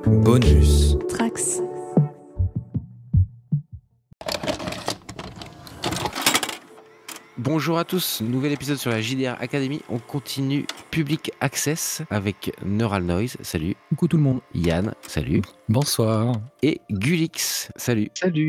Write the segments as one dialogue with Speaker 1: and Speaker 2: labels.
Speaker 1: Bonus.
Speaker 2: Trax.
Speaker 1: Bonjour à tous, nouvel épisode sur la JDR Academy. On continue Public Access avec Neural Noise, salut.
Speaker 3: Coucou tout le monde.
Speaker 1: Yann, salut.
Speaker 3: Bonsoir.
Speaker 1: Et Gulix, salut.
Speaker 4: Salut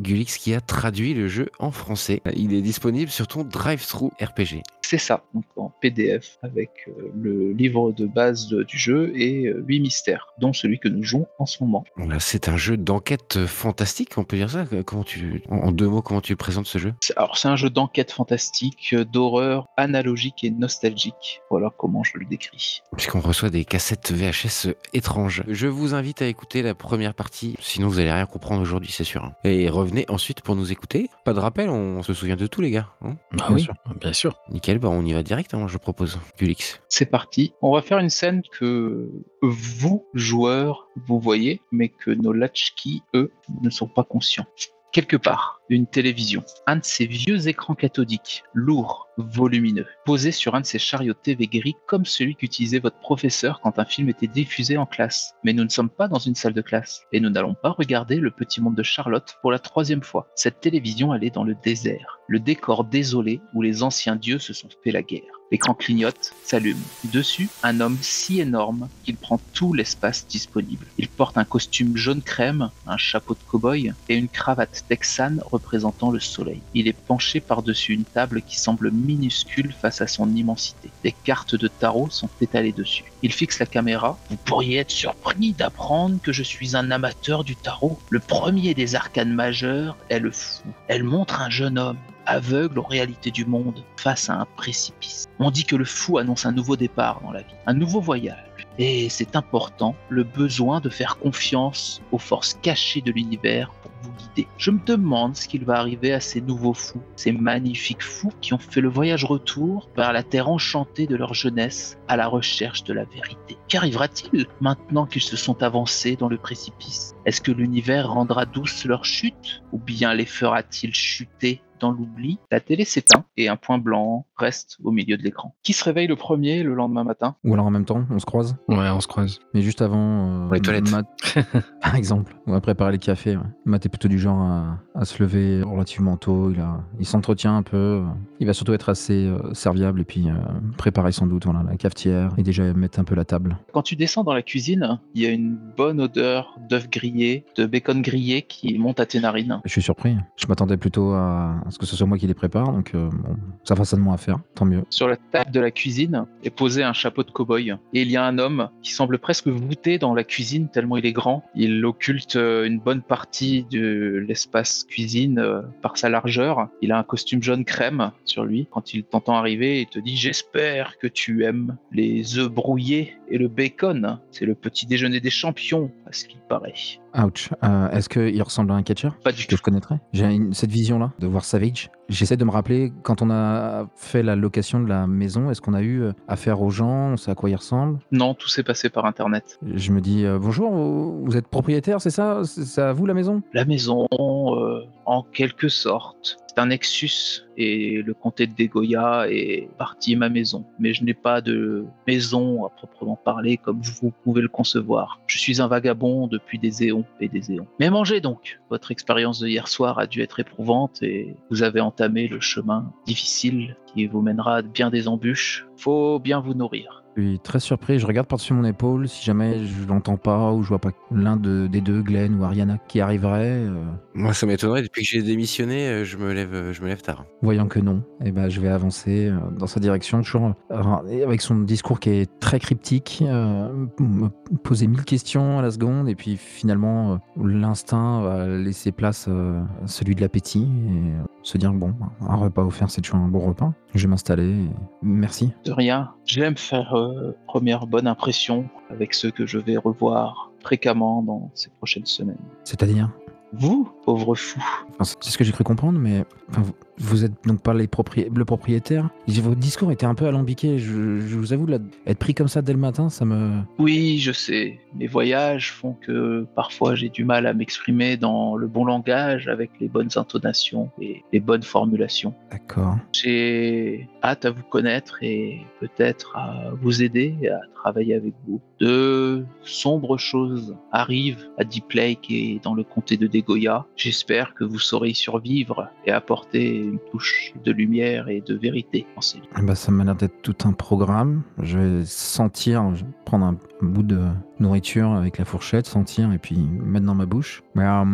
Speaker 1: Gulix qui a traduit le jeu en français. Il est disponible sur ton drive-thru RPG.
Speaker 4: C'est ça, donc en PDF avec euh, le livre de base de- du jeu et euh, huit mystères, dont celui que nous jouons en ce moment.
Speaker 1: Bon, là, C'est un jeu d'enquête fantastique, on peut dire ça comment tu... En en deux mots, comment tu le présentes ce jeu
Speaker 4: C'est- Alors c'est un jeu d'enquête fantastique, euh, d'horreur, analogique et nostalgique. Voilà comment je le décris.
Speaker 1: puisqu'on reçoit des cassettes VHS étranges. Je vous invite à écouter la première partie, sinon vous allez rien comprendre aujourd'hui, c'est sûr. hein. Et revenez ensuite pour nous écouter. Pas de rappel, on se souvient de tout, les gars. hein
Speaker 3: Bah
Speaker 5: Ah
Speaker 1: Bien
Speaker 3: oui,
Speaker 1: sûr.
Speaker 3: bien sûr.
Speaker 1: Nickel, bah on y va direct, hein, je propose. Gulix.
Speaker 4: C'est parti. On va faire une scène que vous, joueurs, vous voyez, mais que nos latchkeys, eux, ne sont pas conscients. Quelque part, une télévision, un de ces vieux écrans cathodiques, lourds, volumineux, posé sur un de ces chariots TV gris comme celui qu'utilisait votre professeur quand un film était diffusé en classe. Mais nous ne sommes pas dans une salle de classe, et nous n'allons pas regarder Le Petit Monde de Charlotte pour la troisième fois. Cette télévision, elle est dans le désert, le décor désolé où les anciens dieux se sont fait la guerre. L'écran clignote, s'allume. Dessus, un homme si énorme qu'il prend tout l'espace disponible. Il porte un costume jaune crème, un chapeau de cow-boy et une cravate texane représentant le soleil. Il est penché par-dessus une table qui semble minuscule face à son immensité. Des cartes de tarot sont étalées dessus. Il fixe la caméra. Vous pourriez être surpris d'apprendre que je suis un amateur du tarot. Le premier des arcanes majeures est le fou. Elle montre un jeune homme aveugle aux réalités du monde face à un précipice. On dit que le fou annonce un nouveau départ dans la vie, un nouveau voyage. Et c'est important, le besoin de faire confiance aux forces cachées de l'univers pour vous guider. Je me demande ce qu'il va arriver à ces nouveaux fous, ces magnifiques fous qui ont fait le voyage retour vers la terre enchantée de leur jeunesse à la recherche de la vérité. Qu'arrivera-t-il maintenant qu'ils se sont avancés dans le précipice Est-ce que l'univers rendra douce leur chute ou bien les fera-t-il chuter dans l'oubli, la télé s'éteint et un point blanc reste au milieu de l'écran. Qui se réveille le premier le lendemain matin
Speaker 5: Ou alors en même temps, on se croise.
Speaker 3: Ouais, on se croise.
Speaker 5: Mais juste avant. euh,
Speaker 1: Les toilettes.
Speaker 5: Matt- par exemple. Ou à préparer les cafés. Ouais. Matt est plutôt du genre à, à se lever relativement tôt. Il, a- il s'entretient un peu. Il va surtout être assez euh, serviable et puis euh, préparer sans doute voilà, la cafetière et déjà mettre un peu la table.
Speaker 4: Quand tu descends dans la cuisine, il y a une bonne odeur d'œufs grillés, de bacon grillé qui monte à tes narines.
Speaker 5: Je suis surpris. Je m'attendais plutôt à à ce que ce soit moi qui les prépare. Donc, euh, bon, ça va certainement à faire. Tant mieux.
Speaker 4: Sur la table de la cuisine est posé un chapeau de cow-boy. Et il y a un homme qui semble presque voûté dans la cuisine tellement il est grand. Il occulte euh, une bonne partie de l'espace cuisine euh, par sa largeur. Il a un costume jaune crème sur lui. Quand il t'entend arriver, il te dit J'espère que tu aimes les œufs brouillés et le bacon. C'est le petit déjeuner des champions, à ce qu'il paraît.
Speaker 5: Ouch. Euh, Est-ce qu'il ressemble à un catcher
Speaker 4: Pas du
Speaker 5: que
Speaker 4: tout.
Speaker 5: je connaîtrais. J'ai une- cette vision-là de voir Savage. J'essaie de me rappeler quand on a fait la location de la maison, est-ce qu'on a eu euh, affaire aux gens, on sait à quoi ils ressemblent.
Speaker 4: Non, tout s'est passé par Internet.
Speaker 5: Je me dis euh, bonjour, vous, vous êtes propriétaire, c'est ça C'est c'est à vous la maison
Speaker 4: la maison euh, en quelque sorte. C'est un nexus et le comté de Degoya est partie ma maison. Mais je n'ai pas de maison à proprement parler comme vous pouvez le concevoir. Je suis un vagabond depuis des éons et des éons. Mais mangez donc Votre expérience de hier soir a dû être éprouvante et vous avez entamé le chemin difficile qui vous mènera à bien des embûches. Faut bien vous nourrir.
Speaker 5: Je suis très surpris, je regarde par-dessus mon épaule si jamais je l'entends pas ou je vois pas l'un de- des deux, Glenn ou Ariana, qui arriverait. euh,
Speaker 1: Moi, ça m'étonnerait, depuis que j'ai démissionné, euh, je me lève, euh, je me lève tard.
Speaker 5: Voyant que non, eh ben, je vais avancer euh, dans sa direction, toujours euh, avec son discours qui est très cryptique, euh, me poser mille questions à la seconde, et puis finalement, euh, l'instinct va laisser place euh, à celui de l'appétit, et euh, se dire, bon, un repas offert, c'est toujours un bon repas, je vais m'installer, et merci.
Speaker 4: De rien. J'aime faire euh, première bonne impression avec ceux que je vais revoir fréquemment dans ces prochaines semaines.
Speaker 5: C'est-à-dire
Speaker 4: Vous, pauvre fou.
Speaker 5: Enfin, c'est- c'est ce que j'ai cru comprendre, mais enfin, vous, vous êtes donc pas les propri- le propriétaire. Et Votre discours était un peu alambiqué. Je, je vous avoue, là, être pris comme ça dès le matin, ça me.
Speaker 4: Oui, je sais. Mes voyages font que parfois j'ai du mal à m'exprimer dans le bon langage avec les bonnes intonations et les bonnes formulations.
Speaker 5: D'accord.
Speaker 4: J'ai hâte à vous connaître et peut-être à vous aider et à travailler avec vous. De sombres choses arrivent à Deep Lake et dans le comté de Degoya. J'espère que vous saurez y survivre et apporter une touche de lumière et de vérité en ces
Speaker 5: Eh ben, ça m'a l'air d'être tout un programme. Je vais sentir, je vais prendre un bout de nourriture avec la fourchette, sentir et puis mettre dans ma bouche. Mais euh,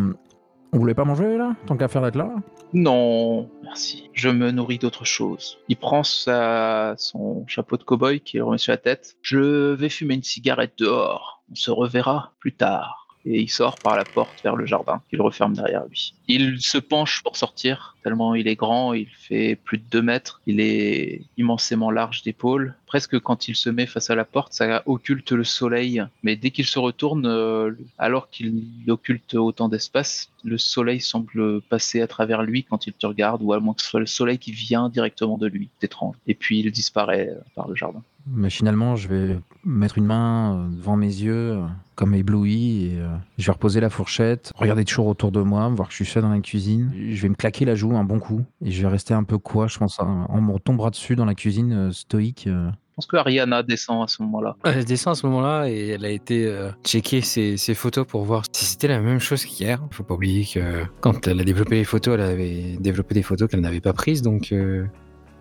Speaker 5: vous voulez pas manger là Tant qu'à faire la là
Speaker 4: Non, merci. Je me nourris d'autre chose. Il prend sa, son chapeau de cow-boy qu'il remet sur la tête. Je vais fumer une cigarette dehors. On se reverra plus tard. Et il sort par la porte vers le jardin, qu'il referme derrière lui. Il se penche pour sortir, tellement il est grand, il fait plus de 2 mètres, il est immensément large d'épaules. Presque quand il se met face à la porte, ça occulte le soleil. Mais dès qu'il se retourne, euh, alors qu'il occulte autant d'espace, le soleil semble passer à travers lui quand il te regarde, ou à moins que ce soit le soleil qui vient directement de lui. C'est étrange. Et puis il disparaît euh, par le jardin.
Speaker 5: Machinalement, je vais mettre une main euh, devant mes yeux, euh, comme ébloui, et euh, je vais reposer la fourchette, regarder toujours autour de moi, voir que je suis seul dans la cuisine. Je vais me claquer la joue un bon coup, et je vais rester un peu quoi, je pense, hein, on me retombera dessus dans la cuisine euh, stoïque. euh.
Speaker 4: Je pense que Ariana descend à ce moment-là.
Speaker 2: Elle descend à ce moment-là et elle a été euh, checker ses, ses photos pour voir si c'était la même chose qu'hier. Faut pas oublier que quand elle a développé les photos, elle avait développé des photos qu'elle n'avait pas prises, donc euh,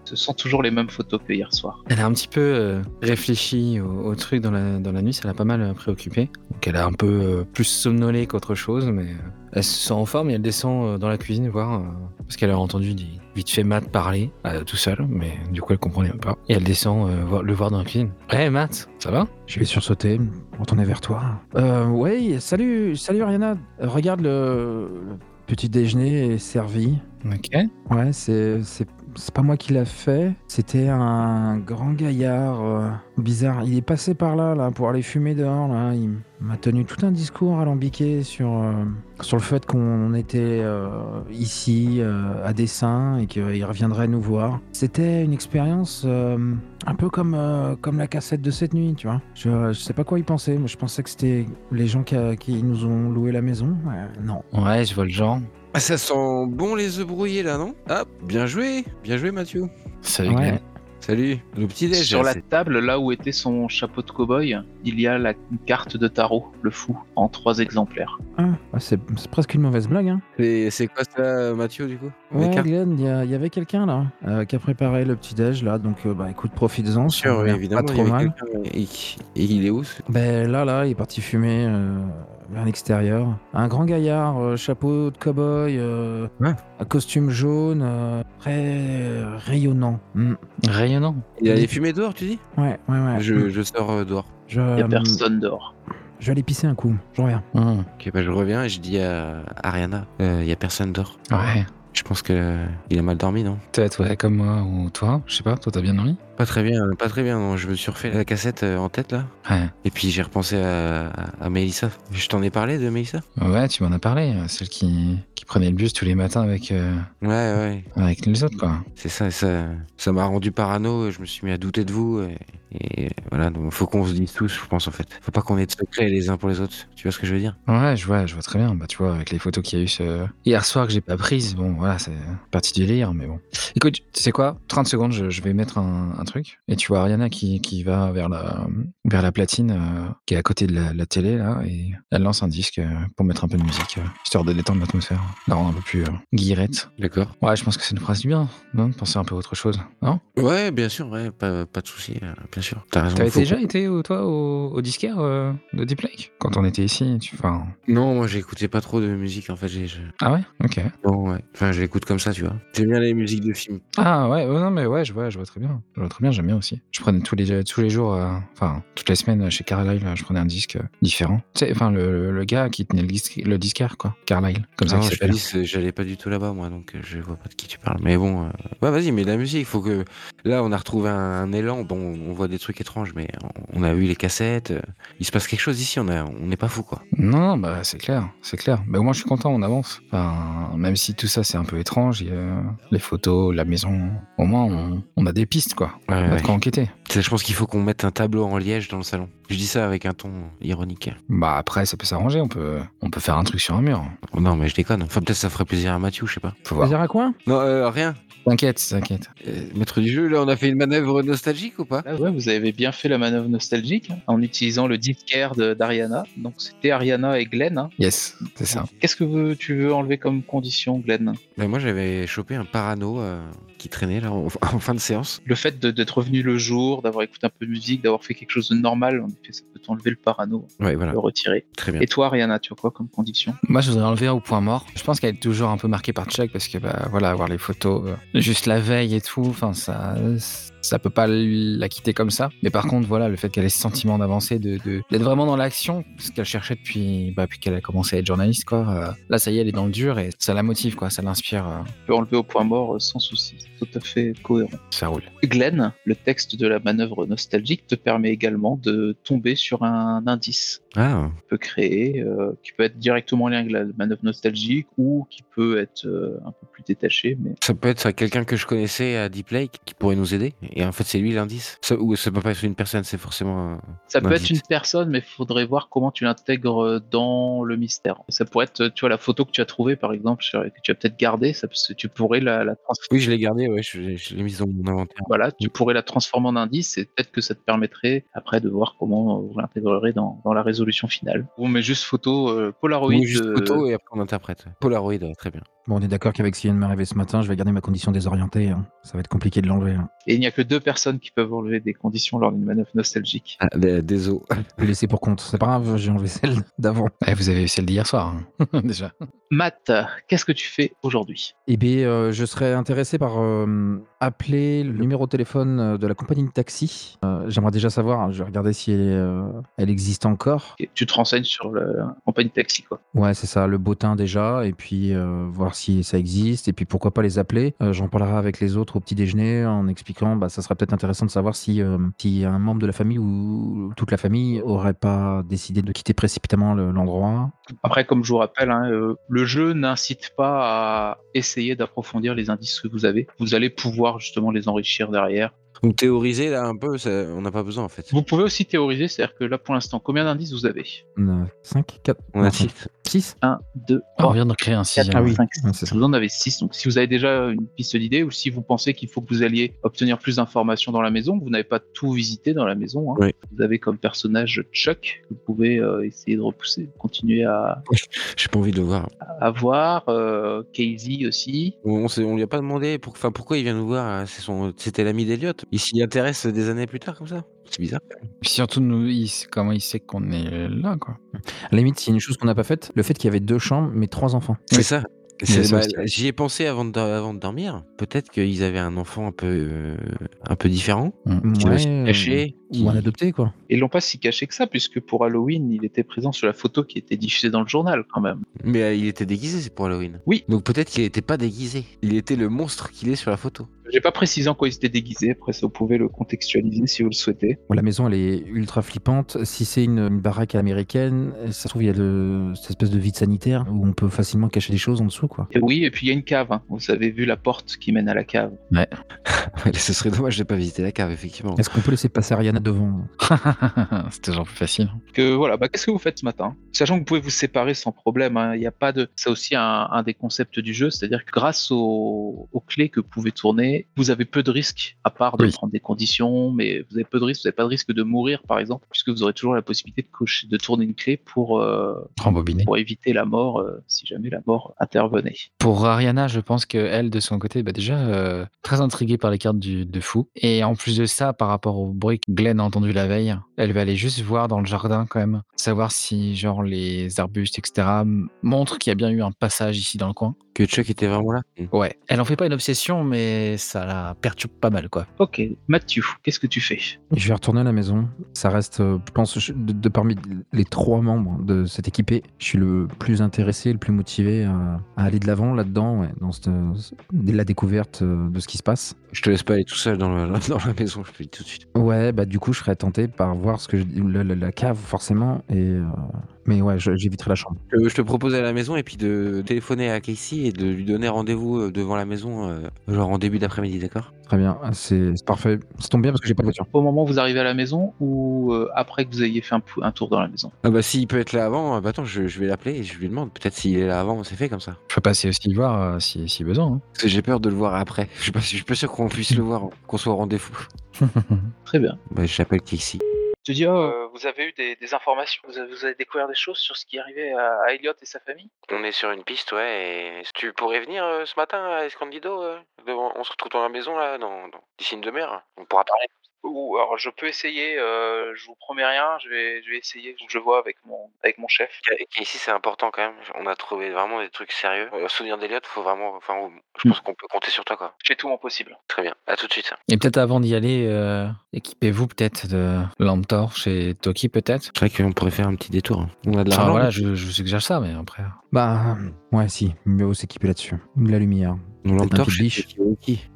Speaker 4: Ce sont toujours les mêmes photos que hier soir.
Speaker 2: elle a un petit peu euh, réfléchi au, au truc dans la, dans la nuit, ça l'a pas mal euh, préoccupée. Donc elle a un peu euh, plus somnolé qu'autre chose, mais euh, elle se sent en forme et elle descend euh, dans la cuisine voir, euh, parce qu'elle a entendu des- vite fait Matt parler, euh, tout seul, mais du coup elle comprenait pas. Et elle descend euh, voir- le voir dans la cuisine. Hé Matt, ça va
Speaker 5: Je vais sursauter, retourner vers toi. Euh, ouais, salut, salut Ariana. Euh, Regarde le, le petit déjeuner est servi.
Speaker 2: Ok.
Speaker 5: Ouais, c'est, c'est, c'est pas moi qui l'a fait. C'était un grand gaillard euh, bizarre. Il est passé par là, là, pour aller fumer dehors. Là, il m'a tenu tout un discours alambiqué sur euh, sur le fait qu'on était euh, ici euh, à dessein et qu'il reviendrait nous voir. C'était une expérience euh, un peu comme euh, comme la cassette de cette nuit, tu vois. Je, je sais pas quoi y penser. mais Je pensais que c'était les gens qui, a- qui nous ont loué la maison. Euh, non.
Speaker 2: Ouais, je vois le genre.
Speaker 1: Ah, ça sent bon les œufs brouillés là, non Ah, bien joué Bien joué Mathieu
Speaker 2: Salut
Speaker 5: Ouais.
Speaker 2: Glenn.
Speaker 1: Salut Le petit déj
Speaker 4: Sur
Speaker 1: là,
Speaker 4: la table, là où était son chapeau de cow-boy, il y a la une carte de tarot, le fou, en trois exemplaires.
Speaker 5: Ah, bah, c'est, c'est presque une mauvaise blague, hein.
Speaker 1: c'est- Et c'est quoi ça Mathieu du coup
Speaker 5: Ouais,
Speaker 1: Les cartes
Speaker 5: Glenn, il y, a- il y avait quelqu'un là euh, qui a préparé le petit déj là, donc euh, bah écoute, profites-en.
Speaker 1: Bien
Speaker 5: ça
Speaker 1: sûr,
Speaker 5: a
Speaker 1: oui,
Speaker 5: l'air
Speaker 1: évidemment.
Speaker 5: Pas
Speaker 1: il y
Speaker 5: trop
Speaker 1: avait
Speaker 5: mal.
Speaker 1: quelqu'un, et- et- et il est où ce-
Speaker 5: Ben là, là, il est parti fumer euh, vers l'extérieur. Un grand gaillard, euh, chapeau de cow-boy, euh,
Speaker 1: Ouais.
Speaker 5: un costume jaune, euh, très rayonnant. Mm.
Speaker 2: Rayonnant.
Speaker 1: Il allait fumer dehors, tu dis
Speaker 5: Ouais, ouais, ouais.
Speaker 1: je, je sors euh, dehors.
Speaker 5: Je,
Speaker 4: Il n'y a
Speaker 5: euh,
Speaker 4: personne dehors.
Speaker 5: je vais aller pisser un coup. Je reviens.
Speaker 2: Hum,
Speaker 1: Ok, bah je reviens et je dis à Ariana, il y a personne dehors.
Speaker 2: Ouais.
Speaker 1: Je pense que euh, il a mal dormi, non
Speaker 2: Peut-être, ouais, comme moi ou toi. Je sais pas, toi t'as bien dormi
Speaker 1: Pas très bien, euh, pas très bien. non. Je me suis refait la cassette euh, en tête là.
Speaker 2: Ouais.
Speaker 1: Et puis j'ai repensé à, à, à Mélissa. Je t'en ai parlé de Mélissa
Speaker 2: Ouais, tu m'en as parlé, euh, celle qui, qui prenait le bus tous les matins avec, euh,
Speaker 1: Ouais, ouais.
Speaker 2: avec les autres, quoi.
Speaker 1: C'est ça, ça, ça m'a rendu parano. Je me suis mis à douter de vous. Et, et voilà, donc faut qu'on se dise tous, je pense en fait. Faut pas qu'on ait de secrets les uns pour les autres. Tu vois ce que je veux dire
Speaker 2: Ouais, je vois, je vois très bien. Bah, tu vois, avec les photos qu'il y a eu ce- hier soir que j'ai pas prises, bon, voilà, c'est parti du délire, mais bon. Écoute, tu sais quoi 30 secondes, je, je vais mettre un, un truc. Et tu vois Ariana qui, qui va vers la, vers la platine euh, qui est à côté de la, la télé, là, et elle lance un disque euh, pour mettre un peu de musique, euh, histoire de détendre l'atmosphère, la rendre un peu plus euh, guillerette.
Speaker 1: D'accord.
Speaker 2: Ouais, je pense que c'est une phrase du bien, non de Penser un peu à autre chose, non
Speaker 1: Ouais, bien sûr, ouais, pas, pas de souci, euh, bien sûr. T'as raison.
Speaker 2: T'avais
Speaker 1: faut
Speaker 2: déjà été, au- toi, au, au disquaire euh, de Deep Lake Quand on était ici, tu... Enfin...
Speaker 1: qu'on- Non, moi j'écoutais pas trop de musique en fait. j'ai- je-
Speaker 2: Ah ouais Ok.
Speaker 1: Non, ouais. Enfin, je l'écoute comme ça, tu vois. J'aime bien les musiques de films.
Speaker 2: Ah ouais, ouais, non mais ouais, je vois, je vois très bien. Je vois très bien, j'aime bien aussi. Je prenais tous les, tous les jours, euh, enfin, toutes les semaines euh, chez Carlyle, euh, je prenais un disque euh, différent. Tu sais, enfin, le, le- le gars qui tenait le, disque, le disquaire, quoi. Carlyle. Comme ça,
Speaker 1: Ah,
Speaker 2: qui
Speaker 1: je
Speaker 2: super.
Speaker 1: Alice, euh, j'allais pas du tout là-bas, moi, donc euh, je vois pas de qui tu parles. Mais bon, euh, ouais, vas-y, mais la musique, faut que. Là, on a retrouvé un, un élan. Bon, on voit des trucs étranges, mais on on a eu les cassettes. euh, Il se passe quelque chose ici. On a, on n'est pas fou, quoi.
Speaker 2: Non, non, bah c'est clair, c'est clair. Mais au moins je suis content, on avance. Enfin, même si tout ça c'est un peu étrange, il y a les photos, la maison, au moins on, on a des pistes quoi.
Speaker 1: Ouais,
Speaker 2: On a
Speaker 1: ouais.
Speaker 2: de quoi enquêter.
Speaker 1: C'est- Je pense qu'il faut qu'on mette un tableau en liège dans le salon. Je dis ça avec un ton ironique.
Speaker 2: Bah après ça peut s'arranger, on peut, on peut faire un truc sur un mur.
Speaker 1: Oh, non, mais je déconne. Enfin, peut-être ça ferait plaisir à Mathieu, je sais pas.
Speaker 2: Faut voir.
Speaker 5: Plaisir à quoi
Speaker 1: Non, euh, rien.
Speaker 2: T'inquiète, t'inquiète.
Speaker 1: Euh, maître du jeu, là, on a fait une manœuvre nostalgique ou pas
Speaker 4: Ah ouais, vous avez bien fait la manœuvre nostalgique hein, en utilisant le disquaire de- d'Ariana. Donc c'était Ariana et Glenn. hein.
Speaker 2: Yes, c'est ça.
Speaker 4: Qu'est-ce que veux- tu veux enlever comme condition, Glenn
Speaker 1: Ben, Moi, j'avais chopé un parano euh, qui traînait là en, en fin de séance.
Speaker 4: Le fait de- d'être revenu le jour, d'avoir écouté un peu de musique, d'avoir fait quelque chose de normal, en effet, ça peut t'enlever le parano, hein,
Speaker 1: Ouais, voilà,
Speaker 4: le retirer.
Speaker 1: très bien.
Speaker 4: Et toi, Ariana, tu as quoi comme condition
Speaker 2: Moi, je voudrais enlever au point mort. Je pense qu'elle est toujours un peu marquée par Chuck parce que, bah, voilà, avoir les photos euh, juste la veille et tout, enfin, ça, ça peut pas la quitter comme ça. Mais par contre, voilà, le fait qu'elle ait ce sentiment d'avancer, de, de- d'être vraiment dans l'action, ce qu'elle cherchait depuis, bah, depuis qu'elle a commencé à être journaliste, quoi. euh, là, ça y est, elle est dans le dur et ça la motive, quoi. Ça l'inspire. euh,
Speaker 4: Tu peux enlever au point mort euh, sans souci, c'est tout à fait cohérent.
Speaker 2: ça roule.
Speaker 4: Glenn, le texte de la manœuvre nostalgique te permet également de tomber sur un indice
Speaker 1: Ah,
Speaker 4: qu'on peut créer, euh, qui peut être directement en lien avec la manœuvre nostalgique ou qui peut être euh, un peu plus détaché, mais
Speaker 1: ça peut être ça, quelqu'un que je connaissais à Deep Lake qui pourrait nous aider. Et en fait, c'est lui l'indice. Ça, ou ça peut pas être une personne, c'est forcément. euh, un-
Speaker 4: Ça peut
Speaker 1: Indice.
Speaker 4: être une personne, mais il faudrait voir comment tu l'intègres euh, dans le mystère. Ça pourrait être, tu vois, la photo que tu as trouvée, par exemple, sur- que tu as peut-être gardée, ça, peut- tu pourrais la, la transformer.
Speaker 1: Oui, je l'ai gardé, ouais, je, je l'ai mise dans mon inventaire.
Speaker 4: Voilà, tu pourrais la transformer en indice et peut-être que ça te permettrait après de voir comment vous l'intégrerez dans, dans la résolution finale. On met juste photo euh, Polaroid.
Speaker 1: Ou juste
Speaker 4: euh,
Speaker 1: photo et après on interprète. Polaroid, ouais, très bien.
Speaker 5: Bon, on est d'accord qu'avec ce qui vient de m'arriver ce matin, je vais garder ma condition désorientée. hein. Ça va être compliqué de l'enlever. hein.
Speaker 4: Et il n'y a que deux personnes qui peuvent enlever des conditions lors d'une manœuvre nostalgique.
Speaker 1: Ah, dé- désolé.
Speaker 5: Je vais laisser pour compte. C'est pas grave, j'ai enlevé celle d'avant.
Speaker 2: Eh, vous avez eu celle d'hier soir, hein, déjà.
Speaker 4: Matt, qu'est-ce que tu fais aujourd'hui
Speaker 5: Eh bien, euh, je serais intéressé par euh, appeler le numéro de téléphone euh, de la compagnie de taxi. Euh, J'aimerais déjà savoir, hein, je vais regarder si elle, est, euh, elle existe encore.
Speaker 4: Ok, Tu te renseignes sur la compagnie de taxi, quoi.
Speaker 5: Ouais, c'est ça, le bottin déjà, et puis euh, voir si ça existe, et puis pourquoi pas les appeler. Euh, J'en parlerai avec les autres au petit déjeuner en expliquant, bah, ça serait peut-être intéressant de savoir si, euh, si un membre de la famille ou toute la famille aurait pas décidé de quitter précipitamment le- l'endroit.
Speaker 4: Après, comme je vous rappelle, hein, euh, le jeu n'incite pas à essayer d'approfondir les indices que vous avez. Vous allez pouvoir justement les enrichir derrière.
Speaker 1: Donc théoriser là un peu, ça- on n'a pas besoin en fait.
Speaker 4: Vous pouvez aussi théoriser, c'est-à-dire que là pour l'instant, combien d'indices vous avez
Speaker 5: 5, 4,
Speaker 1: On a six.
Speaker 5: 6
Speaker 4: 1, 2,
Speaker 2: Ah, on
Speaker 4: 3,
Speaker 2: vient de créer un
Speaker 4: 4,
Speaker 2: sixième.
Speaker 5: Oh. ah oui.
Speaker 4: 5, 6.
Speaker 5: Ouais, c'est ça.
Speaker 4: Vous en avez 6, donc si vous avez déjà une piste d'idée ou si vous pensez qu'il faut que vous alliez obtenir plus d'informations dans la maison, vous n'avez pas tout visité dans la maison. hein.
Speaker 1: Oui.
Speaker 4: Vous avez comme personnage Chuck que vous pouvez euh, essayer de repousser, continuer à,
Speaker 1: J'ai pas envie de le voir.
Speaker 4: à voir. euh, Casey aussi.
Speaker 1: On, on, s'est- on lui a pas demandé pour, enfin, pourquoi il vient nous voir. hein, c'est son- C'était l'ami d'Eliott. Il s'y intéresse des années plus tard comme ça. C'est bizarre.
Speaker 2: Puis Surtout, nous, il sait- comment il sait qu'on est là, quoi.
Speaker 5: À la limite, c'est une chose qu'on n'a pas faite, le fait qu'il y avait deux chambres, mais trois enfants.
Speaker 1: C'est
Speaker 2: Oui.
Speaker 1: ça.
Speaker 2: Il y a
Speaker 1: C'est-
Speaker 2: ça
Speaker 1: bah,
Speaker 2: aussi.
Speaker 1: J'y ai pensé avant de, dor- avant de dormir. Peut-être qu'ils avaient un enfant un peu, euh, un peu différent,
Speaker 2: Mm.
Speaker 1: qui
Speaker 5: Ouais,
Speaker 1: doit se
Speaker 5: euh,
Speaker 1: cacher.
Speaker 5: Ou un adopté, quoi.
Speaker 4: Et ils l'ont pas si caché que ça, puisque pour Halloween, il était présent sur la photo qui était diffusée dans le journal quand même.
Speaker 1: Mais euh, il était déguisé, c'est pour Halloween.
Speaker 4: Oui.
Speaker 1: Donc peut-être qu'il n'était pas déguisé. Il était le monstre qu'il est sur la photo.
Speaker 4: J'ai pas précisé en quoi il s'était déguisé, après ça vous pouvez le contextualiser si vous le souhaitez.
Speaker 5: Bon, la maison, elle est ultra flippante. Si c'est une, une baraque américaine, euh, ça se trouve, il y a de, cette espèce de vide sanitaire où on peut facilement cacher des choses en dessous, quoi.
Speaker 4: Et oui, et puis il y a une cave, hein. vous avez vu la porte qui mène à la cave.
Speaker 1: Ce serait dommage de pas visiter la cave, effectivement.
Speaker 5: Est-ce qu'on peut laisser passer Ariana devant
Speaker 2: C'est toujours plus facile.
Speaker 4: Que voilà, bah, qu'est-ce que vous faites ce matin Sachant que vous pouvez vous séparer sans problème, hein. il n'y a pas de. C'est aussi un, un des concepts du jeu, c'est-à-dire que grâce aux, aux clés que vous pouvez tourner, vous avez peu de risques, à part de
Speaker 2: Oui.
Speaker 4: prendre des conditions, mais vous avez peu de risques, vous n'avez pas de risque de mourir par exemple, puisque vous aurez toujours la possibilité de, cocher, de tourner une clé pour. euh,
Speaker 2: Rembobiné.
Speaker 4: pour éviter la mort euh, si jamais la mort intervenait.
Speaker 2: Pour Ariana, je pense que elle, de son côté, bah déjà euh, très intriguée par les cartes du, de fou. Et en plus de ça, par rapport au bruit que Glenn qu'elle a entendu la veille. Elle va aller juste voir dans le jardin quand même, savoir si genre les arbustes, etc. m- montrent qu'il y a bien eu un passage ici dans le coin.
Speaker 1: Que Chuck était vraiment là Mm.
Speaker 2: Ouais, elle en fait pas une obsession, mais ça la perturbe pas mal quoi.
Speaker 4: Ok, Mathieu, qu'est-ce que tu fais
Speaker 5: Je vais retourner à la maison. Ça reste, euh, je pense, je- de, de parmi les trois membres de cette équipée, je suis le plus intéressé, le plus motivé à, à aller de l'avant là-dedans, ouais, dans cette- euh, la découverte euh, de ce qui se passe.
Speaker 1: Je te laisse pas aller tout seul dans, le- dans la maison, je te le dis tout de suite.
Speaker 5: Ouais, bah du coup, je serais tenté par voir ce que je- le- le- la cave forcément, et euh, mais ouais, je- j'éviterai la chambre.
Speaker 1: Euh, je te propose à la maison et puis de téléphoner à Casey et de lui donner rendez-vous euh, devant la maison, euh, genre en début d'après-midi, d'accord
Speaker 5: Très bien, ah, c'est c'est parfait. Ça tombe bien parce que j'ai pas de voiture.
Speaker 4: Au moment où vous arrivez à la maison ou euh, après que vous ayez fait un, pou- un tour dans la maison
Speaker 1: Ah bah s'il peut être là avant, euh, bah attends, je, je vais l'appeler et je lui demande. Peut-être s'il est là avant, c'est fait comme ça.
Speaker 2: Je peux passer aussi le voir euh, si, si besoin.
Speaker 1: Parce que j'ai peur de le voir après. Je suis pas, je suis pas sûr qu'on puisse le voir, qu'on soit au rendez-vous.
Speaker 2: hein.
Speaker 4: Très bien.
Speaker 1: Bah j'appelle Casey.
Speaker 4: Je te dis, oh, euh, vous avez eu des, des informations, vous avez, vous avez découvert des choses sur ce qui arrivait à, à Elliot et sa famille
Speaker 1: On est sur une piste, ouais. Et tu pourrais venir euh, ce matin à Escondido euh, devant- On se retrouve dans la maison, là, dans, dans d'ici une demi-heure. On pourra parler.
Speaker 4: Ou alors je peux essayer, euh, je vous promets rien, je vais, je vais essayer, faut que je vois avec mon, avec mon chef.
Speaker 1: Ca- Casey, c'est important quand même. On a trouvé vraiment des trucs sérieux. Euh, souvenir d'Eliott, faut vraiment. Enfin, on- je pense qu'on peut compter sur toi, quoi.
Speaker 4: Je fais tout mon possible.
Speaker 1: Très bien. À tout de suite.
Speaker 2: Et peut-être avant d'y aller, euh, équipez-vous peut-être de lampes torches et Toki peut-être.
Speaker 1: C'est vrai qu'on pourrait faire un petit détour. hein. On a de
Speaker 2: Enfin
Speaker 1: l'argent.
Speaker 2: voilà, je, je vous suggère ça, mais après.
Speaker 5: Bah ouais, si, mieux vaut s'équiper là-dessus. De La lumière.
Speaker 1: Nous
Speaker 5: Peut-être un
Speaker 1: l'entorche.
Speaker 5: petit biche.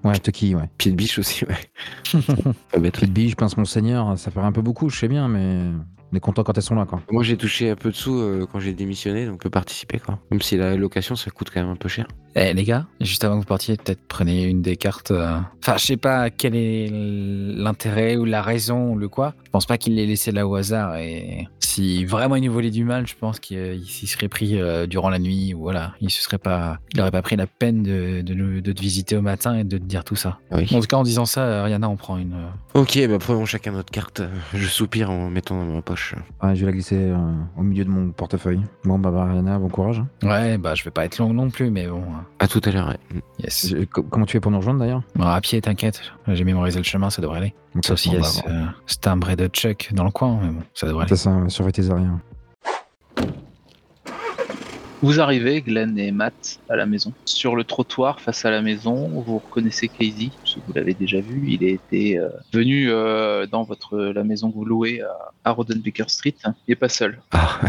Speaker 5: Ouais, Tucky, ouais.
Speaker 1: Pied de biche aussi, ouais. Pas bête.
Speaker 5: Petite bille, je pince mon seigneur. Ça paraît un peu beaucoup, je sais bien, mais on est content quand elles sont là, quoi.
Speaker 1: Moi, j'ai touché un peu de sous euh, quand j'ai démissionné, donc on peut participer, quoi. Même si la location, ça coûte quand même un peu cher.
Speaker 2: Eh les gars, juste avant que vous partiez, peut-être prenez une des cartes. euh, Enfin, je sais pas quel est l'intérêt ou la raison ou le quoi. Je pense pas qu'il l'ait laissé là au hasard. Et si vraiment il nous volait du mal, je pense qu'il s'y serait pris euh, durant la nuit ou voilà. Il se serait pas, il aurait pas pris la peine de, de nous- de te visiter au matin et de te dire tout ça.
Speaker 1: Ah Oui.
Speaker 2: En tout cas, en disant ça, euh, Rihanna, on prend une. euh,
Speaker 1: Ok, bah prenons chacun notre carte. Euh, Je soupire en mettant dans ma poche.
Speaker 5: Ouais, je vais la glisser euh, au milieu de mon portefeuille. Bon, bah, bah Ariana, bon courage.
Speaker 2: Ouais, bah je vais pas être long non plus, mais bon. euh,
Speaker 1: À tout à l'heure. ouais.
Speaker 2: Yes.
Speaker 5: Je- co- comment tu fais pour nous rejoindre d'ailleurs
Speaker 2: Bon, à pied, t'inquiète. J'ai mémorisé le chemin, ça devrait aller.
Speaker 5: Donc,
Speaker 2: Sauf euh, s'il y a
Speaker 5: bon,
Speaker 2: ce,
Speaker 5: bah,
Speaker 2: ce timbre et de Chuck dans le coin, mais bon, ça devrait aller.
Speaker 5: C'est ça, ouais, surveille tes arrières.
Speaker 4: Vous arrivez, Glenn et Matt, à la maison. Sur le trottoir face à la maison, vous reconnaissez Casey, parce que vous l'avez déjà vu, il était euh, venu euh, dans votre, la maison que vous louez à, à Rodenbaker Street. Il est pas seul.
Speaker 1: Ah.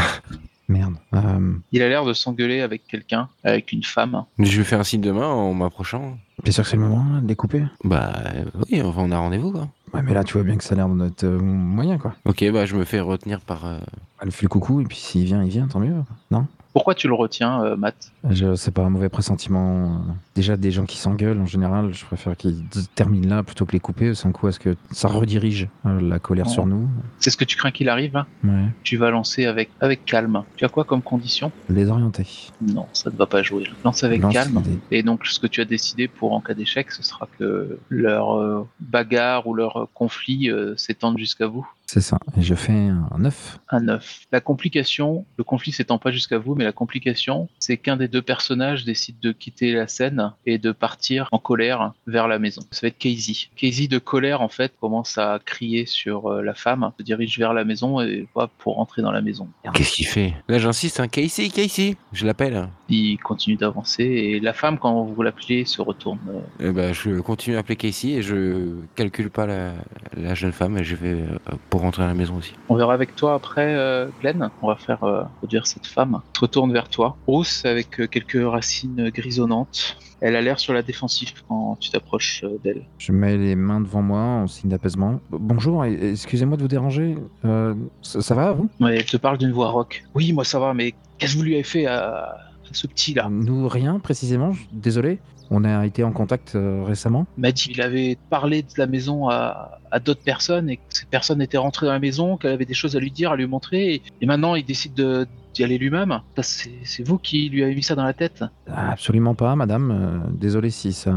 Speaker 5: Merde. Euh,
Speaker 4: Il a l'air de s'engueuler avec quelqu'un, avec une femme.
Speaker 1: Je vais faire un signe demain en m'approchant.
Speaker 5: T'es sûr que c'est le moment là, de découper
Speaker 1: Bah euh, oui, enfin on a rendez-vous quoi.
Speaker 5: Ouais, mais là, tu vois bien que ça a l'air de notre euh, moyen, quoi.
Speaker 1: Ok, bah je me fais retenir par. euh,
Speaker 5: Elle fait le coucou, et puis s'il vient, il vient, tant mieux. Non
Speaker 4: Pourquoi tu le retiens, euh, Matt
Speaker 5: Je sais pas, un mauvais pressentiment. euh, Déjà, des gens qui s'engueulent, en général, je préfère qu'ils terminent là plutôt que les couper. C'est un coup à ce que ça redirige euh, la colère
Speaker 4: Oh.
Speaker 5: sur nous.
Speaker 4: C'est ce que tu crains qu'il arrive là
Speaker 5: Ouais.
Speaker 4: Tu vas lancer avec, avec calme. Tu as quoi comme condition
Speaker 5: Désorienté.
Speaker 4: Non, ça ne va pas jouer. Lance avec
Speaker 5: Lance
Speaker 4: calme.
Speaker 5: des-
Speaker 4: Et donc, ce que tu as décidé pour en cas d'échec, ce sera que leur euh, bagarre ou leur euh, conflit euh, s'étende jusqu'à vous.
Speaker 5: C'est ça. Et je fais un 9.
Speaker 4: Un 9. La complication, le conflit s'étend pas jusqu'à vous, mais la complication, c'est qu'un des deux personnages décide de quitter la scène et de partir en colère vers la maison. Ça va être Casey. Casey, de colère, en fait, commence à crier sur euh, la femme, se dirige vers la maison et va pour rentrer dans la maison.
Speaker 1: Qu'est-ce qu'il fait Là j'insiste, hein. Casey, Casey Je l'appelle.
Speaker 4: Il continue d'avancer et la femme, quand vous l'appelez, se retourne. euh,
Speaker 1: Et bah je continue à appeler Casey et je calcule pas la, la jeune femme et je vais euh, pour rentrer à la maison aussi.
Speaker 4: On verra avec toi après, euh, Glenn. On va faire euh, produire cette femme. Je retourne vers toi. Rousse avec euh, quelques racines grisonnantes. Elle a l'air sur la défensive quand tu t'approches euh, d'elle.
Speaker 5: Je mets les mains devant moi en signe d'apaisement. B- Bonjour, et- excusez-moi de vous déranger. Euh, ça, ça va, vous
Speaker 4: Ouais, elle te parle d'une voix rock. Oui, moi ça va, mais qu'est-ce que vous lui avez fait à, à ce petit-là
Speaker 5: Nous, rien précisément. je- Désolé. On a été en contact euh, récemment.
Speaker 4: Il m'a dit qu'il avait parlé de la maison à, à d'autres personnes et que ces personnes étaient rentrées dans la maison, qu'elle avait des choses à lui dire, à lui montrer. Et, et maintenant, il décide de- d'y aller lui-même. Ça, C'est c'est vous qui lui avez mis ça dans la tête.
Speaker 5: Ah, Absolument pas, madame. Euh, désolé si ça,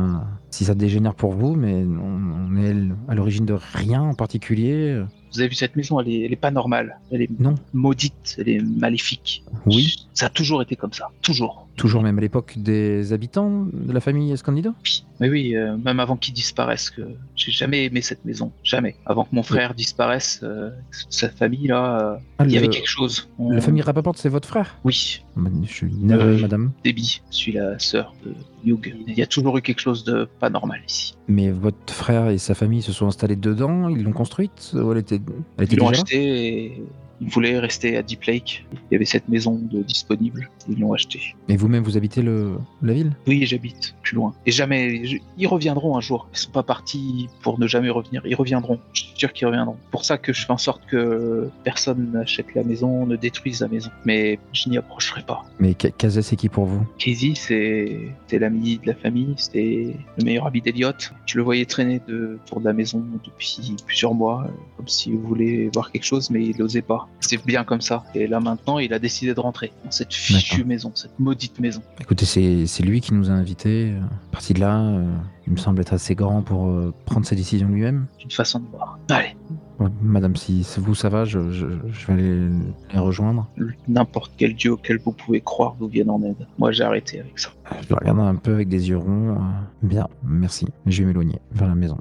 Speaker 5: si ça dégénère pour vous, mais on, on est l- à l'origine de rien en particulier. Euh,
Speaker 4: Vous avez vu cette maison, elle est, elle est pas normale. Elle est
Speaker 5: Non.
Speaker 4: maudite, elle est maléfique.
Speaker 5: Oui.
Speaker 4: Ça a toujours été comme ça, toujours.
Speaker 5: toujours même à l'époque des habitants de la famille Escondido
Speaker 4: Oui, Mais oui, euh, même avant qu'ils disparaissent, que j'ai jamais aimé cette maison, jamais. Avant que mon frère disparaisse, euh, sa famille là, euh,
Speaker 5: Ah,
Speaker 4: il y
Speaker 5: le-
Speaker 4: avait quelque chose. On-
Speaker 5: La famille Rappaport, c'est votre frère
Speaker 4: Oui,
Speaker 5: Je suis navré,
Speaker 4: Euh,
Speaker 5: madame.
Speaker 4: Debbie, je suis la sœur de Hugh. Il y a toujours eu quelque chose de pas normal ici.
Speaker 5: Mais votre frère et sa famille se sont installés dedans, ils l'ont construite ou elle était, elle était
Speaker 4: Ils l'ont
Speaker 5: Bah, déjà là
Speaker 4: acheté et ils voulaient rester à Deep Lake. Il y avait cette maison de disponible, ils l'ont achetée.
Speaker 5: Et vous-même, vous habitez le, la ville
Speaker 4: Oui, j'habite plus loin. Et jamais, je- ils reviendront un jour. Ils sont pas partis pour ne jamais revenir. Ils reviendront. Je suis sûr qu'ils reviendront. Pour ça que je fais en sorte que personne n'achète la maison, ne détruise la maison. Mais je n'y approcherai pas.
Speaker 5: Mais Ca- Casey, c'est qui pour vous
Speaker 4: Casey, c'est c'est l'ami de la famille, c'était le meilleur ami d'Eliott. Je le voyais traîner de, autour de la maison depuis plusieurs mois, euh, comme s'il voulait voir quelque chose, mais il n'osait pas. C'est bien comme ça. Et là maintenant, il a décidé de rentrer dans cette fichue
Speaker 5: D'accord.
Speaker 4: maison, cette maudite maison.
Speaker 5: Écoutez, c'est c'est lui qui nous a invités. euh, Parti de là, euh, il me semble être assez grand pour euh, prendre ses décisions lui-même.
Speaker 4: C'est une façon de voir. Allez,
Speaker 5: Ouais, Madame, si si vous ça va, je, je- je vais aller les rejoindre.
Speaker 4: n'importe quel dieu auquel vous pouvez croire vous vienne en aide. Moi, j'ai arrêté avec ça.
Speaker 5: Je le regarde un peu avec des yeux ronds. euh, Bien, merci. Je vais m'éloigner vers la maison.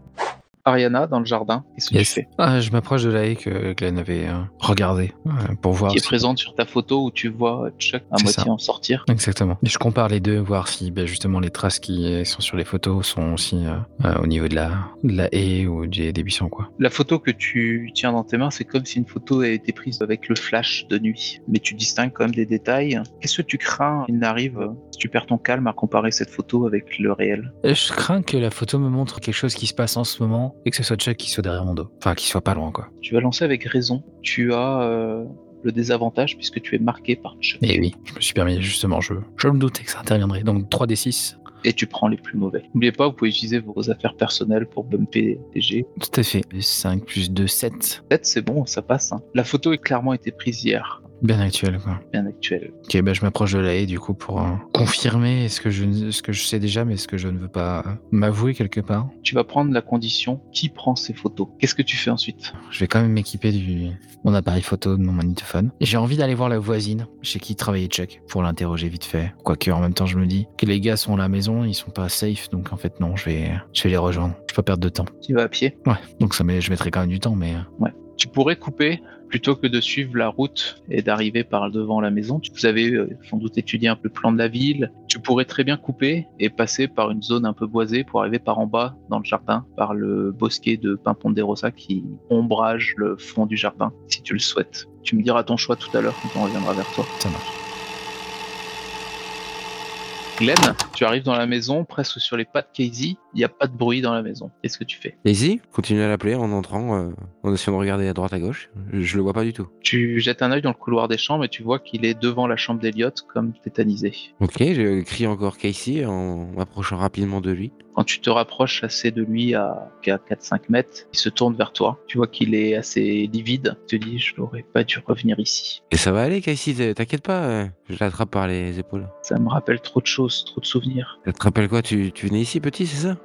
Speaker 4: Ariana, dans le jardin, qu'est-ce que
Speaker 2: Yes.
Speaker 4: tu fais
Speaker 2: Ah, je m'approche de la haie que Glenn avait euh, regardée euh, pour voir.
Speaker 4: Qui est
Speaker 2: si-
Speaker 4: présente sur ta photo où tu vois Chuck à
Speaker 2: C'est
Speaker 4: moitié
Speaker 2: ça.
Speaker 4: en sortir.
Speaker 2: Exactement. Et je compare les deux, voir si ben, justement les traces qui euh, sont sur les photos sont aussi euh, euh, au niveau de la, de la haie ou des, des buissons, quoi.
Speaker 4: La photo que tu tiens dans tes mains, c'est comme si une photo avait été prise avec le flash de nuit. Mais tu distingues quand même des détails. Qu'est-ce que tu crains qu'il n'arrive euh, si tu perds ton calme à comparer cette photo avec le réel
Speaker 2: Euh, Je crains que la photo me montre quelque chose qui se passe en ce moment et que ce soit Chuck qui soit derrière mon dos. Enfin, qui soit pas loin, quoi.
Speaker 4: Tu vas lancer avec raison. Tu as euh, le désavantage puisque tu es marqué par Chuck.
Speaker 2: Et oui, je me suis permis, justement, je, je me doutais que ça interviendrait. Donc 3d6.
Speaker 4: Et tu prends les plus mauvais. N'oubliez pas, vous pouvez utiliser vos affaires personnelles pour bumper des G.
Speaker 2: Tout à fait. 5 plus 2, 7.
Speaker 4: Peut-être c'est bon, ça passe. hein. La photo est clairement été prise hier,
Speaker 2: Bien actuel, quoi.
Speaker 4: bien actuelle.
Speaker 2: Ok, bah, je m'approche de la haie du coup pour euh, confirmer ce que, je, ne- ce que je sais déjà, mais ce que je ne veux pas euh, m'avouer quelque part.
Speaker 4: Tu vas prendre la condition qui prend ces photos. Qu'est-ce que tu fais ensuite
Speaker 2: Je vais quand même m'équiper du mon appareil photo, de mon magnétophone. J'ai envie d'aller voir la voisine chez qui travaillait Chuck pour l'interroger vite fait. Quoique en même temps, je me dis que les gars sont à la maison, ils sont pas safe, donc en fait non, je vais, je vais les rejoindre. Je vais pas perdre de temps.
Speaker 4: Tu vas à pied
Speaker 2: Ouais, donc ça met- je mettrai quand même du temps, mais euh,
Speaker 4: Tu pourrais couper plutôt que de suivre la route et d'arriver par devant la maison. Tu- Vous avez euh, sans doute étudié un peu le plan de la ville. Tu pourrais très bien couper et passer par une zone un peu boisée pour arriver par en bas dans le jardin, par le bosquet de Pimponderosa qui ombrage le fond du jardin, si tu le souhaites. Tu me diras ton choix tout à l'heure quand on reviendra vers toi.
Speaker 2: ça marche.
Speaker 4: Glenn, tu arrives dans la maison presque sur les pas de Casey. Il n'y a pas de bruit dans la maison. Qu'est-ce que tu fais
Speaker 1: Daisy, continue à l'appeler en entrant, euh, en essayant de regarder à droite à gauche. Je, je le vois pas du tout.
Speaker 4: Tu jettes un œil dans le couloir des chambres et tu vois qu'il est devant la chambre d'Eliott comme tétanisé.
Speaker 1: Ok, je crie encore Casey en m'approchant rapidement de lui.
Speaker 4: Quand tu te rapproches assez de lui à, à 4-5 mètres, il se tourne vers toi. Tu vois qu'il est assez livide. Tu te dis, je n'aurais pas dû revenir ici.
Speaker 1: Et ça va aller, Casey, t'es- t'inquiète pas, euh, je l'attrape par les épaules.
Speaker 4: Ça me rappelle trop de choses, trop de souvenirs.
Speaker 1: Ça te rappelle quoi tu, tu venais ici petit, c'est ça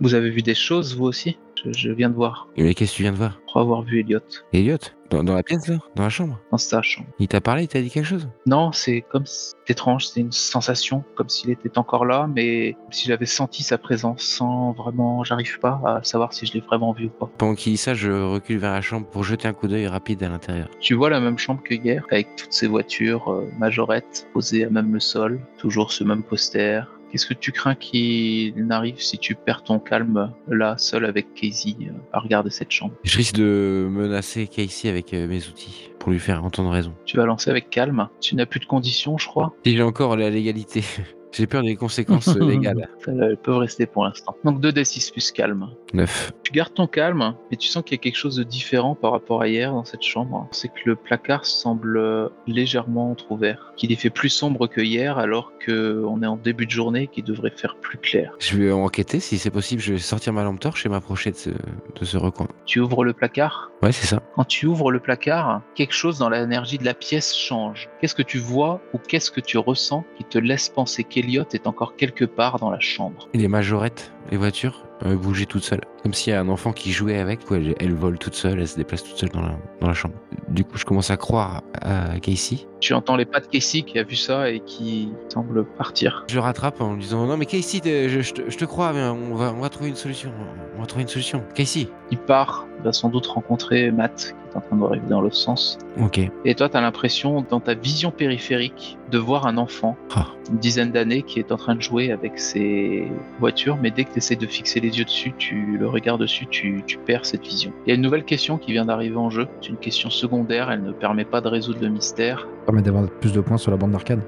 Speaker 4: Vous avez vu des choses, vous aussi je, je viens de voir.
Speaker 1: Mais qu'est-ce que tu viens de voir
Speaker 4: Je crois avoir vu Elliot
Speaker 1: Elliot dans, dans la pièce, là Dans la chambre
Speaker 4: dans sa chambre.
Speaker 1: Il t'a parlé, il t'a dit quelque chose
Speaker 4: Non, c'est comme si- c'est étrange, c'est une sensation, comme s'il était encore là, mais comme si j'avais senti sa présence sans vraiment, j'arrive pas à savoir si je l'ai vraiment vu ou pas.
Speaker 1: Pendant qu'il dit ça, je recule vers la chambre pour jeter un coup d'œil rapide à l'intérieur.
Speaker 4: Tu vois la même chambre que hier, avec toutes ces voitures euh, majorettes posées à même le sol, toujours ce même poster. Qu'est-ce que tu crains qu'il n'arrive si tu perds ton calme là, seul avec Casey, euh, à regarder cette chambre
Speaker 1: Je risque de menacer Casey avec euh, mes outils pour lui faire entendre raison.
Speaker 4: Tu vas lancer avec calme. Tu n'as plus de conditions, je crois.
Speaker 1: Si j'ai encore la légalité, j'ai peur des conséquences euh, légales.
Speaker 4: Ça, Elles peuvent rester pour l'instant. Donc 2d6 plus calme.
Speaker 1: 9.
Speaker 4: Tu gardes ton calme, mais tu sens qu'il y a quelque chose de différent par rapport à hier dans cette chambre. C'est que le placard semble euh, légèrement entrouvert, qu'il est fait plus sombre que hier alors qu'on est en début de journée et qu'il devrait faire plus clair.
Speaker 1: Je vais enquêter, si c'est possible, je vais sortir ma lampe torche et m'approcher de ce, de ce recoin.
Speaker 4: Tu ouvres le placard.
Speaker 1: Ouais, c'est ça.
Speaker 4: Quand tu ouvres le placard, quelque chose dans l'énergie de la pièce change. Qu'est-ce que tu vois ou qu'est-ce que tu ressens qui te laisse penser qu'Eliot est encore quelque part dans la chambre.
Speaker 1: Et les majorettes, les voitures, euh, bougeaient toutes seules. Comme s'il y a un enfant qui jouait avec, ouais, elle vole toute seule, elle se déplace toute seule dans la, dans la chambre. Du coup, je commence à croire à Casey.
Speaker 4: Tu entends les pas de Casey qui a vu ça et qui semble partir.
Speaker 1: Je le rattrape en lui disant Non, mais Casey, t'es- je, je te- je te crois, mais on va, on va trouver une solution. On va trouver une solution. Casey
Speaker 4: Il part, il va sans doute rencontrer Matt qui est en train d'arriver dans l'autre sens.
Speaker 1: Ok.
Speaker 4: Et toi, t'as l'impression, dans ta vision périphérique, de voir un enfant
Speaker 1: Ah.
Speaker 4: une dizaine d'années qui est en train de jouer avec ses voitures, mais dès que tu essaies de fixer les yeux dessus, tu le regardes dessus, tu, tu perds cette vision. Il y a une nouvelle question qui vient d'arriver en jeu. C'est une question secondaire, elle ne permet pas de résoudre le mystère.
Speaker 5: Ça permet d'avoir plus de points sur la bande d'arcade.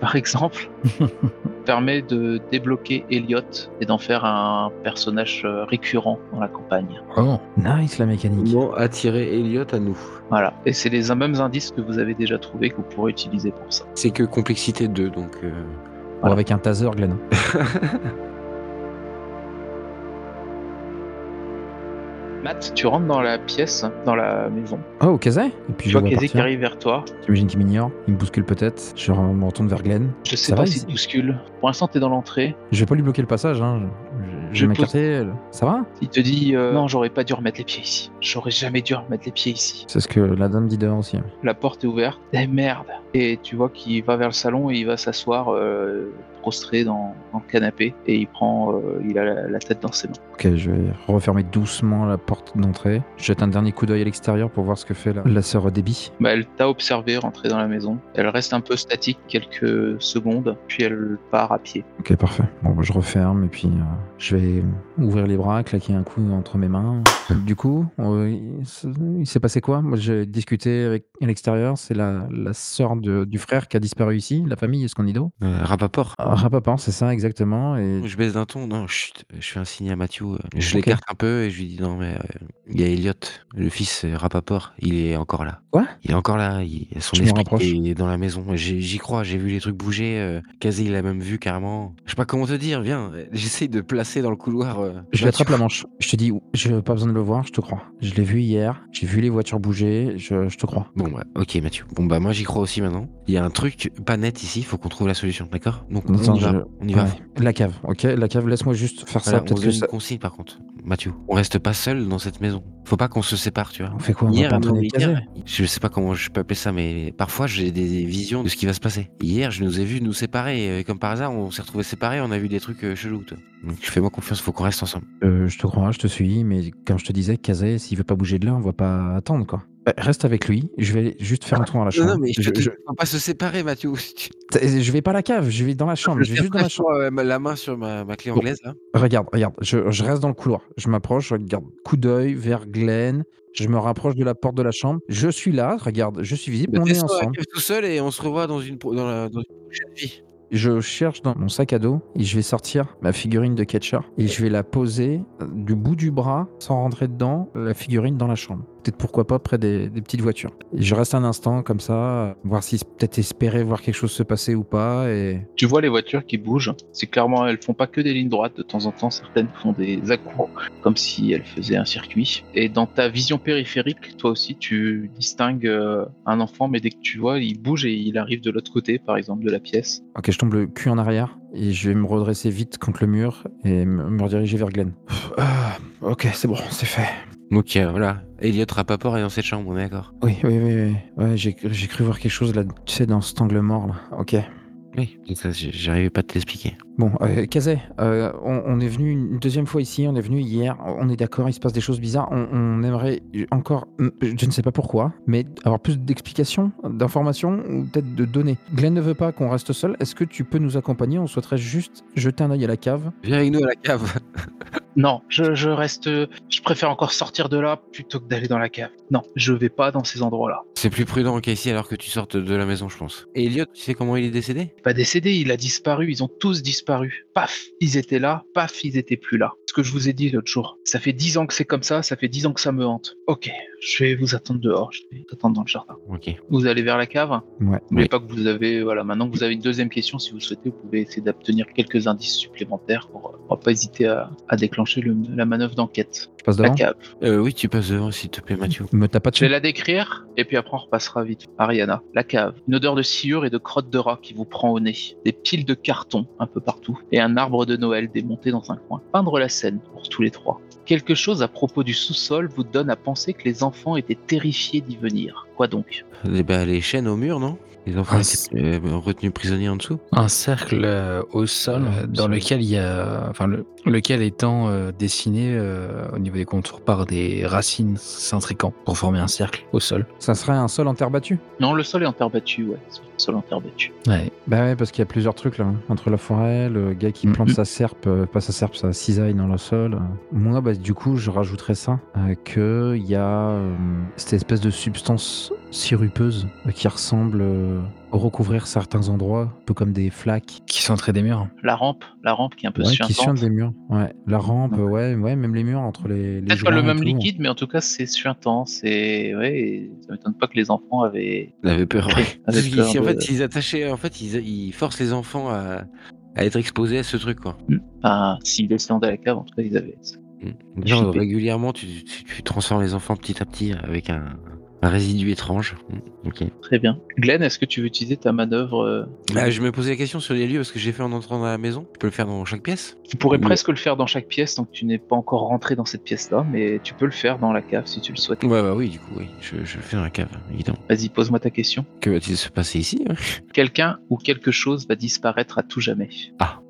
Speaker 4: par exemple, permet de débloquer Elliot et d'en faire un personnage euh, récurrent dans la campagne.
Speaker 2: Oh,
Speaker 5: Nice la mécanique.
Speaker 1: Comment attirer Elliot à nous
Speaker 4: Voilà. Et c'est les mêmes indices que vous avez déjà trouvés que vous pourrez utiliser pour ça.
Speaker 1: C'est que complexité 2, donc. euh,
Speaker 5: Bon, avec un taser, Glenn.
Speaker 4: Matt, tu rentres dans la pièce, dans la maison.
Speaker 5: Oh, au Kazay Et puis
Speaker 4: Tu
Speaker 5: je
Speaker 4: vois
Speaker 5: vois
Speaker 4: Kazé qui
Speaker 5: partir.
Speaker 4: arrive vers toi.
Speaker 5: J'imagine qu'il m'ignore. Il me bouscule peut-être. Je me retourne vers Glenn.
Speaker 4: Je sais
Speaker 5: Ça
Speaker 4: pas
Speaker 5: va,
Speaker 4: si
Speaker 5: il-
Speaker 4: tu bouscules. Pour l'instant, t'es dans l'entrée.
Speaker 5: Je vais pas lui bloquer le passage. Hein. Je- Je,
Speaker 4: Je
Speaker 5: je vais
Speaker 4: pose-
Speaker 5: m'écarter. Ça va
Speaker 4: Il te dit euh, Non, j'aurais pas dû remettre les pieds ici. J'aurais jamais dû remettre les pieds ici.
Speaker 5: C'est ce que la dame dit dehors aussi. hein.
Speaker 4: La porte est ouverte. Eh merde Et tu vois qu'il va vers le salon et il va s'asseoir euh, prostré dans, dans le canapé et il prend, euh, il a la- la tête dans ses mains.
Speaker 5: Ok, je vais refermer doucement la porte d'entrée. Je jette un dernier coup d'œil à l'extérieur pour voir ce que fait la, la sœur Debbie.
Speaker 4: Bah, elle t'a observé rentrer dans la maison. Elle reste un peu statique quelques secondes, puis elle part à pied.
Speaker 5: Ok, parfait. Bon, bah, je referme et puis euh, je vais ouvrir les bras, claquer un coup entre mes mains. du coup, on- il s- il s'est passé quoi Moi, j'ai discuté avec à l'extérieur. C'est la, la sœur de- du frère qui a disparu ici, la famille Escondido.
Speaker 1: euh, Rapaport.
Speaker 5: Ah, Rapaport, c'est ça exactement. Et
Speaker 1: Je baisse d'un ton, non, chut, je fais un signe à Mathieu. euh, Je
Speaker 5: Ok.
Speaker 1: l'écarte un peu et je lui dis non, mais euh, il y a Elliot, le fils euh, Rapaport, il est encore là.
Speaker 5: Quoi
Speaker 1: Il est encore là, il, son
Speaker 5: Je me rapproche.
Speaker 1: esprit est dans la maison. J'ai- J'y crois, j'ai vu les trucs bouger. euh, Kazé, il l'a même vu carrément. Je sais pas comment te dire, viens, euh, j'essaye de placer dans le couloir. euh,
Speaker 5: Je
Speaker 1: Mathieu.
Speaker 5: l'attrape la manche. Je te dis, je n'ai pas besoin de le voir, je te crois. Je l'ai vu hier, j'ai vu les voitures bouger, je, je te crois.
Speaker 1: Bon, bah, ok, Mathieu. Bon, bah, moi, j'y crois aussi maintenant. Il y a un truc pas net ici, faut qu'on trouve la solution, d'accord Donc, on,
Speaker 5: Attends,
Speaker 1: y va.
Speaker 5: je-
Speaker 1: On y va.
Speaker 5: Ouais. La cave, ok La cave, laisse-moi juste faire
Speaker 1: Voilà,
Speaker 5: ça.
Speaker 1: on
Speaker 5: Peut-être
Speaker 1: se
Speaker 5: que
Speaker 1: donne
Speaker 5: ça...
Speaker 1: une consigne, par contre, Mathieu. On reste pas seul dans cette maison. Faut pas qu'on se sépare, tu vois.
Speaker 5: On fait quoi On va
Speaker 1: Hier,
Speaker 5: pas entraîner
Speaker 1: non,
Speaker 5: le
Speaker 1: hier,
Speaker 5: casé
Speaker 1: je sais pas comment je peux appeler ça, mais parfois j'ai des visions de ce qui va se passer. Hier, je nous ai vus nous séparer, et comme par hasard, on s'est retrouvés séparés, on a vu des trucs euh, chelous, toi. Donc fais-moi confiance, faut qu'on reste ensemble.
Speaker 5: Euh, Je te crois, je te suis, mais comme je te disais, Kazé, s'il veut pas bouger de là, on va pas attendre, quoi. Euh, Reste avec lui, je vais juste faire un tour à la chambre. Ah, je, je-
Speaker 1: faut pas se séparer, Mathieu.
Speaker 5: t'as- je vais pas à la cave, je vais dans la chambre, je vais juste dans la chambre.
Speaker 1: euh, la main sur ma, ma clé
Speaker 5: Bon.
Speaker 1: anglaise, hein. là.
Speaker 5: Regarde, regarde, je, je reste dans le couloir. Je m'approche, je regarde, coup d'œil vers Glenn. Je me rapproche de la porte de la chambre. Je suis là, regarde, je suis visible, on est
Speaker 1: Descends Bah, à la
Speaker 5: ensemble.
Speaker 1: cave tout seul et on se revoit dans une, pro- dans la- dans une prochaine vie.
Speaker 5: Je cherche dans mon sac à dos et je vais sortir ma figurine de catcher et je vais la poser euh, du bout du bras sans rentrer dedans, la figurine dans la chambre. Peut-être pourquoi pas près des, des petites voitures. Et je reste un instant comme ça, euh, voir si peut-être espérer voir quelque chose se passer ou pas et
Speaker 4: Tu vois les voitures qui bougent. C'est clairement, elles font pas que des lignes droites. De temps en temps, certaines font des accros, comme si elles faisaient un circuit. Et dans ta vision périphérique, toi aussi, tu distingues euh, un enfant, mais dès que tu vois, il bouge et il arrive de l'autre côté, par exemple, de la pièce.
Speaker 5: ok je tombe le cul en arrière et je vais me redresser vite contre le mur et me me rediriger vers Glenn. Ah, ok c'est bon c'est fait.
Speaker 1: Donc euh, voilà, Elliot Rappaport est dans cette chambre, on est d'accord.
Speaker 5: Oui oui oui, oui. Ouais, j'ai j'ai cru voir quelque chose là tu sais dans cet angle mort là. Ok.
Speaker 1: Oui, donc ça, j'ai- j'arrivais pas à te l'expliquer.
Speaker 5: Bon, euh, Kazay, euh, on, on est venu une deuxième fois ici, on est venu hier, on est d'accord, il se passe des choses bizarres, on, on aimerait encore, je ne sais pas pourquoi, mais avoir plus d'explications, d'informations ou peut-être de données. Glenn ne veut pas qu'on reste seul, est-ce que tu peux nous accompagner On souhaiterait juste jeter un œil à la cave.
Speaker 1: Viens avec nous à la cave.
Speaker 4: Non, je, je reste. Je préfère encore sortir de là plutôt que d'aller dans la cave. Non, je vais pas dans ces endroits-là.
Speaker 1: C'est plus prudent qu'ici alors que tu sortes de la maison, je pense. Et Elliot, tu sais comment il est décédé
Speaker 4: pas décédé, il a disparu, ils ont tous disparu. Paf, ils étaient là, paf, ils étaient plus là. Ce que je vous ai dit l'autre jour, ça fait dix ans que c'est comme ça, ça fait dix ans que ça me hante. Ok, je vais vous attendre dehors, je vais vous attendre dans le jardin.
Speaker 1: Ok.
Speaker 4: Vous allez vers la cave
Speaker 5: Ouais.
Speaker 4: N'oubliez
Speaker 1: Oui.
Speaker 4: pas que vous avez, voilà, maintenant que vous avez une deuxième question, si vous le souhaitez, vous pouvez essayer d'obtenir quelques indices supplémentaires pour euh, on va pas hésiter à, à déclencher le- la manœuvre d'enquête.
Speaker 5: passes
Speaker 4: la
Speaker 5: devant
Speaker 4: cave.
Speaker 1: Euh, oui, tu passes devant, s'il te plaît, Mathieu.
Speaker 5: Me tape pas
Speaker 4: Je vais
Speaker 5: dessus.
Speaker 4: la décrire et puis après on repassera vite. Ariana, la cave. Une odeur de sciure et de crotte de rat qui vous prend au nez. Des piles de carton un peu partout et un arbre de Noël démonté dans un coin. Peindre la scène pour tous les trois. Quelque chose à propos du sous-sol vous donne à penser que les enfants étaient terrifiés d'y venir. Quoi donc
Speaker 1: Eh ben, les chaînes au mur, non Les enfants
Speaker 2: Ah,
Speaker 1: étaient euh, retenus prisonniers en dessous
Speaker 2: Un cercle euh, au sol
Speaker 5: Ouais,
Speaker 2: euh, dans
Speaker 5: absolument.
Speaker 2: lequel il y a, enfin le- lequel étant euh, dessiné euh, au niveau des contours par des racines s'intriquant pour former un cercle au sol.
Speaker 5: Ça serait un sol en terre battue
Speaker 4: Non, le sol est en terre battue, ouais. c'est Le sol en terre battue.
Speaker 2: Ouais.
Speaker 5: Bah ouais, parce qu'il y a plusieurs trucs là. hein. Entre la forêt, le gars qui
Speaker 2: Mhm.
Speaker 5: plante sa serpe, euh, pas sa serpe, sa cisaille dans le sol. euh. Moi, bah, du coup, je rajouterais ça, euh, que qu'il y a euh, cette espèce de substance sirupeuse euh, qui ressemble euh, à recouvrir certains endroits, un peu comme des flaques.
Speaker 2: Qui sont entrés des murs.
Speaker 4: La rampe, la rampe qui est un peu
Speaker 5: Ouais, qui
Speaker 4: suintante.
Speaker 5: suintent des murs. Ouais, la rampe, euh, ouais, ouais, même les murs entre les. les
Speaker 4: Peut-être pas le
Speaker 5: joints et
Speaker 4: même
Speaker 5: tout. hein.
Speaker 4: liquide, mais en tout cas c'est suintant. C'est ouais, et ça m'étonne pas que les enfants avaient.
Speaker 1: Ils avaient
Speaker 5: Ah
Speaker 1: peur, ouais.
Speaker 4: avaient
Speaker 1: Parce
Speaker 4: peur
Speaker 1: qu'ici, en
Speaker 4: de-
Speaker 1: fait, ils attachaient, en fait, ils, ils forcent les enfants à, à être exposés à ce truc, quoi.
Speaker 4: Enfin, s'ils descendaient à la cave, en tout cas ils avaient.
Speaker 1: Mm. Genre,
Speaker 4: Chipé.
Speaker 1: régulièrement, tu, tu- tu transformes les enfants petit à petit avec un, un résidu étrange. Mm. Ok.
Speaker 4: Très bien. Glenn, est-ce que tu veux utiliser ta manœuvre euh,
Speaker 1: Ah, je me posais la question sur les lieux parce que j'ai fait en entrant dans la maison. Je peux le faire dans chaque pièce
Speaker 4: Tu pourrais
Speaker 1: Oui.
Speaker 4: presque le faire dans chaque pièce, donc tu n'es pas encore rentré dans cette pièce-là, mais tu peux le faire dans la cave si tu le souhaites.
Speaker 1: Ouais, bah oui, du coup, oui. Je, je le fais dans la cave, évidemment.
Speaker 4: Vas-y, pose-moi ta question.
Speaker 1: Que va-t-il se passer ici hein
Speaker 4: Quelqu'un ou quelque chose va disparaître à tout jamais.
Speaker 1: Ah,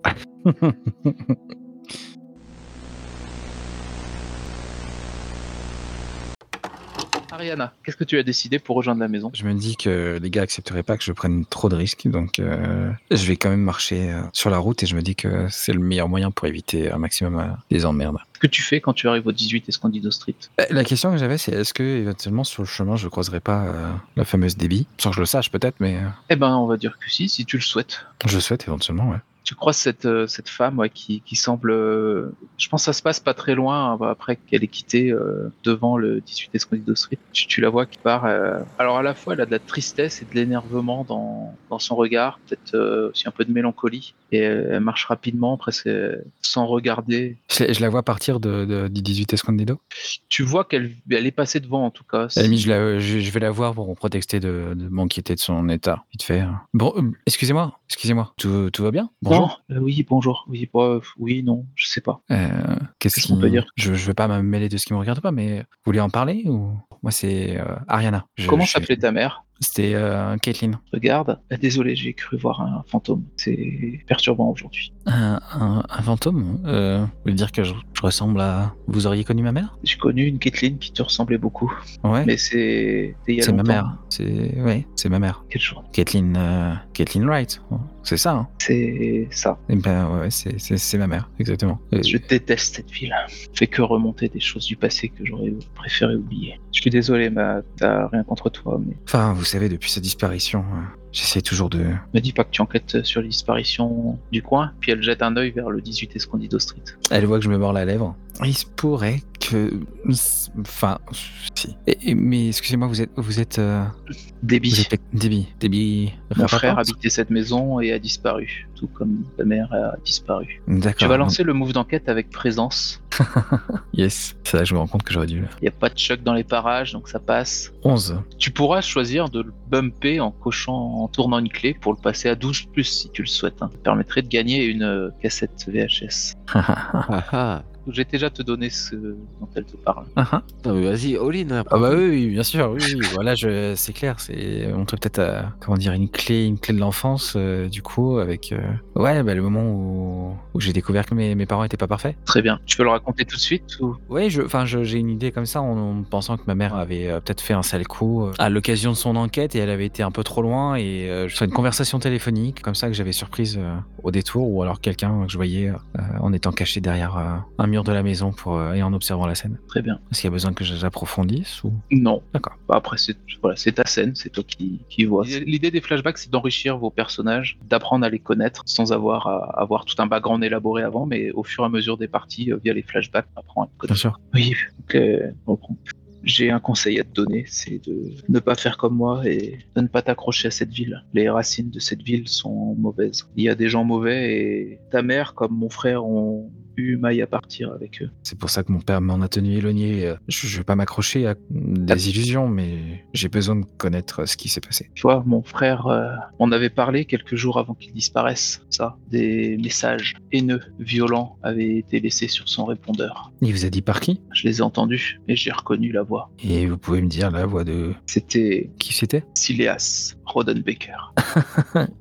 Speaker 4: Ariana, qu'est-ce que tu as décidé pour rejoindre la maison
Speaker 2: Je me dis que les gars accepteraient pas que je prenne trop de risques, donc euh, je vais quand même marcher euh, sur la route et je me dis que c'est le meilleur moyen pour éviter un maximum euh, les emmerdes.
Speaker 4: Ce que tu fais quand tu arrives au 18 Escondido Street
Speaker 2: Euh, La question que j'avais, c'est est-ce que éventuellement sur le chemin je croiserai pas euh, la fameuse débit Sans que je le sache peut-être, mais euh,
Speaker 4: Eh ben, on va dire que si, si tu le souhaites.
Speaker 2: je le souhaite éventuellement, ouais.
Speaker 4: tu crois cette, euh, cette femme ouais, qui, qui semble. euh, je pense que ça se passe pas très loin hein, bah, après qu'elle ait quitté euh, devant le 18 Escondido Street. Tu, tu la vois qui part. euh, alors à la fois, elle a de la tristesse et de l'énervement dans, dans son regard, peut-être euh, aussi un peu de mélancolie. Et euh, elle marche rapidement, presque euh, sans regarder.
Speaker 2: Je, la- je la vois partir de, de- du 18 Escondido.
Speaker 4: Tu vois qu'elle elle est passée devant en tout cas.
Speaker 2: À la limite, je, la- je- je vais la voir pour prétexter de, de m'inquiéter de son état. Vite fait. Bon, euh, excusez-moi, excusez-moi. Tout, tout va bien Bonjour.
Speaker 4: Bonjour. Euh, oui, bonjour. Oui, bah, euh, oui, non, je sais pas.
Speaker 2: Euh, Qu'est-ce
Speaker 4: Qu'est-ce
Speaker 2: qui...
Speaker 4: qu'on peut dire
Speaker 2: Je ne veux pas me mêler de ce qui me regarde pas, mais vous voulez en parler ou... Moi, c'est euh, Ariana. Je-
Speaker 4: Comment
Speaker 2: je-
Speaker 4: s'appelait ta mère
Speaker 2: C'était euh, Caitlin.
Speaker 4: Regarde. Ah, Désolé, j'ai cru voir un fantôme. C'est perturbant aujourd'hui.
Speaker 2: Un, un- un fantôme euh, Vous voulez dire que je, je ressemble à... Vous auriez connu ma mère
Speaker 4: J'ai connu une Kathleen qui te ressemblait beaucoup.
Speaker 2: Ouais.
Speaker 4: Mais c'est c'est il y a
Speaker 2: C'est ma
Speaker 4: longtemps.
Speaker 2: mère. C'est... Ouais, c'est ma mère.
Speaker 4: Quelle journée
Speaker 2: Caitlin, euh, Caitlin Wright. C'est ça, hein
Speaker 4: C'est ça.
Speaker 2: Eh ben, ouais, ouais, c'est, c'est- c'est ma mère, exactement. Et-
Speaker 4: Je déteste cette ville. Fait que remonter des choses du passé que j'aurais préféré oublier. Je suis désolé, ma t'as rien contre toi, mais
Speaker 2: Enfin, vous savez, depuis sa disparition, euh, j'essaie toujours de...
Speaker 4: me dis pas que tu enquêtes sur les disparitions du coin. Puis elle jette un œil vers le 18 Escondido Street.
Speaker 2: Elle voit que je me mords la lèvre. Il se pourrait que... Enfin, si. Et- et- mais excusez-moi, vous êtes... Vous êtes... euh, vous
Speaker 4: Déby,
Speaker 2: êtes Debbie. Debbie
Speaker 4: mon
Speaker 2: Rappaport
Speaker 4: frère habitait cette maison et a disparu, tout comme ta mère a disparu.
Speaker 2: D'accord.
Speaker 4: Tu vas lancer le move d'enquête avec présence.
Speaker 2: Yes. C'est là que je me rends compte que j'aurais dû... le-
Speaker 4: Il y a pas de choc dans les parages, donc ça passe.
Speaker 2: 11.
Speaker 4: Tu pourras choisir de le bumper en cochant, en tournant une clé pour le passer à 12 plus si tu le souhaites. hein. Ça te permettrait de gagner une euh, cassette VHS.
Speaker 1: ah, ah.
Speaker 4: J'ai déjà te donné ce dont elle te parle.
Speaker 2: ah
Speaker 1: Non, mais vas-y, all in.
Speaker 2: bah oui, oui, bien sûr, oui, oui, voilà, je, c'est clair, c'est on peut peut-être à, comment dire une clé, une clé de l'enfance, euh, du coup, avec euh, ouais, bah, le moment où, où j'ai découvert que mes, mes parents étaient pas parfaits.
Speaker 4: Très bien. Tu veux le raconter tout de suite ou...
Speaker 2: Ouais, je- enfin, je- j'ai une idée comme ça en, en pensant que ma mère avait euh, peut-être fait un sale coup euh, à l'occasion de son enquête et elle avait été un peu trop loin et euh, je fais une conversation téléphonique comme ça que j'avais surprise euh, au détour ou alors quelqu'un que je voyais euh, en étant caché derrière euh, un mur de la maison pour euh, et en observant la scène.
Speaker 4: Très bien.
Speaker 2: Est-ce qu'il y a besoin que j'approfondisse ou
Speaker 4: Non.
Speaker 2: D'accord.
Speaker 4: Bah, après, c'est voilà, c'est ta scène, c'est toi qui, qui vois. L'idée des flashbacks, c'est d'enrichir vos personnages, d'apprendre à les connaître sans avoir à avoir tout un background élaboré avant, mais au fur et à mesure des parties, euh, via les flashbacks, on apprend à les connaître.
Speaker 2: Bien sûr.
Speaker 4: Oui, donc, euh, on reprend. J'ai un conseil à te donner, c'est de ne pas faire comme moi et de ne pas t'accrocher à cette ville. Les racines de cette ville sont mauvaises. Il y a des gens mauvais et ta mère, comme mon frère, ont Umaya partir avec eux.
Speaker 2: C'est pour ça que mon père m'en a tenu éloigné. Euh, Je je vais pas m'accrocher à des illusions, mais j'ai besoin de connaître euh, ce qui s'est passé.
Speaker 4: Tu vois, mon frère euh, en avait parlé quelques jours avant qu'il disparaisse, ça. Des messages haineux, violents avaient été laissés sur son répondeur.
Speaker 2: Il vous a dit par qui
Speaker 4: Je les ai entendus et j'ai reconnu la voix.
Speaker 2: Et vous pouvez me dire la voix de
Speaker 4: C'était
Speaker 2: qui c'était
Speaker 4: Sileas Rodenbaker.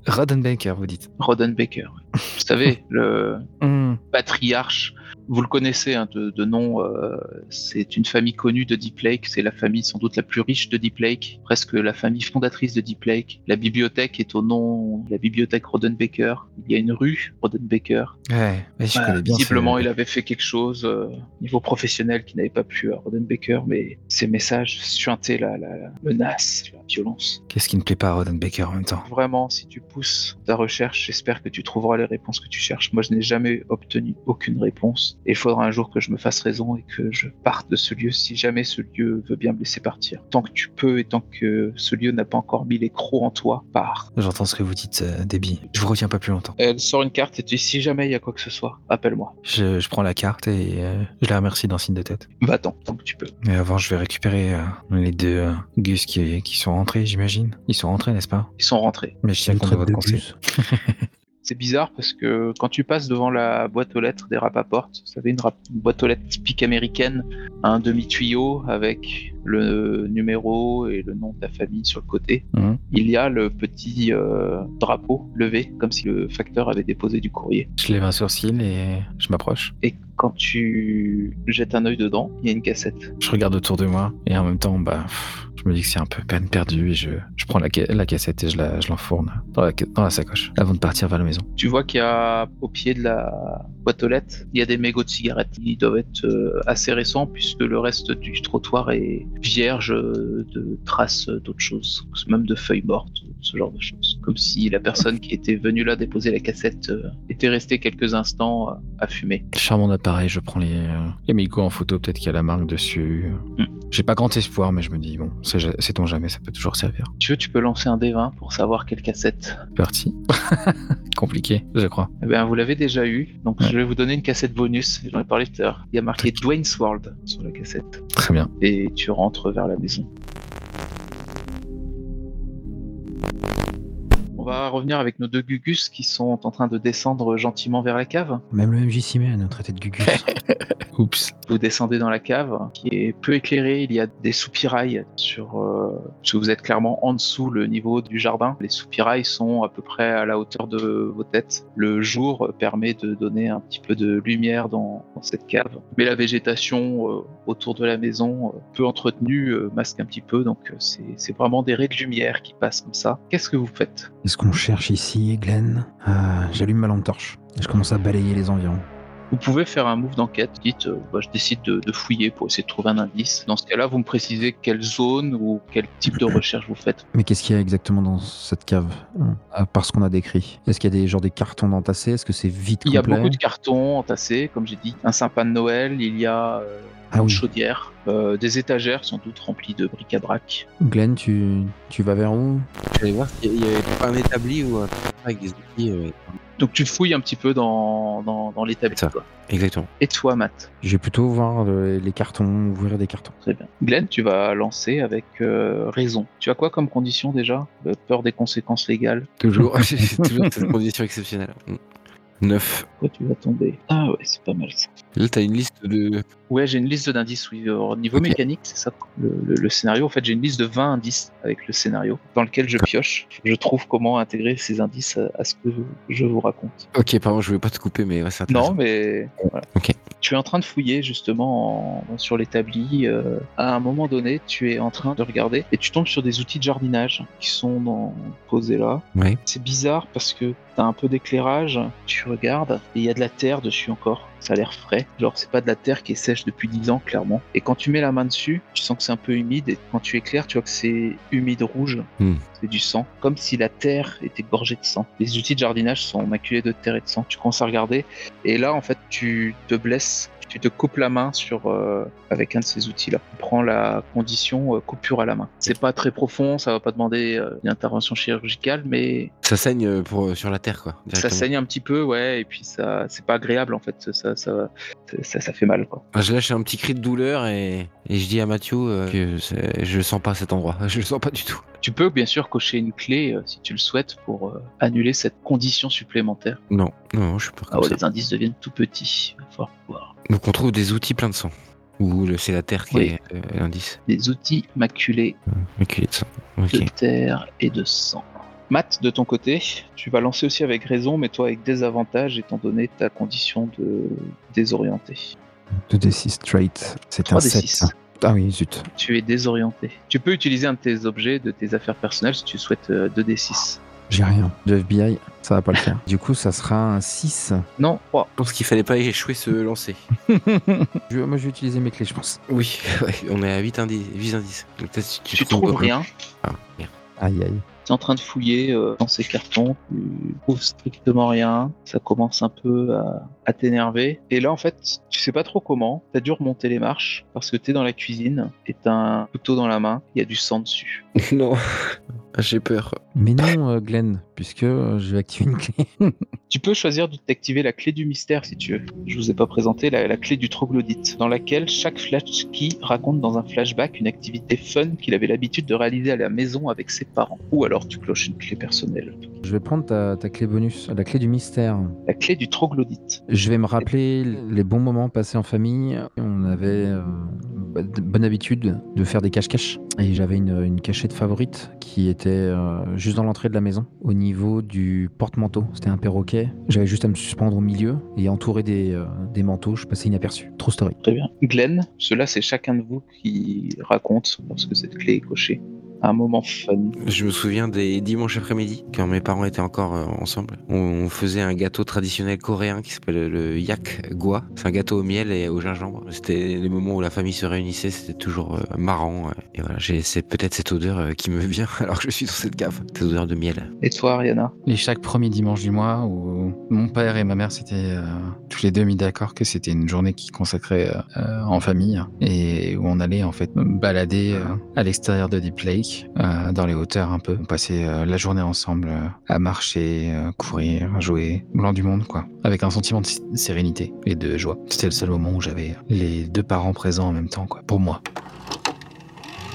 Speaker 2: Rodenbaker, vous dites.
Speaker 4: Rodenbaker, ouais. vous savez, le
Speaker 2: Hmm.
Speaker 4: patriarche, vous le connaissez hein, de, de nom, euh, c'est une famille connue de Deep Lake, c'est la famille sans doute la plus riche de Deep Lake, presque la famille fondatrice de Deep Lake. La bibliothèque est au nom de la bibliothèque Rodenbaker. Il y a une rue Rodenbaker.
Speaker 2: Ouais, ouais, je
Speaker 4: Voilà,
Speaker 2: connais bien. ce-
Speaker 4: visiblement, il avait fait quelque chose euh, niveau professionnel qui n'avait pas pu à Rodenbaker, mais ses messages suintaient la, la- la menace, la violence.
Speaker 2: Qu'est-ce qui ne plaît pas à Rodenbaker en même temps
Speaker 4: Vraiment, si tu pousses ta recherche, j'espère que tu trouveras les réponses que tu cherches. Moi, je n'ai jamais obtenu aucune réponse. Et il faudra un jour que je me fasse raison et que je parte de ce lieu si jamais ce lieu veut bien me laisser partir. Tant que tu peux et tant que ce lieu n'a pas encore mis les crocs en toi, pars.
Speaker 2: J'entends ce que vous dites, euh, Debbie. Je vous retiens pas plus longtemps.
Speaker 4: Elle sort une carte et tu dis si jamais il y a quoi que ce soit, appelle-moi.
Speaker 2: Je, je prends la carte et euh, je la remercie d'un signe de tête.
Speaker 4: Va-t'en, tant que tu peux.
Speaker 2: Mais avant, je vais récupérer euh, les deux euh, Gus qui, qui sont rentrés, j'imagine. Ils sont rentrés, n'est-ce pas
Speaker 4: Ils sont rentrés.
Speaker 2: Mais je
Speaker 5: Tu
Speaker 2: tiens
Speaker 5: me
Speaker 2: compte de
Speaker 5: traites
Speaker 2: votre
Speaker 5: de
Speaker 2: conseil.
Speaker 5: gus.
Speaker 4: C'est bizarre parce que quand tu passes devant la boîte aux lettres des Rapaport, vous savez, une, rap- une boîte aux lettres typique américaine, un demi-tuyau avec le numéro et le nom de la famille sur le côté,
Speaker 2: Mhm.
Speaker 4: il y a le petit euh, drapeau levé, comme si le facteur avait déposé du courrier.
Speaker 2: Je lève un sourcil et je m'approche.
Speaker 4: Et quand tu jettes un œil dedans, il y a une cassette.
Speaker 2: Je regarde autour de moi et en même temps, bah, pff, je me dis que c'est un peu peine perdue et je, je prends la, ca- la cassette et je la- je l'enfourne dans la, ca- dans la sacoche avant de partir vers la maison.
Speaker 4: Tu vois qu'il y a au pied de la boîte aux lettres, il y a des mégots de cigarettes. Ils doivent être euh, assez récents puisque le reste du trottoir est vierge euh, de traces d'autres choses, même de feuilles mortes, ce genre de choses. Comme si la personne qui était venue là déposer la cassette euh, était restée quelques instants euh, à fumer.
Speaker 2: Je sors mon appareil, je prends les, euh, les mégots en photo, peut-être qu'il y a la marque dessus.
Speaker 4: Mm.
Speaker 2: J'ai pas grand espoir, mais je me dis, bon, c'est ja- sait-on jamais, ça peut toujours servir.
Speaker 4: Tu veux, tu peux lancer un D20 pour savoir quelle cassette.
Speaker 2: C'est Parti. Compliqué, je crois.
Speaker 4: Eh bien, vous l'avez déjà eu, donc
Speaker 2: Ouais.
Speaker 4: je vais vous donner une cassette bonus. J'en ai parlé tout à l'heure. Il y a marqué Dwayne's World sur la cassette.
Speaker 2: Très bien.
Speaker 4: Et tu rentres vers la maison. On va revenir avec nos deux Gugus qui sont en train de descendre gentiment vers la cave.
Speaker 5: Même le MJ s'y met à nous traiter de Gugus.
Speaker 2: Oups.
Speaker 4: Vous descendez dans la cave qui est peu éclairée. Il y a des soupirails sur. euh, parce que vous êtes clairement en dessous le niveau du jardin. Les soupirails sont à peu près à la hauteur de vos têtes. Le jour permet de donner un petit peu de lumière dans, dans cette cave. Mais la végétation euh, autour de la maison, euh, peu entretenue, euh, masque un petit peu. Donc euh, c'est c'est vraiment des raies de lumière qui passent comme ça. Qu'est-ce que vous faites
Speaker 5: Qu'est-ce qu'on cherche ici, Glenn Ah, J'allume ma lampe torche. Je commence à balayer les environs.
Speaker 4: Vous pouvez faire un move d'enquête. Dites, euh, bah, je décide de, de fouiller pour essayer de trouver un indice. Dans ce cas-là, vous me précisez quelle zone ou quel type de recherche vous faites.
Speaker 5: Mais qu'est-ce qu'il y a exactement dans cette cave hein, À part ce qu'on a décrit. Est-ce qu'il y a des, genre, des cartons d'entassés Est-ce que c'est vite
Speaker 4: Il y a
Speaker 5: complet
Speaker 4: beaucoup de cartons entassés, comme j'ai dit, un sapin de Noël, il y a euh,
Speaker 5: Ah
Speaker 4: une
Speaker 5: oui.
Speaker 4: chaudière, euh, des étagères sans doute remplies de bric-à-brac.
Speaker 5: Glenn, tu, tu vas vers où
Speaker 1: J'allais voir s'il y avait pas un établi ou un truc avec des outils. euh,
Speaker 4: Donc tu fouilles un petit peu dans, dans, dans l'établi.
Speaker 1: Ça.
Speaker 4: quoi.
Speaker 1: Exactement.
Speaker 4: Et toi, Matt
Speaker 5: J'ai plutôt voir le- les cartons, ouvrir des cartons.
Speaker 4: Très bien. Glenn, tu vas lancer avec euh, raison. Tu as quoi comme condition déjà Euh, Peur des conséquences légales.
Speaker 1: Toujours. J'ai toujours cette condition exceptionnelle. Mm. Neuf.
Speaker 4: Quoi, tu vas tomber Ah ouais, c'est pas mal ça.
Speaker 1: Là, t'as une liste de.
Speaker 4: Ouais, j'ai une liste d'indices, oui. Euh, Au niveau
Speaker 1: Ok.
Speaker 4: mécanique, c'est ça le, le- le scénario. En fait, j'ai une liste de 20 indices avec le scénario dans lequel je pioche. Je trouve comment intégrer ces indices à, à ce que je vous raconte.
Speaker 1: Ok, pardon, je voulais pas te couper, mais ouais, c'est intéressant.
Speaker 4: Non, mais voilà.
Speaker 1: Ok.
Speaker 4: Tu es en train de fouiller justement en- sur l'établi. euh, à un moment donné, tu es en train de regarder et tu tombes sur des outils de jardinage qui sont dans- posés là.
Speaker 1: Ouais.
Speaker 4: C'est bizarre parce que t'as un peu d'éclairage, tu regardes, et il y a de la terre dessus encore. Ça a l'air frais. Genre, c'est pas de la terre qui est sèche depuis 10 ans, clairement. Et quand tu mets la main dessus, tu sens que c'est un peu humide, et quand tu éclaires, tu vois que c'est humide rouge.
Speaker 1: Hmm.
Speaker 4: C'est du sang. Comme si la terre était gorgée de sang. Les outils de jardinage sont maculés de terre et de sang. Tu commences à regarder, et là, en fait, tu te blesses. tu te coupes la main sur euh, avec un de ces outils-là. Tu prends la condition euh, coupure à la main. C'est pas très profond, ça va pas demander euh, une intervention chirurgicale, mais
Speaker 1: Ça saigne euh, pour, sur la terre, quoi.
Speaker 4: ça
Speaker 1: directement.
Speaker 4: saigne un petit peu, ouais, et puis ça, c'est pas agréable en fait, ça, ça, ça, ça fait mal quoi.
Speaker 1: Ah, Je lâche un petit cri de douleur et, et je dis à Mathieu euh, que c'est- je le sens pas cet endroit. Je le sens pas du tout.
Speaker 4: Tu peux bien sûr cocher une clé euh, si tu le souhaites pour euh, annuler cette condition supplémentaire.
Speaker 1: Non, non, je suis pas
Speaker 4: Ah
Speaker 1: comme
Speaker 4: ouais,
Speaker 1: ça.
Speaker 4: les indices deviennent tout petits. Il va falloir voir.
Speaker 1: Donc on trouve des outils pleins de sang. Ou le- c'est la terre qui
Speaker 4: Oui.
Speaker 1: est euh, l'indice.
Speaker 4: Des outils maculés
Speaker 1: Ok, de sang. Ok.
Speaker 4: de terre et de sang. Matt, de ton côté, tu vas lancer aussi avec raison, mais toi avec désavantage étant donné ta condition de désorienté.
Speaker 5: 2d6 straight. C'est un
Speaker 4: 3d6.
Speaker 5: 7. Ah oui, zut.
Speaker 4: Tu es désorienté. Tu peux utiliser un de tes objets, de tes affaires personnelles si tu souhaites euh, 2d6.
Speaker 5: J'ai rien. De FBI, ça va pas le faire. du coup, ça sera un 6.
Speaker 4: Non, 3.
Speaker 1: Je pense qu'il fallait pas échouer ce lancer.
Speaker 5: Je- moi, je vais utiliser mes clés, je pense.
Speaker 1: Oui, ouais, on est à 8 indices. 8 indices. Donc peut-être si tu,
Speaker 4: Tu trouves rien.
Speaker 5: Aïe, aïe.
Speaker 4: Tu es en train de fouiller euh, dans ces cartons, tu trouves strictement rien, ça commence un peu à, à t'énerver. Et là, en fait, tu sais pas trop comment, t'as dû remonter les marches parce que t'es dans la cuisine et t'as un couteau dans la main, il y a du sang dessus.
Speaker 1: Non, Ah, j'ai peur.
Speaker 5: Mais non, euh, Glenn, puisque euh, je vais activer une clé.
Speaker 4: Tu peux choisir de t'activer la clé du mystère si tu veux. Je vous ai pas présenté la, la clé du troglodyte, dans laquelle chaque flash key raconte dans un flashback une activité fun qu'il avait l'habitude de réaliser à la maison avec ses parents. Ou alors tu cloches une clé personnelle.
Speaker 5: Je vais prendre ta, ta clé bonus, la clé du mystère.
Speaker 4: La clé du troglodyte.
Speaker 5: Je vais me rappeler les bons moments passés en famille. On avait euh, b- de- bonne habitude de faire des cache-cache. Et j'avais une, une cachette favorite qui était euh, juste dans l'entrée de la maison, au niveau du porte-manteau. C'était un perroquet. J'avais juste à me suspendre au milieu et entouré des, euh, des manteaux. Je passais inaperçu. True story.
Speaker 4: Très bien. Glenn, cela c'est chacun de vous qui raconte lorsque cette clé est cochée. Un moment fun.
Speaker 1: Je me souviens des dimanches après-midi, quand mes parents étaient encore euh, ensemble. On, on faisait un gâteau traditionnel coréen qui s'appelle le yak gua. C'est un gâteau au miel et au gingembre. C'était les moments où la famille se réunissait, c'était toujours euh, marrant. ouais. Et voilà, j'ai- c'est peut-être cette odeur euh, qui me vient alors que je suis dans cette cave. Cette odeur de miel.
Speaker 4: Et toi, Ariana
Speaker 2: Et chaque premier dimanche du mois où mon père et ma mère s'étaient euh, tous les deux mis d'accord que c'était une journée qu'ils consacraient euh, euh, en famille et où on allait en fait balader euh, à l'extérieur de Deep Lake, euh, dans les hauteurs un peu. On passait euh, la journée ensemble euh, à marcher, euh, courir, jouer, blanc du monde quoi, avec un sentiment de s- sérénité et de joie. C'était le seul moment où j'avais les deux parents présents en même temps quoi, pour moi.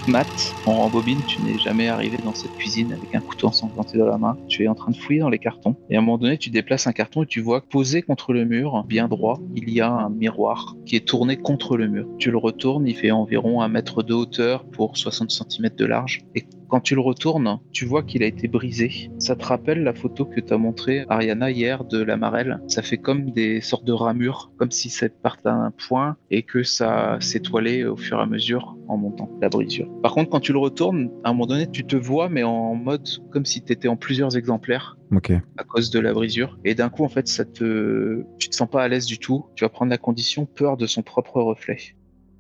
Speaker 4: Matt, en rembobine, tu n'es jamais arrivé dans cette cuisine avec un couteau ensanglanté dans la main. Tu es en train de fouiller dans les cartons. Et à un moment donné, tu déplaces un carton et tu vois que posé contre le mur, bien droit, il y a un miroir qui est tourné contre le mur. Tu le retournes, il fait environ 1 mètre de hauteur pour 60 cm de large. Et quand tu le retournes, tu vois qu'il a été brisé. Ça te rappelle la photo que t'as montrée Ariana hier de la marelle. Ça fait comme des sortes de ramures, comme si ça partait à un point et que ça s'étoilait au fur et à mesure en montant la brisure. Par contre, quand tu le retournes, à un moment donné, tu te vois, mais en mode comme si t'étais en plusieurs exemplaires
Speaker 5: Ok.
Speaker 4: à cause de la brisure. Et d'un coup, en fait, ça te, tu te sens pas à l'aise du tout. Tu vas prendre la condition peur de son propre reflet.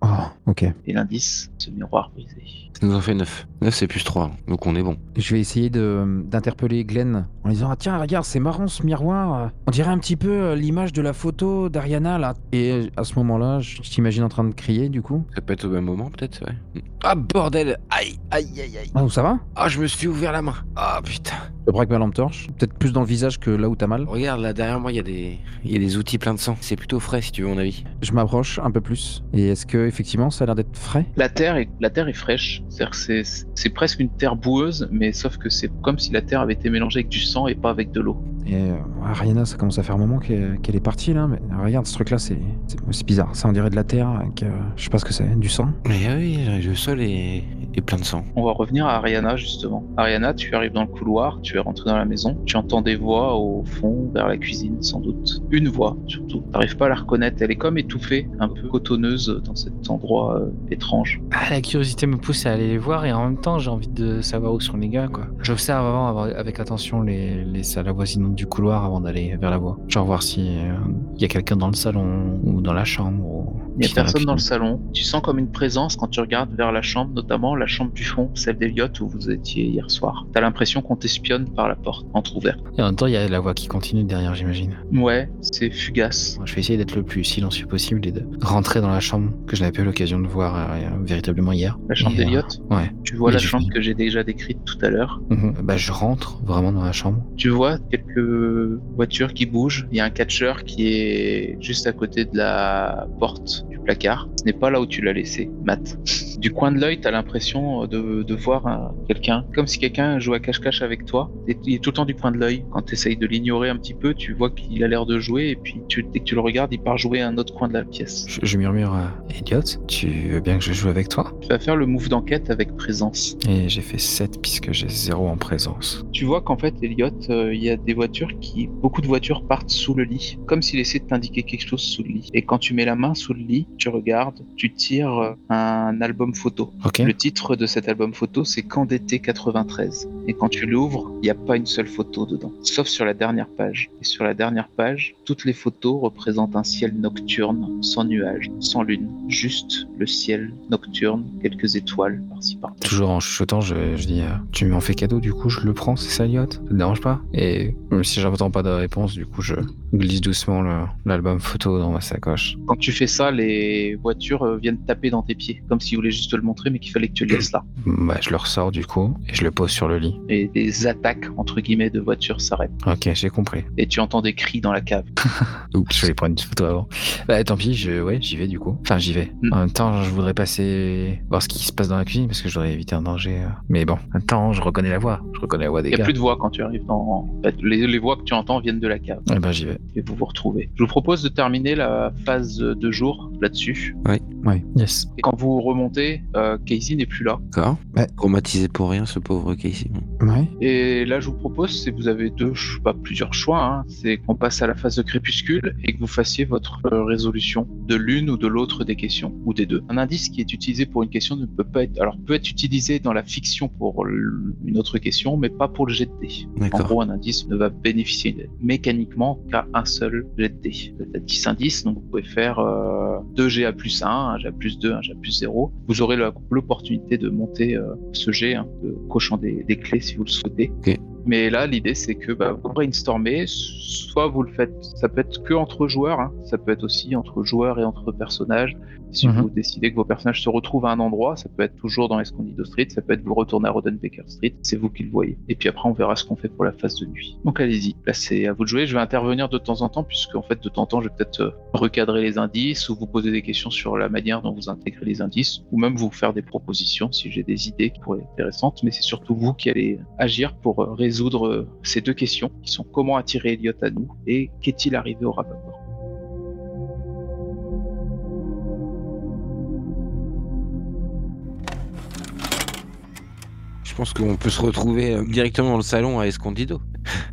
Speaker 5: Oh, ok.
Speaker 4: Et l'indice, ce miroir brisé.
Speaker 1: Ça nous en fait 9. 9 c'est plus 3, donc on est bon.
Speaker 5: Je vais essayer de- d'interpeller Glenn en lui disant ah, Tiens, regarde, c'est marrant ce miroir. On dirait un petit peu euh, l'image de la photo d'Ariana là. Et euh, à ce moment-là, je t'imagine en train de crier du coup.
Speaker 1: Ça peut être au même moment peut-être, ouais. Ah bordel Aïe, aïe, aïe, aïe.
Speaker 5: Ah, où ça va
Speaker 1: Ah, je me suis ouvert la main. Ah putain.
Speaker 5: Je braque ma lampe torche. Peut-être plus dans le visage que là où t'as mal.
Speaker 1: Regarde, là derrière moi, il y, a des... il y a des outils pleins de sang. C'est plutôt frais, si tu veux, mon avis.
Speaker 5: Je m'approche un peu plus. Et est-ce que effectivement ça a l'air d'être frais
Speaker 4: La terre est, la terre est fraîche, c'est-à-dire que c'est- c'est presque une terre boueuse, mais sauf que c'est comme si la terre avait été mélangée avec du sang et pas avec de l'eau.
Speaker 5: Et euh, Ariana, ça commence à faire un moment qu'elle qu'elle est partie là. Mais regarde, ce truc là, c'est c'est- c'est bizarre. Ça, on dirait de la terre. Avec, euh, je sais pas ce que c'est, du sang.
Speaker 1: Mais oui, le sol est, est plein de sang.
Speaker 4: On va revenir à Ariana justement. Ariana, tu arrives dans le couloir, tu es rentré dans la maison, tu entends des voix au fond, vers la cuisine sans doute. Une voix surtout. T'arrives pas à la reconnaître, elle est comme étouffée, un peu cotonneuse dans cet endroit euh, étrange.
Speaker 2: Ah, la curiosité me pousse à aller les voir et en même temps j'ai envie de savoir où sont les gars quoi. J'observe avant av- avec attention les, les salles avoisinantes du couloir avant d'aller vers la voie. Genre voir si il y a quelqu'un dans le salon ou dans la chambre. ou-
Speaker 4: Il n'y a
Speaker 2: Qui-
Speaker 4: personne
Speaker 2: qui-
Speaker 4: dans le salon. Tu sens comme une présence quand tu regardes vers la chambre, notamment la chambre du fond, celle d'Eliott où vous étiez hier soir. T'as l'impression qu'on t'espionne par la porte entrouverte.
Speaker 2: Et en même temps, il y a la voix qui continue derrière, j'imagine.
Speaker 4: Ouais, c'est fugace.
Speaker 2: Moi, Je vais essayer d'être le plus silencieux possible et de rentrer dans la chambre que je n'avais pas eu l'occasion de voir euh, véritablement hier.
Speaker 4: La chambre
Speaker 2: Et, euh,
Speaker 4: d'Eliott
Speaker 2: ouais.
Speaker 4: Tu vois
Speaker 2: Oui,
Speaker 4: la
Speaker 2: j'ai
Speaker 4: chambre
Speaker 2: fini.
Speaker 4: que j'ai déjà décrite tout à l'heure.
Speaker 2: Mhm. Bah, je rentre vraiment dans la chambre.
Speaker 4: Tu vois quelques voitures qui bougent. Il y a un catcheur qui est juste à côté de la porte du placard. Ce n'est pas là où tu l'as laissé, Matt. Du coin de l'œil, tu as l'impression de, de voir un- quelqu'un. Comme si quelqu'un jouait à cache-cache avec toi. Et il est tout le temps du coin de l'œil. Quand tu essayes de l'ignorer un petit peu, tu vois qu'il a l'air de jouer. Et puis tu- dès que tu le regardes, il part jouer à un autre coin de la pièce.
Speaker 2: Je, je murmure à Elliot, tu veux bien que je joue avec toi
Speaker 4: Tu vas faire le move d'enquête avec présence.
Speaker 2: Et j'ai fait 7 puisque j'ai 0 en présence.
Speaker 4: Tu vois qu'en fait, Elliot, euh, il y a des voitures qui. Beaucoup de voitures partent sous le lit, comme s'il essayait de t'indiquer quelque chose sous le lit. Et quand tu mets la main sous le lit, tu regardes, tu tires euh, un album photo.
Speaker 2: Ok.
Speaker 4: Le titre de cet album photo, c'est Camp d'été 93. Et quand tu l'ouvres, il n'y a pas une seule photo dedans, sauf sur la dernière page. Et sur la dernière page, toutes les photos représentent un ciel nocturne, sans nuages, sans lune, juste le ciel nocturne, quelques étoiles par-ci par-là.
Speaker 2: Toujours en chuchotant, je, je dis euh, Tu m'en fais cadeau, du coup, je le prends, c'est ça, Elliot Ça te dérange pas Et même si j'entends pas de réponse, du coup, je glisse doucement le- l'album photo dans ma sacoche.
Speaker 4: Quand tu fais ça, les voitures euh, viennent taper dans tes pieds, comme s'ils voulaient juste te le montrer, mais qu'il fallait que tu le laisses là.
Speaker 2: Bah, je le ressors, du coup, et je le pose sur le lit.
Speaker 4: Et des attaques, entre guillemets, de voitures s'arrêtent.
Speaker 2: Ok, j'ai compris.
Speaker 4: Et tu entends des cris dans la cave.
Speaker 2: Je vais prendre une photo avant. Bah, tant pis, je, ouais, j'y vais du coup. Enfin, j'y vais.
Speaker 4: Mm.
Speaker 2: En même temps, je voudrais passer voir ce qui se passe dans la cuisine parce que je voudrais éviter un danger. euh. Mais bon, attends, je reconnais la voix. Je reconnais la voix des
Speaker 4: Il n'y a
Speaker 2: gars.
Speaker 4: plus de voix quand tu arrives dans... en fait, les, les voix que tu entends viennent de la cave.
Speaker 2: Eh ben, j'y vais.
Speaker 4: Et vous vous retrouvez. Je vous propose de terminer la phase de jour là-dessus.
Speaker 2: Yes.
Speaker 4: Et quand vous remontez, euh, Casey n'est plus là.
Speaker 1: D'accord.
Speaker 5: Ouais.
Speaker 1: Traumatisé pour rien, ce pauvre Casey.
Speaker 5: Ouais.
Speaker 4: Et là, je vous propose, c'est vous avez deux, ch- bah, plusieurs choix. hein. C'est qu'on passe à la phase de crépuscule et que vous fassiez votre euh, résolution de l'une ou de l'autre des questions ou des deux. Un indice qui est utilisé pour une question ne peut pas être, alors peut être utilisé dans la fiction pour l- une autre question, mais pas pour le jet de dés. En
Speaker 1: D'accord.
Speaker 4: gros, un indice ne va bénéficier de- mécaniquement qu'à un seul jet de dés. Vous êtes à 10 indices, donc vous pouvez faire euh, 2 GA plus 1, 1 GA plus 2, 1 GA plus 0. Vous aurez la- l'opportunité de monter euh, ce jet, hein, de cochant des, des clés si vous le souhaitez.
Speaker 1: Ok.
Speaker 4: Mais là, l'idée, c'est que bah, vous brainstormez, soit vous le faites, ça peut être que entre joueurs, hein, ça peut être aussi entre joueurs et entre personnages. Si
Speaker 2: Mhm.
Speaker 4: vous décidez que vos personnages se retrouvent à un endroit, ça peut être toujours dans Escondido Street, ça peut être vous retourner à Rodenbaker Street, c'est vous qui le voyez. Et puis après, on verra ce qu'on fait pour la phase de nuit. Donc allez-y, là c'est à vous de jouer. Je vais intervenir de temps en temps, puisque en fait, de temps en temps, je vais peut-être euh, recadrer les indices ou vous poser des questions sur la manière dont vous intégrez les indices, ou même vous faire des propositions si j'ai des idées qui pourraient être intéressantes. Mais c'est surtout vous qui allez agir pour euh, résoudre euh, ces deux questions, qui sont comment attirer Elliot à nous et qu'est-il arrivé au Rappaport.
Speaker 1: Je pense qu'on peut se retrouver euh, directement dans le salon à Escondido.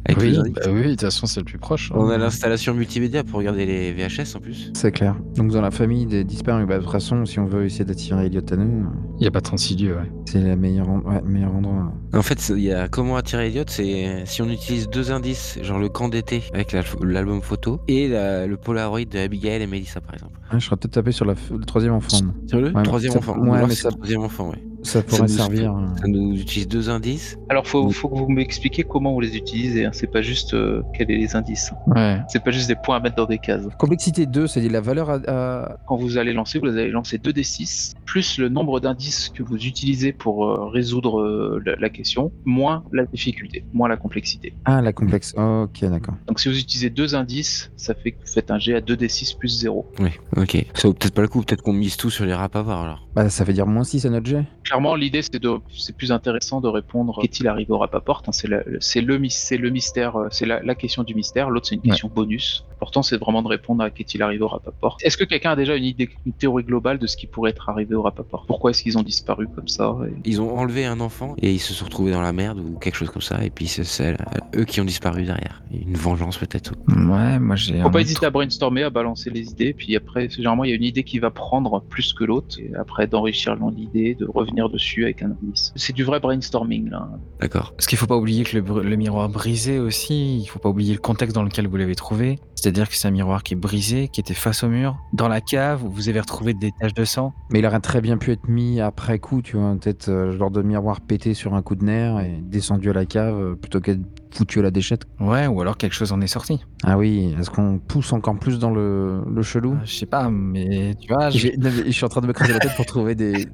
Speaker 1: Avec
Speaker 2: oui,
Speaker 1: les indices.
Speaker 2: bah oui, de toute façon, c'est le plus proche. hein.
Speaker 1: On a l'installation multimédia pour regarder les VHS en plus.
Speaker 5: C'est clair. Donc dans la famille des disparus, bah, de toute façon, si on veut essayer d'attirer Elliot à nous,
Speaker 4: Oh.
Speaker 2: Il n'y a pas 36 lieux, ouais.
Speaker 5: c'est le meilleur, en- ouais, le meilleur endroit.
Speaker 1: En fait, c'est- il y a comment attirer Elliot, c'est si on utilise deux indices, genre le camp d'été avec la- l'album photo et la- le Polaroid de Abigail et Melissa par exemple.
Speaker 5: Ouais, je serais peut-être tapé sur la f- le troisième enfant. moi.
Speaker 1: Sur le
Speaker 5: Ouais,
Speaker 1: troisième
Speaker 5: ça-
Speaker 1: enfant.
Speaker 5: ouais,
Speaker 1: Ou alors
Speaker 5: mais
Speaker 1: c'est
Speaker 5: ça-
Speaker 1: le troisième enfant, ouais.
Speaker 5: Ça pourrait
Speaker 1: nous-
Speaker 5: servir. euh,
Speaker 1: Ça nous utilise deux indices.
Speaker 4: Alors, faut,
Speaker 1: Oui.
Speaker 4: faut que vous m'expliquiez comment vous les utilisez. Hein. C'est pas juste euh, quels sont les indices. hein.
Speaker 2: Ouais.
Speaker 4: C'est pas juste des points à mettre dans des cases.
Speaker 5: Complexité 2, c'est la valeur à, à-
Speaker 4: Quand vous allez lancer, vous allez lancer 2d6 plus le nombre d'indices que vous utilisez pour euh, résoudre euh, la, la question, moins la difficulté, moins la complexité.
Speaker 5: Ah, la complexe. Ok, d'accord.
Speaker 4: Donc, si vous utilisez deux indices, ça fait que vous faites un jet à 2d6 plus 0.
Speaker 1: Oui, ok. Ça vaut peut-être pas le coup, peut-être qu'on mise tout sur les rap alors.
Speaker 5: Bah, ça veut dire moins 6 à notre jet.
Speaker 4: Clairement, l'idée, c'est de, c'est plus intéressant de répondre qu'est-il arrivé au Rappaport. hein. c'est, la- c'est le, mys- c'est le mystère, euh, c'est la, la question du mystère. L'autre, c'est une
Speaker 2: Ouais.
Speaker 4: question bonus. L'important, c'est vraiment de répondre à qu'est-il arrivé au Rappaport. Est-ce que quelqu'un a déjà une idée, une théorie globale de ce qui pourrait être arrivé au Rappaport Pourquoi est-ce qu'ils ont disparu comme ça et-
Speaker 1: Ils ont enlevé un enfant et ils se sont retrouvés dans la merde ou quelque chose comme ça. Et puis c'est celle- eux qui ont disparu derrière. Une vengeance peut-être.
Speaker 2: Ouais, moi j'ai.
Speaker 4: Faut
Speaker 2: un
Speaker 4: pas
Speaker 2: autre-
Speaker 4: hésiter à brainstormer, à balancer les idées, puis après, généralement, il y a une idée qui va prendre plus que l'autre, et après d'enrichir l'idée, de revenir revenir dessus avec un indice. C'est du vrai brainstorming là. hein.
Speaker 1: D'accord.
Speaker 2: Parce qu'il faut pas oublier que le, br- le miroir brisé aussi, il faut pas oublier le contexte dans lequel vous l'avez trouvé. C'est-à-dire que c'est un miroir qui est brisé, qui était face au mur, dans la cave où vous avez retrouvé des taches de sang.
Speaker 5: Mais il aurait très bien pu être mis après coup, tu vois, peut-être euh, genre de miroir pété sur un coup de nerf et descendu à la cave euh, plutôt qu'être foutu à la déchette.
Speaker 2: Ouais, ou alors quelque chose en est sorti.
Speaker 5: Ah oui, est-ce qu'on pousse encore plus dans le, le chelou
Speaker 2: Ah, Je sais pas, mais tu vois,
Speaker 5: je,
Speaker 2: Ah, je-
Speaker 5: je suis en train de me creuser la tête pour trouver des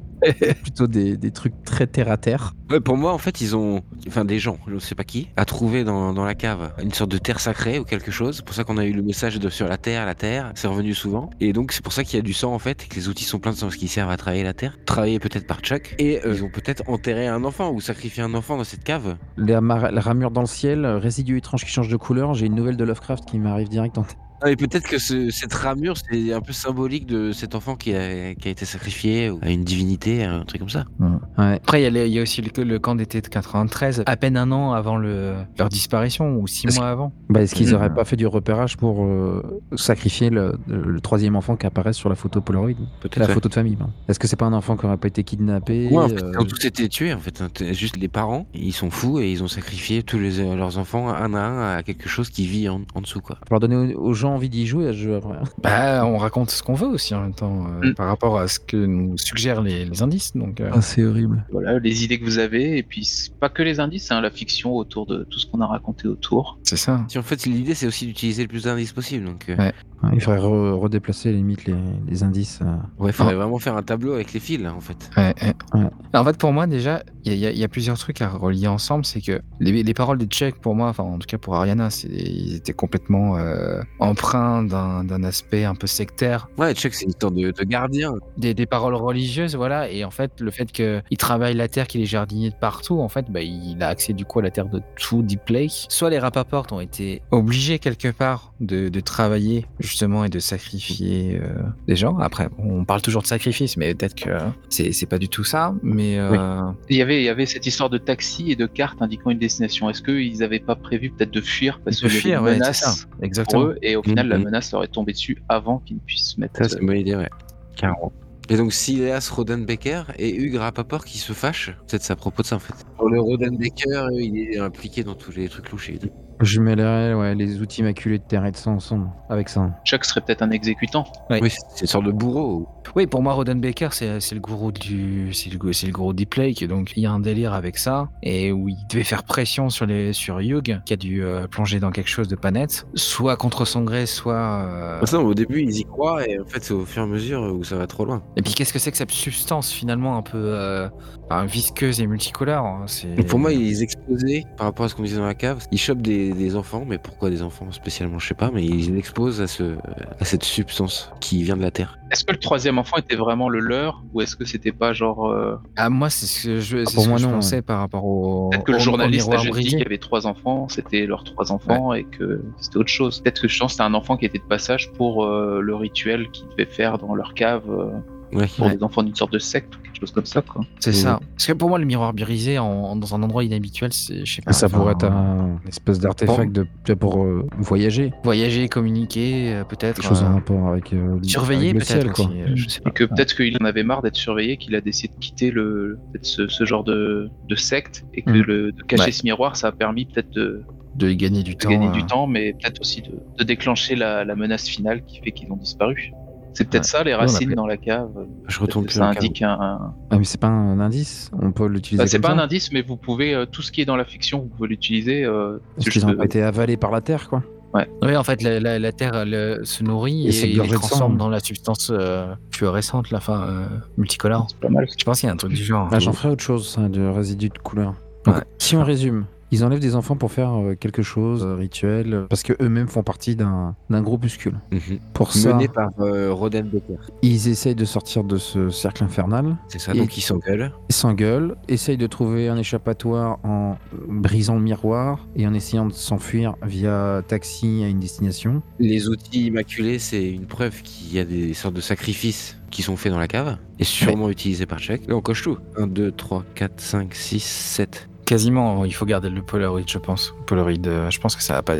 Speaker 5: plutôt des, des trucs très terre à terre.
Speaker 1: Ouais, pour moi, en fait, ils ont. Enfin, des gens, je ne sais pas qui, a trouvé dans, dans la cave une sorte de terre sacrée ou quelque chose. C'est pour ça qu'on a eu le message de sur la terre, la terre. C'est revenu souvent. Et donc, c'est pour ça qu'il y a du sang, en fait, et que les outils sont pleins de sang, parce qu'ils servent à travailler la terre. Travaillé peut-être par Chuck. Et euh, ils ont peut-être enterré un enfant ou sacrifié un enfant dans cette cave.
Speaker 5: La, mar- la ramure dans le ciel, euh, résidu étrange qui change de couleur. J'ai une nouvelle de Lovecraft qui m'arrive direct en tête.
Speaker 1: Ah, et peut-être que ce- cette ramure, c'est un peu symbolique de cet enfant qui a, qui a été sacrifié ou à une divinité, un truc comme ça.
Speaker 5: Ouais.
Speaker 2: Après, il y a les- il y, a aussi le, le camp d'été de 93, à peine un an avant le- leur disparition, ou six
Speaker 5: Est-ce
Speaker 2: mois avant.
Speaker 5: Bah, est-ce qu'ils
Speaker 2: Mhm.
Speaker 5: auraient pas fait du repérage pour euh, sacrifier le, le troisième enfant qui apparaît sur la photo Polaroid
Speaker 1: Peut-être.
Speaker 5: La
Speaker 1: ouais.
Speaker 5: photo de famille. pardon. Est-ce que c'est pas un enfant qui aurait pas été kidnappé
Speaker 1: Ouais, en fait,
Speaker 5: euh,
Speaker 1: ils ont tous été tués, en fait. T'as Juste les parents, ils sont fous et ils ont sacrifié tous les, leurs enfants un à un à quelque chose qui vit en, en dessous, quoi.
Speaker 5: pour leur donner aux, aux gens envie d'y jouer à ce jeu après.
Speaker 2: Bah, on raconte ce qu'on veut aussi en même temps, euh,
Speaker 4: Mm.
Speaker 2: par rapport à ce que nous suggèrent les, les indices. Donc, euh,
Speaker 5: c'est horrible.
Speaker 4: Voilà les idées que vous avez et puis c'est pas que les indices, hein, la fiction autour de tout ce qu'on a raconté autour.
Speaker 2: c'est ça.
Speaker 1: Si en fait, l'idée, c'est aussi d'utiliser le plus d'indices possible. Donc, euh,
Speaker 2: Ouais.
Speaker 5: Ah, Il faudrait re- redéplacer à la limite les, les indices. euh.
Speaker 1: ouais, faudrait vraiment faire un tableau avec les fils, là, en fait.
Speaker 2: Ouais, ouais.
Speaker 5: Ouais.
Speaker 2: En fait, pour moi, déjà, il y, a- il y a- il y a plusieurs trucs à relier ensemble. C'est que les, les paroles de Chuck, pour moi, enfin, en tout cas pour Ariana, c'est- ils étaient complètement euh, empreints d'un d'un aspect un peu sectaire.
Speaker 1: Ouais, Chuck, c'est une histoire de, de gardien.
Speaker 2: Des, des paroles religieuses, voilà. Et en fait, le fait qu'il travaille la terre, qu'il est jardinier de partout, en fait, bah, il a accès du coup à la terre de tout Deep Lake. Soit les Rappaport ont été obligés quelque part de, de travailler justement et de sacrifier euh, des gens. Après, on parle toujours de sacrifice, mais peut-être que c'est c'est pas du tout ça. Mais. euh,
Speaker 4: Il y avait il y avait cette histoire de taxi et de carte indiquant une destination. Est-ce qu'ils n'avaient pas prévu peut-être de fuir parce
Speaker 2: de
Speaker 4: qu'il y avait
Speaker 2: fuir,
Speaker 4: une
Speaker 2: ouais, c'est
Speaker 4: menace
Speaker 2: ça.
Speaker 4: pour
Speaker 2: Exactement. Mm-hmm.
Speaker 4: eux et au final la
Speaker 1: Mhm.
Speaker 4: menace leur est tombée dessus avant qu'ils ne puissent se mettre.
Speaker 1: Ça, c'est une bonne idée, ouais. Carrément. Et donc, Silas Rodenbecker et Hugues Rapaport qui se fâchent, peut-être c'est à propos de ça, en fait. Pour le Rodenbecker, euh, il est impliqué dans tous les trucs louches.
Speaker 5: Je mêlerais ouais, les outils maculés de terre et de sang ensemble avec ça. hein.
Speaker 4: euh, Chuck serait peut-être un exécutant.
Speaker 1: Oui, c'est- c'est une sorte de bourreau.
Speaker 2: Oui, pour moi, Rodenbaker, c'est c'est le gourou du, c'est le, gou- c'est le gourou Deep Lake, donc il y a un délire avec ça, et où il devait faire pression sur les, sur Hugh, qui a dû euh, plonger dans quelque chose de pas net, soit contre son gré, soit. euh,
Speaker 1: Bah, Ça, au début, ils y croient, et en fait, c'est au fur et à mesure euh, où ça va trop loin.
Speaker 2: Et puis, qu'est-ce que c'est que cette substance finalement un peu euh, enfin, visqueuse et multicolore hein, c'est-
Speaker 1: Pour moi, ils exposaient par rapport à ce qu'on disait dans la cave. Ils chopent des, des enfants, mais pourquoi des enfants spécialement, je sais pas, mais ils exposent à, ce, à cette substance qui vient de la Terre.
Speaker 4: Est-ce que le troisième enfant était vraiment le leur ou est-ce que c'était pas genre euh,
Speaker 2: Ah, moi, c'est ce que je, c'est
Speaker 5: pour
Speaker 2: ce que
Speaker 5: moi,
Speaker 2: je
Speaker 5: non,
Speaker 2: pensais par rapport au.
Speaker 4: peut-être que le
Speaker 2: au- au
Speaker 4: journaliste a
Speaker 2: miroir
Speaker 4: juste dit
Speaker 2: brisé.
Speaker 4: qu'il y avait trois enfants, c'était leurs trois enfants et que c'était autre chose. Peut-être que je pense que c'était un enfant qui était de passage pour euh, le rituel qu'ils devaient faire dans leur cave euh,
Speaker 1: Ouais.
Speaker 4: pour les enfants d'une sorte de secte ou quelque chose comme ça quoi.
Speaker 2: C'est
Speaker 1: Oui.
Speaker 2: ça. Parce que pour moi, le miroir brisé en- en- dans un endroit inhabituel, c'est, je sais pas.
Speaker 5: Ah, ça
Speaker 2: enfin,
Speaker 5: pourrait être euh, un espèce d'artefact de peut-être pour euh, voyager,
Speaker 2: voyager, communiquer, euh, peut-être.
Speaker 5: quelque chose en
Speaker 2: euh,
Speaker 5: rapport avec euh, le-
Speaker 2: surveiller
Speaker 5: avec le
Speaker 2: peut-être
Speaker 5: ciel,
Speaker 2: aussi.
Speaker 5: quoi.
Speaker 2: euh, Je sais pas.
Speaker 4: Et que peut-être qu'il en avait marre d'être surveillé, qu'il a décidé de quitter le peut-être ce, ce genre de, de secte et que
Speaker 5: Mhm.
Speaker 4: le, de cacher
Speaker 2: Mm. Ouais.
Speaker 4: ce miroir, ça a permis peut-être de,
Speaker 2: De gagner du
Speaker 4: de
Speaker 2: temps.
Speaker 4: gagner
Speaker 2: euh,
Speaker 4: du temps, mais peut-être aussi de, de déclencher la, la menace finale qui fait qu'ils ont disparu. C'est peut-être
Speaker 2: Ouais.
Speaker 4: ça les
Speaker 2: on a
Speaker 4: racines
Speaker 2: pris-
Speaker 4: dans la cave. Euh,
Speaker 1: Je retourne plus
Speaker 4: ça
Speaker 1: dans la cave.
Speaker 4: indique un. un-
Speaker 5: Ah, mais c'est pas un indice, on peut l'utiliser.
Speaker 4: Bah, c'est
Speaker 5: comme
Speaker 4: pas
Speaker 5: ça.
Speaker 4: un indice, mais vous pouvez euh, tout ce qui est dans la fiction, vous pouvez l'utiliser. euh,
Speaker 5: Parce
Speaker 4: juste,
Speaker 5: qu'ils ont
Speaker 4: euh,
Speaker 5: pas été avalés par la terre, quoi.
Speaker 2: Oui, en fait, la, la- la Terre elle, euh, se nourrit
Speaker 5: Et
Speaker 2: et,
Speaker 5: c'est
Speaker 2: elle
Speaker 5: gorgé de sang.
Speaker 2: transforme dans la substance euh, plus récente, la fin euh, multicolore.
Speaker 4: c'est pas mal.
Speaker 2: Je pense qu'il y a un truc du genre. hein.
Speaker 5: Ah, J'en ferai autre chose, ça, de résidu de couleur. Donc,
Speaker 2: Ouais.
Speaker 5: Si on résume, ils enlèvent des enfants pour faire euh, quelque chose, euh, rituel, euh, parce que eux-mêmes font partie d'un d'un groupuscule.
Speaker 1: Mhm.
Speaker 5: Pour ça,
Speaker 1: Mené par euh, Rodenbecker.
Speaker 5: ils essayent de sortir de ce cercle infernal.
Speaker 1: C'est ça,
Speaker 5: Et-
Speaker 1: donc ils s'engueulent.
Speaker 5: s'engueule, essaye de trouver un échappatoire en euh, brisant le miroir et en essayant de s'enfuir via taxi à une destination.
Speaker 1: Les outils immaculés, c'est une preuve qu'il y a des sortes de sacrifices qui sont faits dans la cave, et sûrement utilisés par Chuck. Et on coche tout. 1, 2, 3, 4, 5, 6, 7.
Speaker 2: Quasiment, il faut garder le Polaroid, je pense. Polaroid, euh, je pense que ça va pas.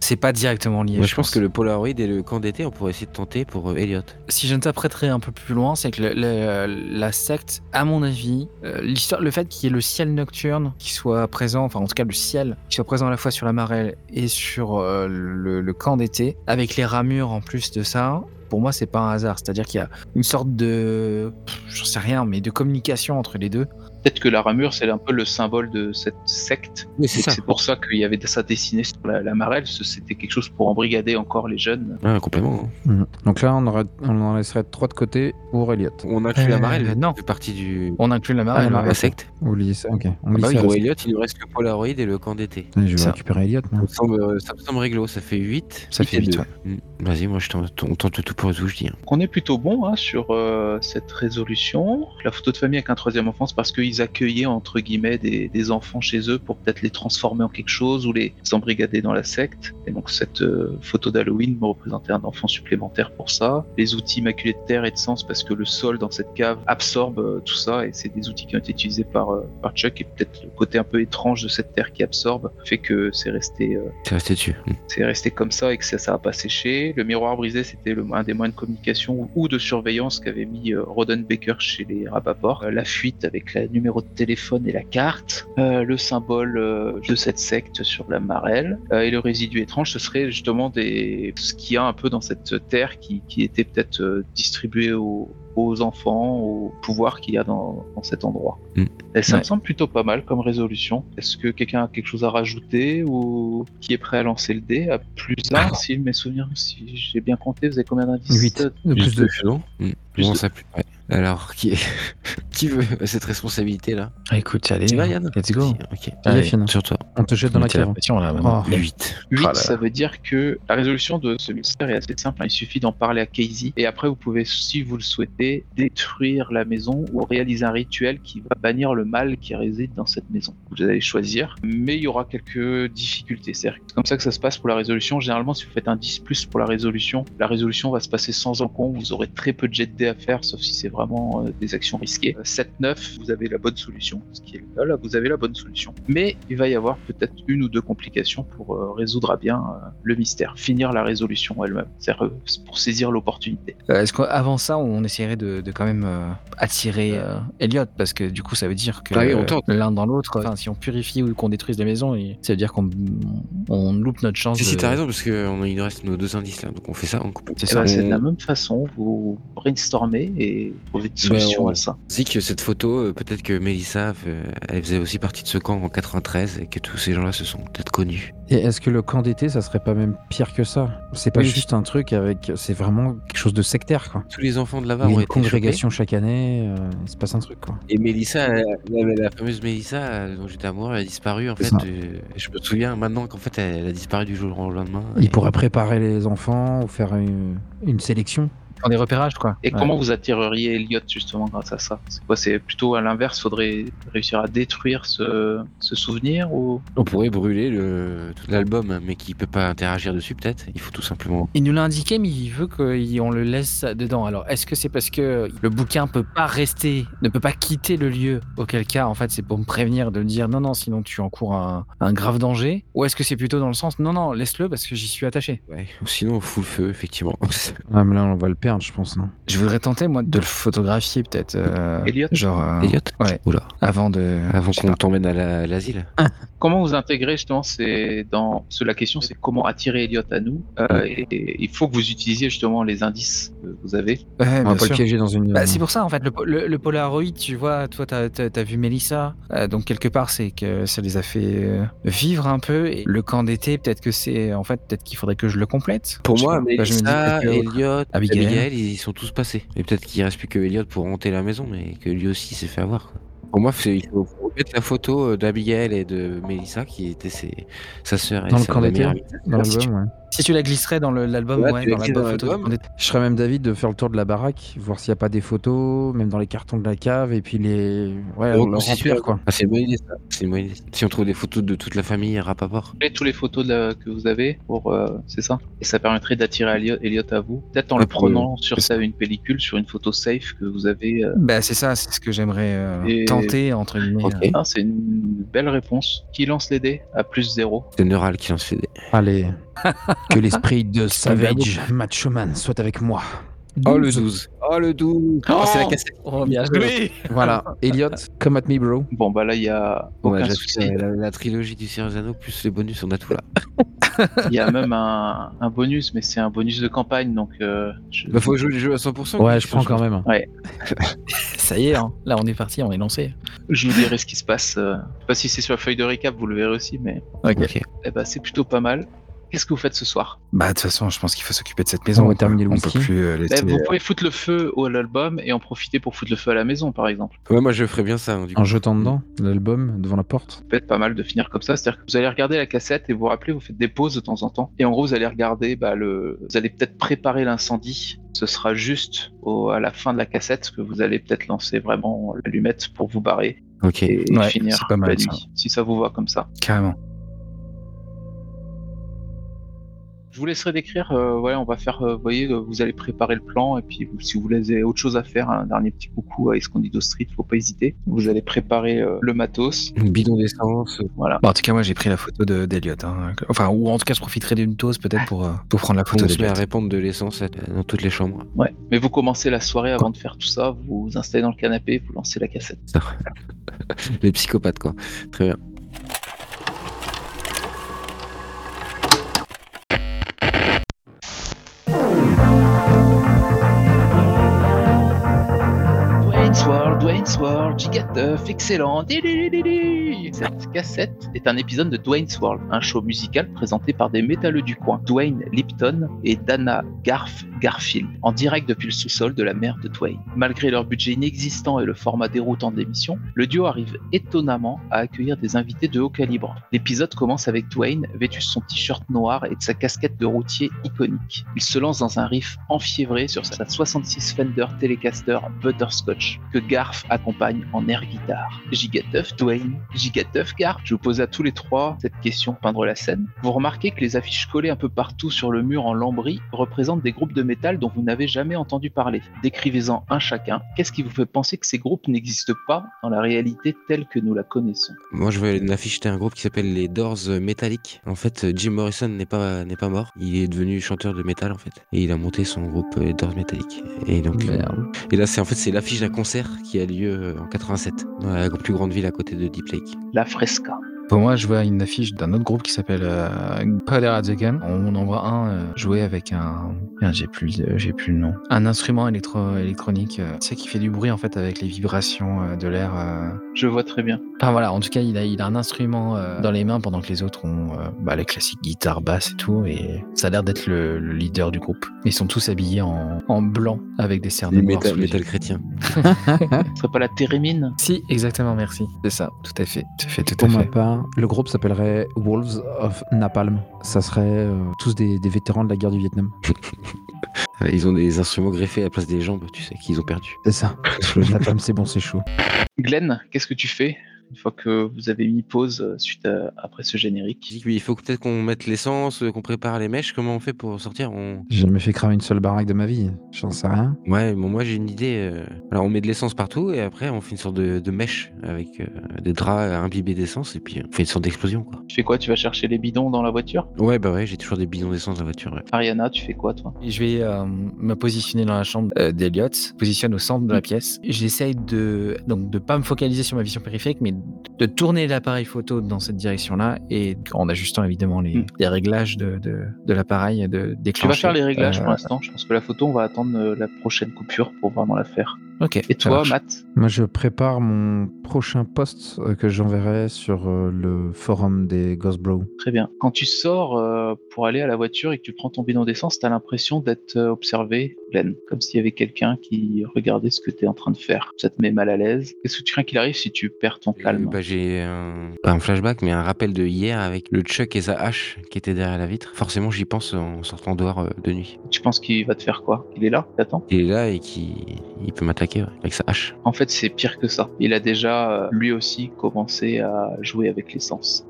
Speaker 2: C'est pas directement lié.
Speaker 1: Moi, je pense que le Polaroid et le camp d'été, on pourrait essayer de tenter pour euh, Elliot.
Speaker 2: si je ne t'apprêterai un peu plus loin, c'est que le- le- la secte, à mon avis, euh, l'histoire, le fait qu'il y ait le ciel nocturne qui soit présent, enfin en tout cas le ciel qui soit présent à la fois sur la marelle et sur euh, le, le camp d'été, avec les ramures en plus de ça. Pour moi, c'est pas un hasard. C'est-à-dire qu'il y a une sorte de, pff, j'en sais rien, mais de communication entre les deux.
Speaker 4: Peut-être que la ramure, c'est un peu le symbole de cette secte.
Speaker 1: Oui,
Speaker 4: Et que C'est pour ça qu'il y avait ça dessiné sur la, la marelle. ce- C'était quelque chose pour embrigader encore les jeunes.
Speaker 1: Ah, complètement. hein.
Speaker 5: Mhm. Donc là, on, aurait- on en laisserait trois de côté pour Elliot.
Speaker 1: On inclut la
Speaker 2: Euh,
Speaker 1: marelle.
Speaker 2: non.
Speaker 1: Fait partie du.
Speaker 2: On inclut la marelle.
Speaker 5: Ah, la
Speaker 2: ouais.
Speaker 1: La secte.
Speaker 5: On glisse, ok. On glisse
Speaker 1: Bah oui,
Speaker 5: ça.
Speaker 1: pour Elliot, il nous reste le Polaroid et le camp d'été.
Speaker 5: Putain, Je vais
Speaker 2: Ça.
Speaker 5: récupérer Elliot.
Speaker 1: Ça
Speaker 5: moi.
Speaker 1: me semble, euh, ça me semble réglo, ça fait 8.
Speaker 2: Ça fait huit,
Speaker 1: Hmm. Vas-y, moi je tente, on tente tout pour tout, je dis. hein.
Speaker 4: Donc on est plutôt bon hein, sur euh, cette résolution. La photo de famille avec un troisième enfant, c'est parce qu'ils accueillaient entre guillemets des, des enfants chez eux pour peut-être les transformer en quelque chose ou les embrigader dans la secte. Et donc cette euh, photo d'Halloween me représentait un enfant supplémentaire pour ça. Les outils maculés de terre et de sens parce que le sol dans cette cave absorbe euh, tout ça et c'est des outils qui ont été utilisés par, euh, par Chuck et peut-être le côté un peu étrange de cette terre qui absorbe fait que c'est resté euh,
Speaker 1: C'est resté dessus. Mm.
Speaker 4: c'est resté comme ça et que ça n'a pas séché. Le miroir brisé, c'était le- un des moyens de communication ou, ou de surveillance qu'avait mis euh, Rodenbaker chez les Rapaport. Euh, la fuite avec le numéro de téléphone et la carte. Euh, le symbole euh, de cette secte sur la marelle. Euh, et le résidu étrange, ce serait justement des... ce qu'il y a un peu dans cette terre qui, qui était peut-être euh, distribuée aux, aux enfants, au pouvoir qu'il y a dans, dans cet endroit.
Speaker 1: Mm.
Speaker 4: Et ça
Speaker 2: Ouais.
Speaker 4: me semble plutôt pas mal comme résolution. Est-ce que quelqu'un a quelque chose à rajouter ou qui est prêt à lancer le dé à plus un Si mes souvenirs, si j'ai bien compté, vous avez combien d'indices
Speaker 5: Huit. De plus de.
Speaker 1: Non Mm.
Speaker 4: Plus
Speaker 1: Bon,
Speaker 4: de-
Speaker 1: ça plus. ouais. Alors, qui, qui veut cette responsabilité là
Speaker 2: Écoute, allez. hein.
Speaker 1: Tu vas, Yann
Speaker 2: Let's go.
Speaker 1: Ok.
Speaker 5: Allez,
Speaker 2: Allez,
Speaker 5: Fionn,
Speaker 1: Sur toi.
Speaker 5: on te jette dans la
Speaker 2: Mettez la
Speaker 5: cave.
Speaker 2: pression, là, maintenant.
Speaker 5: Oh,
Speaker 1: 8.
Speaker 4: 8,
Speaker 2: Ah là là.
Speaker 4: ça veut dire que la résolution de ce mystère est assez simple. hein. Il suffit d'en parler à Casey. Et après, vous pouvez, si vous le souhaitez, détruire la maison ou réaliser un rituel qui va bannir le mal qui réside dans cette maison. Vous allez choisir. Mais il y aura quelques difficultés. C'est comme ça que ça se passe pour la résolution. Généralement, si vous faites un 10 plus pour la résolution, la résolution va se passer sans encombre. Vous aurez très peu de jet de dés à faire, sauf si c'est vraiment euh, des actions risquées. Euh, 7-9, vous avez la bonne solution. Ce qui est le cas, là, vous avez la bonne solution. Mais il va y avoir peut-être une ou deux complications pour euh, résoudre à bien euh, le mystère, finir la résolution elle-même, C'est-à-dire, euh, c'est pour saisir l'opportunité.
Speaker 2: Euh, Est-ce qu'avant ça, on essaierait de, de quand même euh, attirer euh, Elliot Parce que du coup, ça veut dire que
Speaker 1: Ah oui, on
Speaker 2: euh,
Speaker 1: tente.
Speaker 2: l'un dans l'autre, enfin, si on purifie ou qu'on détruise la maison, il- ça veut dire qu'on on loupe notre chance.
Speaker 1: Si, si,
Speaker 2: de-
Speaker 1: t'as raison, parce qu'il nous reste nos deux indices là, donc on fait ça, on coupe.
Speaker 2: C'est
Speaker 4: Eh
Speaker 2: ça. Euh,
Speaker 4: ben, C'est de la
Speaker 1: On-
Speaker 4: même façon, vous brainstormez et trouvez
Speaker 2: ben,
Speaker 4: une solution
Speaker 1: on-
Speaker 4: à ça.
Speaker 1: dit que cette photo, euh, peut-être que Mélissa, euh, elle faisait aussi partie de ce camp en 93 et que tous ces gens-là se sont peut-être connus.
Speaker 5: Et est-ce que le camp d'été, ça serait pas même pire que ça C'est pas
Speaker 2: Oui.
Speaker 5: juste un truc avec. C'est vraiment quelque chose de sectaire, quoi.
Speaker 1: Tous les enfants de là-bas
Speaker 5: Il y
Speaker 1: ont
Speaker 5: a une
Speaker 1: été congrégation.
Speaker 5: congrégation chaque année, euh, il se passe un truc, quoi.
Speaker 1: Et Mélissa, elle- elle- la, fameuse Mélissa euh, dont j'étais amoureux, elle a disparu en
Speaker 5: C'est
Speaker 1: fait.
Speaker 5: ça.
Speaker 1: euh, je me souviens maintenant qu'en fait elle, elle a disparu du jour au lendemain. Et-
Speaker 5: Il pourrait préparer les enfants ou faire une, une sélection.
Speaker 2: Faire des repérages, quoi.
Speaker 4: Et
Speaker 5: Ouais.
Speaker 4: comment vous attireriez Elliot justement grâce à ça C'est quoi C'est plutôt à l'inverse, faudrait réussir à détruire ce, ce souvenir ou
Speaker 1: On pourrait brûler le, tout l'album, hein, mais qui peut pas interagir dessus peut-être. Il faut tout simplement.
Speaker 2: Il nous l'a indiqué, mais il veut qu'on le laisse dedans. Alors, est-ce que c'est parce que le bouquin peut pas rester, ne peut pas quitter le lieu Auquel cas, en fait, c'est pour me prévenir de me dire non, non, sinon tu encours un, un grave danger. Ou est-ce que c'est plutôt dans le sens non, non, laisse-le parce que j'y suis attaché
Speaker 1: Ouais. Sinon on fout le feu effectivement.
Speaker 5: Ah, mais là, on va le perdre, je pense, non
Speaker 2: Je voudrais tenter, moi, de le photographier, peut-être. euh,
Speaker 4: Elliot
Speaker 2: Genre. euh,
Speaker 1: Elliot.
Speaker 2: Ouais.
Speaker 1: Oula.
Speaker 2: Avant de.
Speaker 1: Avant
Speaker 2: je sais
Speaker 1: qu'on
Speaker 2: pas.
Speaker 1: t'emmène à la- à l'asile.
Speaker 4: Comment vous intégrez justement c'est dans parce que la question c'est comment attirer Elliot à nous Euh, et, et il faut que vous utilisiez justement les indices que vous avez.
Speaker 2: Ouais,
Speaker 5: On
Speaker 2: bien
Speaker 5: va pas
Speaker 2: sûr.
Speaker 5: le piéger dans une.
Speaker 2: Bah, c'est pour ça en fait, le, po- le- le Polaroid, tu vois, toi t'as as, vu Mélissa, euh, donc quelque part c'est que ça les a fait euh, vivre un peu. Et le camp d'été, peut-être que c'est en fait, peut-être qu'il faudrait que je le complète.
Speaker 1: Pour
Speaker 2: Je sais
Speaker 1: moi,
Speaker 2: pas. Bah, je me dis
Speaker 1: Mélissa,
Speaker 2: peut-être que-
Speaker 1: Elliot,
Speaker 2: Abigail.
Speaker 1: Abigail. ils y sont tous passés. Et peut-être qu'il reste plus que Elliot pour hanter la maison, mais que lui aussi s'est fait avoir. quoi. Pour moi, c'est- il faut faut mettre la photo euh, d'Abigail et de Mélissa, qui était ses- sa sœur et
Speaker 5: Dans le
Speaker 1: sa
Speaker 5: camp d'été,
Speaker 1: meilleure
Speaker 5: hein.
Speaker 1: amie.
Speaker 5: Dans
Speaker 2: si tu-
Speaker 5: l'album, ouais.
Speaker 2: si tu la glisserais dans le- l'album,
Speaker 1: Ouais,
Speaker 2: ouais,
Speaker 1: tu la
Speaker 2: dans
Speaker 1: glisses dans
Speaker 2: l'album photo du
Speaker 1: l'album.
Speaker 2: camp d'été.
Speaker 5: Je serais même d'avis de faire le tour de la baraque, voir s'il n'y a pas des photos, même dans les cartons de la cave, et puis les. Ouais,
Speaker 1: Le
Speaker 5: on le
Speaker 1: reconstituer.
Speaker 5: remplir, quoi.
Speaker 1: Ah, c'est une bonne idée, ça. C'est une bonne idée. Si on trouve des photos de toute la famille, Rapaport.
Speaker 4: Vous avez tous les photos de la- que vous avez pour euh, c'est ça et ça permettrait d'attirer Elliot, Elliot à vous. Peut-être en le
Speaker 1: Ah, pour-
Speaker 4: prenant sur ça une pellicule, sur une photo safe que vous avez. euh.
Speaker 2: Bah, c'est ça, c'est ce que j'aimerais euh,
Speaker 4: Et-
Speaker 2: tenter entre guillemets. euh.
Speaker 1: Ok.
Speaker 4: Ah, c'est une belle réponse. Qui lance les dés à plus zéro
Speaker 1: C'est Neural qui lance les dés.
Speaker 5: Allez, Que l'esprit de Savage Machoman soit avec moi.
Speaker 1: Oh le 12. Oh le 12. Oh, c'est la
Speaker 4: Oh
Speaker 1: cassette.
Speaker 2: Oh, bien
Speaker 1: Oui.
Speaker 5: Voilà, Elliot, come at me, bro.
Speaker 4: Bon, bah là, il y a
Speaker 1: Bon,
Speaker 4: aucun
Speaker 1: bah, j'ajoute,
Speaker 4: souci.
Speaker 1: euh, la, la trilogie du Seigneur des Anneaux plus les bonus, on a tout là.
Speaker 4: Il y a même un, un bonus, mais c'est un bonus de campagne, donc euh, je-
Speaker 1: Bah, faut jouer le jeu à 100%.
Speaker 5: Ouais, je prends quand même.
Speaker 2: Ça y est, hein. là on est parti, on est lancé.
Speaker 4: je vous dirai ce qui se passe. euh, Je sais pas si c'est sur la feuille de récap, vous le verrez aussi, mais
Speaker 2: Ok.
Speaker 1: Ok.
Speaker 4: eh ben, c'est plutôt pas mal. Qu'est-ce que vous faites ce soir
Speaker 2: Bah de toute façon, je pense qu'il faut s'occuper de cette maison.
Speaker 5: On va
Speaker 2: quoi.
Speaker 5: terminer le
Speaker 2: on
Speaker 5: whisky.
Speaker 2: peut plus euh, laisser.
Speaker 4: Eh, Vous pouvez foutre le feu au- à l'album et en profiter pour foutre le feu à la maison, par exemple.
Speaker 1: Ouais, moi je ferais bien ça. hein, du coup.
Speaker 5: En jetant dedans l'album devant la porte.
Speaker 4: Ça peut être pas mal de finir comme ça. C'est-à-dire que vous allez regarder la cassette et vous vous rappelez, vous faites des pauses de temps en temps. Et en gros, vous allez regarder, bah, le... vous allez peut-être préparer l'incendie. Ce sera juste au- à la fin de la cassette que vous allez peut-être lancer vraiment l'allumette pour vous barrer
Speaker 1: Ok.
Speaker 4: et, et
Speaker 2: Ouais,
Speaker 4: finir
Speaker 2: c'est pas mal,
Speaker 4: la
Speaker 2: ça.
Speaker 4: nuit, si ça vous va comme ça.
Speaker 2: Carrément.
Speaker 4: Je vous laisserai décrire, euh, voilà, on va faire, euh, vous voyez, euh, vous allez préparer le plan, et puis vous- si vous voulez autre chose à faire, hein, un dernier petit coucou à Escondido Street, faut pas hésiter. Vous allez préparer euh, le matos,
Speaker 1: Bidon d'essence. euh,
Speaker 4: voilà.
Speaker 2: Bon, Bah, en tout cas, moi j'ai pris la photo de- d'Eliott. hein. Enfin, ou en tout cas, je profiterai d'une pause peut-être pour, euh, pour prendre la photo
Speaker 1: On se met à
Speaker 2: d'Eliott.
Speaker 1: répandre de l'essence euh, dans toutes les chambres.
Speaker 4: Ouais. Mais vous commencez la soirée avant de faire tout ça, vous vous installez dans le canapé, vous lancez la cassette.
Speaker 1: Les psychopathes, quoi. Très bien.
Speaker 4: Dwayne's World, Dwayne's World, Gigatuff, excellent. Dididididi. Cette cassette est un épisode de Dwayne's World, un show musical présenté par des métalleux du coin, Dwayne Lipton et Dana Garf Garfield, en direct depuis le sous-sol de la mer de Dwayne. Malgré leur budget inexistant et le format déroutant de l'émission, le duo arrive étonnamment à accueillir des invités de haut calibre. L'épisode commence avec Dwayne vêtu de son t-shirt noir et de sa casquette de routier iconique. Il se lance dans un riff enfiévré sur sa 66 Fender Telecaster Butterscotch que Garf accompagne en air guitare. Gigateuf Dwayne, Gigateuf Garf. Je vous pose à tous les trois cette question peindre la scène. Vous remarquez que les affiches collées un peu partout sur le mur en lambris représentent des groupes de métal dont vous n'avez jamais entendu parler. Décrivez-en un chacun. Qu'est-ce qui vous fait penser que ces groupes n'existent pas dans la réalité telle que nous la connaissons
Speaker 1: Moi, je vais afficher un groupe qui s'appelle les Doors euh, Metallic. En fait, euh, Jim Morrison n'est pas, n'est pas mort. Il est devenu chanteur de métal, en fait. Et il a monté son groupe euh, les Doors Metallic. Et donc, euh, et là, c'est en fait, c'est l'affiche d'un concert qui a lieu euh, en 87, dans la plus grande ville à côté de Deep Lake.
Speaker 4: La fresca.
Speaker 2: Pour moi, je vois une affiche d'un autre groupe qui s'appelle euh, Powder at the Gun. On en voit un euh, jouer avec un. Merde, j'ai plus, euh, j'ai plus le nom. Un instrument électro électronique, euh, tu sais, qui fait du bruit en fait avec les vibrations euh, de l'air. euh.
Speaker 4: Je vois très bien.
Speaker 2: Enfin voilà, en tout cas, il a, il a un instrument euh, dans les mains pendant que les autres ont euh, bah, les classiques guitare, basse et tout. Et ça a l'air d'être le, le leader du groupe. Ils sont tous habillés en, en blanc avec des cernes
Speaker 1: Les
Speaker 2: noires
Speaker 1: métal,
Speaker 2: sous les yeux.
Speaker 1: métal chrétien.
Speaker 4: Ce serait pas la térémine
Speaker 2: Si, exactement, merci. C'est ça, tout à fait. Tout à fait, tout à
Speaker 5: Pour ma
Speaker 2: fait.
Speaker 5: part, le groupe s'appellerait Wolves of Napalm. Ça serait euh, tous des, des vétérans de la guerre du Vietnam.
Speaker 1: Ah, Ils ont des instruments greffés à la place des jambes, tu sais, qu'ils ont perdu.
Speaker 5: C'est ça. Le Napalm, c'est bon, c'est chaud.
Speaker 4: Glenn, qu'est-ce que tu fais une fois que vous avez mis pause euh, suite à- après ce générique
Speaker 1: Je dis, oui, il faut que- peut-être qu'on mette l'essence, euh, qu'on prépare les mèches. Comment on fait pour sortir on...
Speaker 5: J'ai jamais fait cramer une seule baraque de ma vie. J'en sais rien.
Speaker 1: Ouais, bon, moi j'ai une idée. euh, Alors on met de l'essence partout et après on fait une sorte de, de mèche avec euh, des draps imbibés d'essence et puis euh, on fait une sorte d'explosion quoi.
Speaker 4: Tu fais quoi Tu vas chercher les bidons dans la voiture
Speaker 1: Ouais, bah ouais, j'ai toujours des bidons d'essence dans la voiture. ouais.
Speaker 4: Ariana, tu fais quoi toi
Speaker 2: Et Je vais euh, me positionner dans la chambre euh, d'Eliott, je me positionne au centre de la pièce. J'essaye de donc de pas me focaliser sur ma vision périphérique, mais de tourner l'appareil photo dans cette direction-là et en ajustant évidemment les,
Speaker 4: Mm.
Speaker 2: les réglages de, de, de l'appareil, de
Speaker 4: Tu
Speaker 2: déclencher.
Speaker 4: vas faire les réglages
Speaker 2: Euh,
Speaker 4: pour l'instant. Je pense que la photo, on va attendre euh, la prochaine coupure pour vraiment la faire.
Speaker 2: Euh, Ok.
Speaker 4: Et
Speaker 2: ça
Speaker 4: toi,
Speaker 2: marche.
Speaker 4: Matt
Speaker 5: Moi, je prépare mon prochain post euh, que j'enverrai sur euh, le forum des Ghost Bro.
Speaker 4: Très bien. Quand tu sors euh, pour aller à la voiture et que tu prends ton bidon d'essence, t'as l'impression d'être euh, observé, Glenn, comme s'il y avait quelqu'un qui regardait ce que t'es en train de faire. Ça te met mal à l'aise. Qu'est-ce que tu crains qu'il arrive si tu perds
Speaker 2: Eh
Speaker 4: ton
Speaker 1: Euh,
Speaker 4: calme
Speaker 2: ben.
Speaker 1: Bah, j'ai un... pas un flashback, mais un rappel de hier avec le Chuck et sa hache qui était derrière la vitre. Forcément, j'y pense en sortant dehors euh, de nuit.
Speaker 4: Tu penses qu'il va te faire quoi Il est là T'attends
Speaker 1: Il est là et qui il peut m'attaquer ouais, avec sa hache.
Speaker 4: En fait, c'est pire que ça. Il a déjà, euh, lui aussi, commencé à jouer avec l'essence.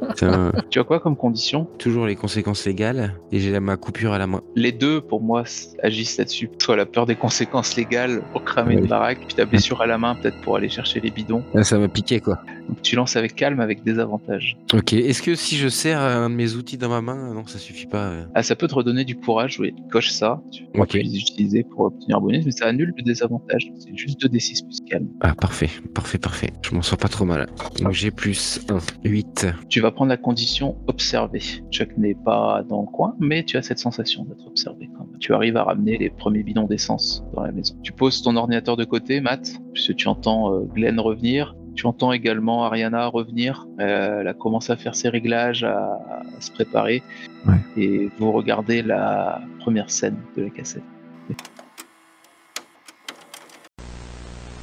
Speaker 1: Putain,
Speaker 4: Tu as quoi comme condition
Speaker 1: toujours les conséquences légales. Et j'ai la- ma coupure à la main.
Speaker 4: Les deux, pour moi, s- agissent là-dessus. Soit la peur des conséquences légales pour cramer une
Speaker 1: Oui. Mm.
Speaker 4: baraque, puis ta blessure à la main, peut-être pour aller chercher les bidons.
Speaker 1: Ah, Ça m'a piqué, quoi.
Speaker 4: Donc tu lances avec calme, avec des avantages.
Speaker 1: Ok, est-ce que si je serre un de mes outils dans ma main, non, ça suffit pas euh.
Speaker 4: Ah, ça peut te redonner du courage, oui. Coche ça, tu pourras
Speaker 1: Ok.
Speaker 4: plus les utiliser pour obtenir un bonus, mais ça annule le désavantage. C'est juste 2d6 plus calme.
Speaker 1: Ah, parfait, parfait, parfait. Je m'en sors pas trop mal. Donc j'ai plus 1, 8.
Speaker 4: Tu vas prendre la condition observer. Chuck n'est pas dans le coin, mais tu as cette sensation d'être observé quand même. Tu arrives à ramener les premiers bidons d'essence dans la maison. Tu poses ton ordinateur de côté, Matt, puisque tu entends euh, Glenn revenir. Tu entends également Ariana revenir. Euh, elle a commencé à faire ses réglages, à, à se préparer.
Speaker 5: Ouais.
Speaker 4: Et vous regardez la première scène de la cassette.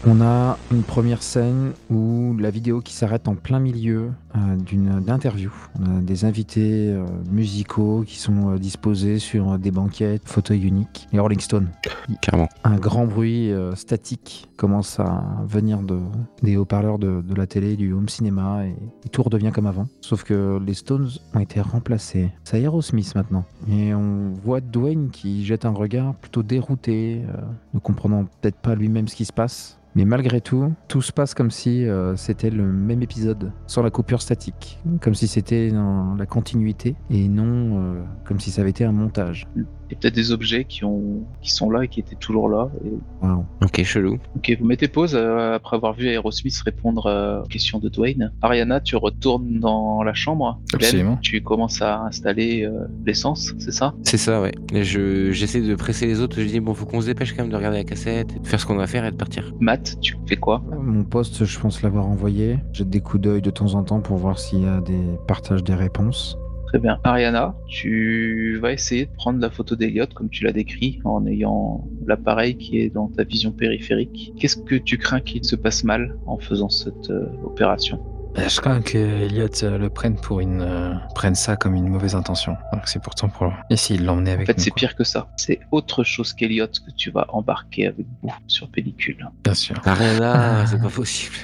Speaker 5: On a une première scène où la vidéo qui s'arrête en plein milieu euh, d'une d'interview. On a des invités euh, musicaux qui sont euh, disposés sur euh, des banquettes, fauteuils uniques. Les Rolling Stones.
Speaker 1: Clairement.
Speaker 5: Un grand bruit euh, statique commence à venir de, des haut-parleurs de, de la télé, du home cinéma, et, et tout redevient comme avant. Sauf que les Stones ont été remplacés. C'est Aerosmith maintenant. Et on voit Dwayne qui jette un regard plutôt dérouté, euh, ne comprenant peut-être pas lui-même ce qui se passe. Mais malgré tout, tout se passe comme si euh, c'était le même épisode, sans la coupure statique, comme si c'était dans la continuité, et non euh, comme si ça avait été un montage.
Speaker 4: Il y a peut-être des objets qui, ont, qui sont là et qui étaient toujours là. Et-
Speaker 5: Waouh.
Speaker 1: Ok, chelou.
Speaker 4: Ok, vous mettez pause euh, après avoir vu Aerosmith répondre euh, aux questions de Dwayne. Ariana, tu retournes dans la chambre. Glenn,
Speaker 2: Absolument.
Speaker 4: tu commences à installer euh, l'essence, c'est ça
Speaker 1: C'est ça, ouais. Et je, j'essaie de presser les autres. Je dis, bon, faut qu'on se dépêche quand même de regarder la cassette, de faire ce qu'on a à faire et de partir.
Speaker 4: Matt, tu fais quoi
Speaker 5: Mon poste, je pense l'avoir envoyé. Jette des coups d'œil de temps en temps pour voir s'il y a des partages des réponses.
Speaker 4: Très bien. Ariana, tu vas essayer de prendre la photo d'Eliott comme tu l'as décrit en ayant l'appareil qui est dans ta vision périphérique. Qu'est-ce que tu crains qu'il se passe mal en faisant cette euh, opération
Speaker 2: Bah, je crains que Elliot euh, le prenne pour une euh, prenne ça comme une mauvaise intention. Alors que c'est pourtant pour. Et s'il l'emmenait
Speaker 4: En
Speaker 2: avec
Speaker 4: fait,
Speaker 2: nous,
Speaker 4: c'est
Speaker 2: quoi.
Speaker 4: pire que ça. C'est autre chose qu'Eliott que tu vas embarquer avec vous sur pellicule.
Speaker 2: Bien sûr.
Speaker 1: Ah, rien là, c'est pas possible.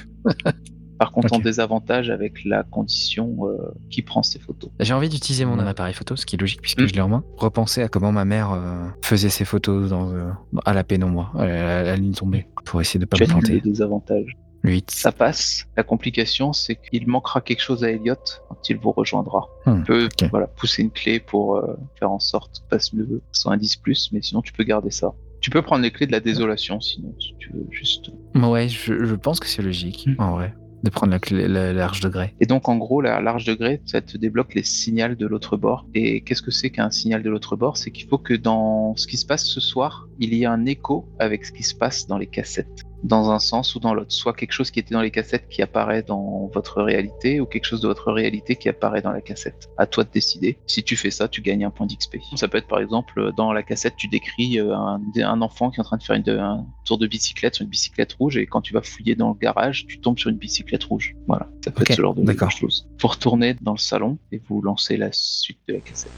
Speaker 4: Par contre, en
Speaker 2: Ok.
Speaker 4: désavantage avec la condition euh, qui prend ses photos.
Speaker 2: J'ai envie d'utiliser mon
Speaker 5: Ouais.
Speaker 2: appareil photo, ce qui est logique puisque
Speaker 4: Mm.
Speaker 2: je l'ai en main. Repenser à comment ma mère euh, faisait ses photos dans, euh, à la pénombre, à la, à la ligne tombée, pour essayer de pas
Speaker 4: J'ai
Speaker 2: me
Speaker 4: le
Speaker 2: planter.
Speaker 4: désavantage.
Speaker 2: 8.
Speaker 4: Ça passe. La complication, c'est qu'il manquera quelque chose à Elliot quand il vous rejoindra.
Speaker 2: Hmm,
Speaker 4: tu peux
Speaker 2: ok.
Speaker 4: voilà, pousser une clé pour euh, faire en sorte que passe mieux sans indice plus, mais sinon tu peux garder ça. Tu peux prendre les clés de la désolation, sinon si tu veux juste.
Speaker 2: Ouais, je, je pense que c'est logique,
Speaker 4: Mm.
Speaker 2: en vrai, de prendre la, clé- la- l'arche de grès.
Speaker 4: Et donc en gros, la large degré, ça te débloque les signaux de l'autre bord. Et qu'est-ce que c'est qu'un signal de l'autre bord C'est qu'il faut que dans ce qui se passe ce soir, il y ait un écho avec ce qui se passe dans les cassettes, dans un sens ou dans l'autre. Soit quelque chose qui était dans les cassettes qui apparaît dans votre réalité, ou quelque chose de votre réalité qui apparaît dans la cassette. À toi de décider. Si tu fais ça, tu gagnes un point d'XP. Ça peut être par exemple dans la cassette, tu décris euh, un, un enfant qui est en train de faire une, un tour de bicyclette sur une bicyclette rouge, et quand tu vas fouiller dans le garage, tu tombes sur une bicyclette rouge. Voilà, ça peut
Speaker 2: Ok,
Speaker 4: être ce genre de
Speaker 2: d'accord.
Speaker 4: choses. Vous retournez dans le salon et vous lancez la suite de la cassette.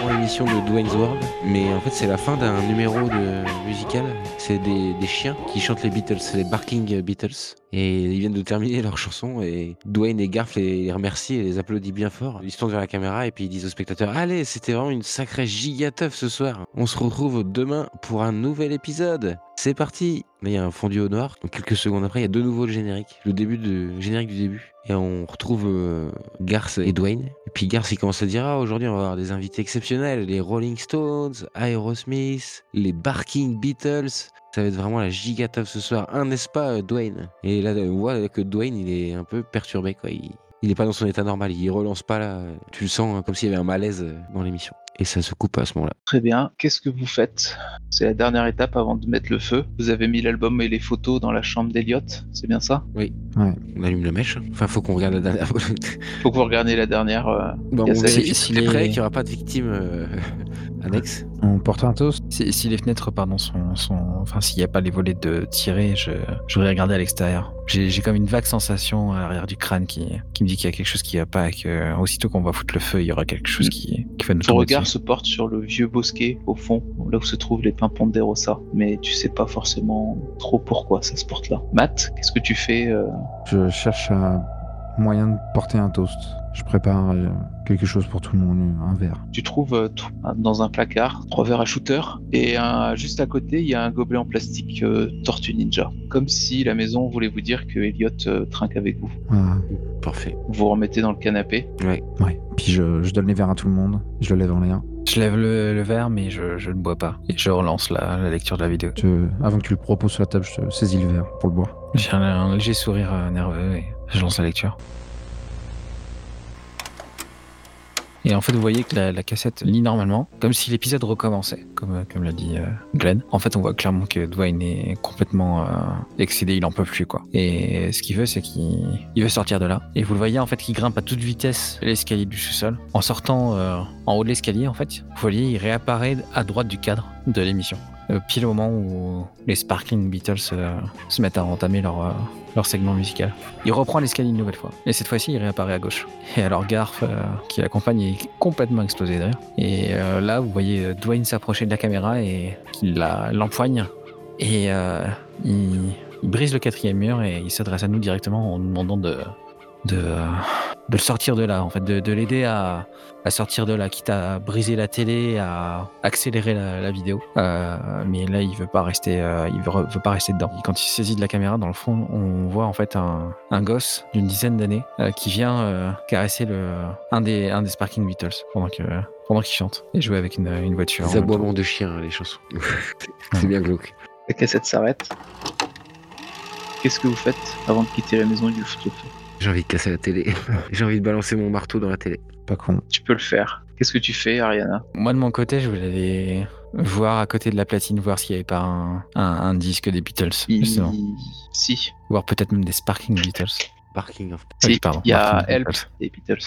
Speaker 1: Pour l'émission de Dwayne's World, mais en fait, c'est la fin d'un numéro de musical. C'est des, des chiens qui chantent les Beatles, les Barking Beatles. Et ils viennent de terminer leur chanson et Dwayne et Garf les, les remercient et les applaudissent bien fort. Ils se tournent vers la caméra et puis ils disent aux spectateurs Allez, c'était vraiment une sacrée giga teuf ce soir. On se retrouve demain pour un nouvel épisode. C'est parti Mais il y a un fondu au noir. Donc quelques secondes après, il y a de nouveau le générique. Le début de générique du début. Et on retrouve euh, Garth et Dwayne. Et puis Garth, il commence à dire Ah, aujourd'hui, on va avoir des invités exceptionnels. Les Rolling Stones, Aerosmith, les Barking Beatles. Ça va être vraiment la giga taf ce soir. Un, n'est-ce pas, euh, Dwayne Et là, on voit que Dwayne, il est un peu perturbé, quoi. Il, il est pas dans son état normal. Il relance pas, là. Tu le sens euh, comme s'il y avait un malaise euh, dans l'émission. Et ça se coupe à ce moment-là.
Speaker 4: Très bien. Qu'est-ce que vous faites C'est la dernière étape avant de mettre le feu. Vous avez mis l'album et les photos dans la chambre d'Eliott, c'est bien ça
Speaker 1: On allume la mèche. Enfin, faut qu'on regarde la dernière.
Speaker 4: Faut que vous regardiez la dernière. euh,
Speaker 1: Bon,
Speaker 4: Il y a
Speaker 1: on
Speaker 4: ça,
Speaker 1: vérifie
Speaker 2: si-
Speaker 1: si
Speaker 2: si les-
Speaker 1: prêt, qu'il n'y aura pas de victime euh, annexe.
Speaker 5: On porte un toast.
Speaker 2: Si, si les fenêtres, pardon, sont. sont- enfin, s'il n'y a pas les volets de tirer, je, je vais regarder à l'extérieur. J'ai j'ai comme une vague sensation à l'arrière du crâne qui, qui me dit qu'il y a quelque chose qui va pas et que aussitôt qu'on va foutre le feu, il y aura quelque chose qui, qui va nous
Speaker 4: Ton
Speaker 2: tomber
Speaker 4: regard
Speaker 2: dessus.
Speaker 4: se porte sur le vieux bosquet au fond, là où se trouvent les pimpons de Rosa, mais tu sais pas forcément trop pourquoi ça se porte là. Matt, qu'est-ce que tu fais euh,
Speaker 5: Je cherche un moyen de porter un toast. Je prépare euh, quelque chose pour tout le monde, un verre.
Speaker 4: Tu trouves euh, tout- dans un placard trois verres à shooter et un- juste à côté, il y a un gobelet en plastique euh, Tortue Ninja. Comme si la maison voulait vous dire que Elliot euh, trinque avec vous.
Speaker 5: Voilà.
Speaker 1: Parfait.
Speaker 4: Vous vous remettez dans le canapé.
Speaker 5: Euh, Ouais. Puis je, je donne les verres à tout le monde. Je le lève en l'air.
Speaker 2: Je lève le, le verre, mais je, je ne bois pas. Et je relance la, la lecture de la vidéo.
Speaker 5: Je- avant que tu le proposes sur la table, je te saisis le verre pour le boire.
Speaker 2: J'ai un, un léger sourire euh, nerveux et je lance la lecture. Et en fait, vous voyez que la, la cassette lit normalement, comme si l'épisode recommençait, comme, euh, comme l'a dit euh, Glenn. En fait, on voit clairement que Dwayne est complètement euh, excédé, il en peut plus, quoi. Et ce qu'il veut, c'est qu'il il veut sortir de là. Et vous le voyez, en fait, qu'il grimpe à toute vitesse l'escalier du sous-sol. En sortant euh, en haut de l'escalier, en fait, vous voyez, il réapparaît à droite du cadre de l'émission. Euh, pile au moment où les Sparkling Beatles euh, se mettent à entamer leur, euh, leur segment musical. Il reprend l'escalier une nouvelle fois. Et cette fois-ci, il réapparaît à gauche. Et alors Garf, euh, qui l'accompagne, est complètement explosé derrière. Et euh, là, vous voyez euh, Dwayne s'approcher de la caméra et il la- l'empoigne. Et euh, il, il brise le quatrième mur et il s'adresse à nous directement en nous demandant de, de, euh, de le sortir de là, en fait, de, de l'aider à, à sortir de là, quitte à briser la télé, à accélérer la, la vidéo. Euh, mais là, il veut pas rester, euh, il veut, re- veut pas rester dedans. Et quand il saisit de la caméra, dans le fond, on voit en fait un, un gosse d'une dizaine d'années euh, qui vient euh, caresser le un des un des Sparking Beatles pendant que pendant qu'il chante et jouer avec une, une voiture. en
Speaker 1: Les
Speaker 2: même temps.
Speaker 1: aboiements de chiens, hein, les chansons. C'est bien glauque.
Speaker 4: La cassette s'arrête. Qu'est-ce que vous faites avant de quitter la maison du foot
Speaker 1: J'ai envie de casser la télé. J'ai envie de balancer mon marteau dans la télé.
Speaker 5: Pas con.
Speaker 4: Tu peux le faire. Qu'est-ce que tu fais, Ariana
Speaker 2: Moi, de mon côté, je voulais aller voir à côté de la platine, voir s'il n'y avait pas un, un, un disque des Beatles, justement.
Speaker 4: Si.
Speaker 2: Voir peut-être même des Sparking Beatles. Ah
Speaker 1: Parking of.
Speaker 4: Si,
Speaker 2: Oui, pardon,
Speaker 4: il y a
Speaker 2: Sparking
Speaker 4: Help
Speaker 2: Beatles.
Speaker 4: des Beatles.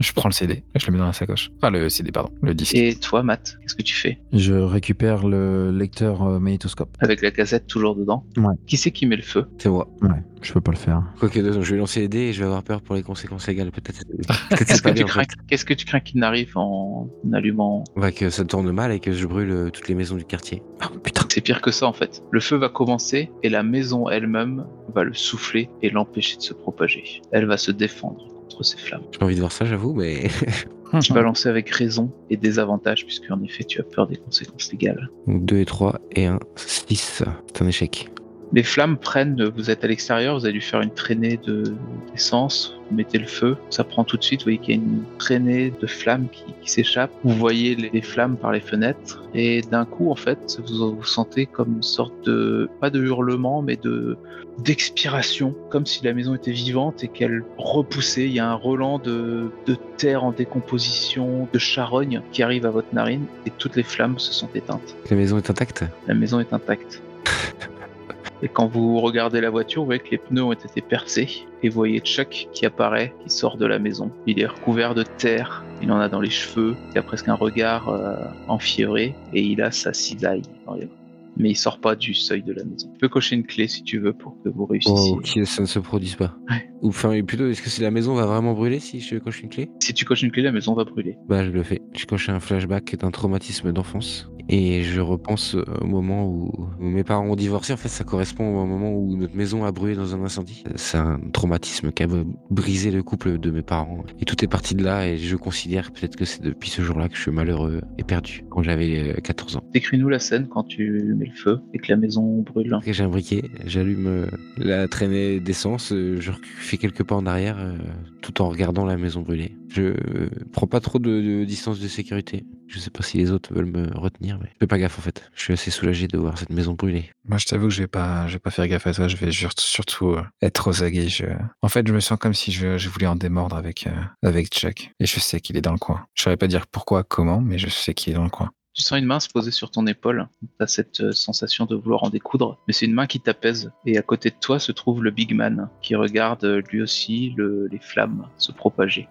Speaker 2: Je prends le CD et je le mets dans la sacoche. Enfin, le CD, pardon, le disque.
Speaker 4: Et toi, Matt, qu'est-ce que tu fais
Speaker 5: Je récupère le lecteur euh, magnétoscope.
Speaker 4: Avec la cassette toujours dedans
Speaker 5: Ouais.
Speaker 4: Qui c'est qui met le feu
Speaker 1: C'est moi.
Speaker 5: Ouais, je peux pas le faire.
Speaker 1: Quoi que deux, je vais lancer les dés et je vais avoir peur pour les conséquences légales. Peut-être. Peut-être
Speaker 4: Qu'est-ce
Speaker 1: c'est
Speaker 4: que,
Speaker 1: pas
Speaker 4: tu
Speaker 1: bien. en
Speaker 4: crains
Speaker 1: fait.
Speaker 4: Qu'est-ce que tu crains qu'il n'arrive en allumant
Speaker 1: Ouais, que ça tourne mal et que je brûle euh, toutes les maisons du quartier.
Speaker 5: Ah putain.
Speaker 4: C'est pire que ça en fait. Le feu va commencer et la maison elle-même va le souffler et l'empêcher de se propager. Elle va se défendre contre ces flammes.
Speaker 1: J'ai pas envie de voir ça, j'avoue, mais.
Speaker 2: Ah,
Speaker 4: Tu
Speaker 2: Mmh.
Speaker 4: vas lancer avec raison et désavantage puisque en effet tu as peur des conséquences légales.
Speaker 1: Donc 2 et 3 et 1, 6. C'est un échec.
Speaker 4: Les flammes prennent, vous êtes à l'extérieur, vous avez dû faire une traînée de- d'essence, vous mettez le feu, ça prend tout de suite, vous voyez qu'il y a une traînée de flammes qui, qui s'échappe, vous voyez les, les flammes par les fenêtres, et d'un coup, en fait, vous vous sentez comme une sorte de, pas de hurlement, mais de d'expiration, comme si la maison était vivante et qu'elle repoussait, il y a un relent de, de terre en décomposition, de charogne qui arrive à votre narine, et toutes les flammes se sont éteintes.
Speaker 1: La maison est intacte
Speaker 4: La maison est intacte. Et quand vous regardez la voiture, vous voyez que les pneus ont été percés et vous voyez Chuck qui apparaît, qui sort de la maison. Il est recouvert de terre, il en a dans les cheveux, il a presque un regard euh, enfiévré et il a sa cisaille dans les mains. Mais il sort pas du seuil de la maison. Tu peux cocher une clé si tu veux pour que vous réussissiez.
Speaker 1: Oh, que ça ne se produise pas.
Speaker 4: Ouais.
Speaker 1: Ou enfin, plutôt, est-ce que si la maison va vraiment brûler si je coche une clé
Speaker 4: Si tu coches une clé, la maison va brûler.
Speaker 1: Bah, je le fais. Je coche un flashback d'un traumatisme d'enfance. Et je repense euh, au moment où où mes parents ont divorcé. En fait, ça correspond au moment où notre maison a brûlé dans un incendie. C'est un traumatisme qui a brisé le couple de mes parents. Et tout est parti de là. Et je considère peut-être que c'est depuis ce jour-là que je suis malheureux et perdu quand j'avais euh, 14 ans.
Speaker 4: Décris-nous la scène quand tu mets le feu et que la maison brûle.
Speaker 1: Ok, J'ai un briquet, j'allume euh, la traînée d'essence, euh, je recu- fais quelques pas en arrière euh, tout en regardant la maison brûler. Je euh, prends pas trop de, de distance de sécurité. Je sais pas si les autres veulent me retenir, mais je fais pas gaffe en fait. Je suis assez soulagé de voir cette maison brûler.
Speaker 2: Moi, je t'avoue que je vais pas, je vais pas faire gaffe à toi. Je vais jur- surtout euh, être aux aguets. Je... En fait, je me sens comme si je, je voulais en démordre avec, euh, avec Chuck. Et je sais qu'il est dans le coin. Je saurais pas dire pourquoi, comment, mais je sais qu'il est dans le coin.
Speaker 4: Tu sens une main se poser sur ton épaule. T'as cette euh, sensation de vouloir en découdre, mais c'est une main qui t'apaise. Et à côté de toi se trouve le big man, qui regarde euh, lui aussi le- les flammes se propager.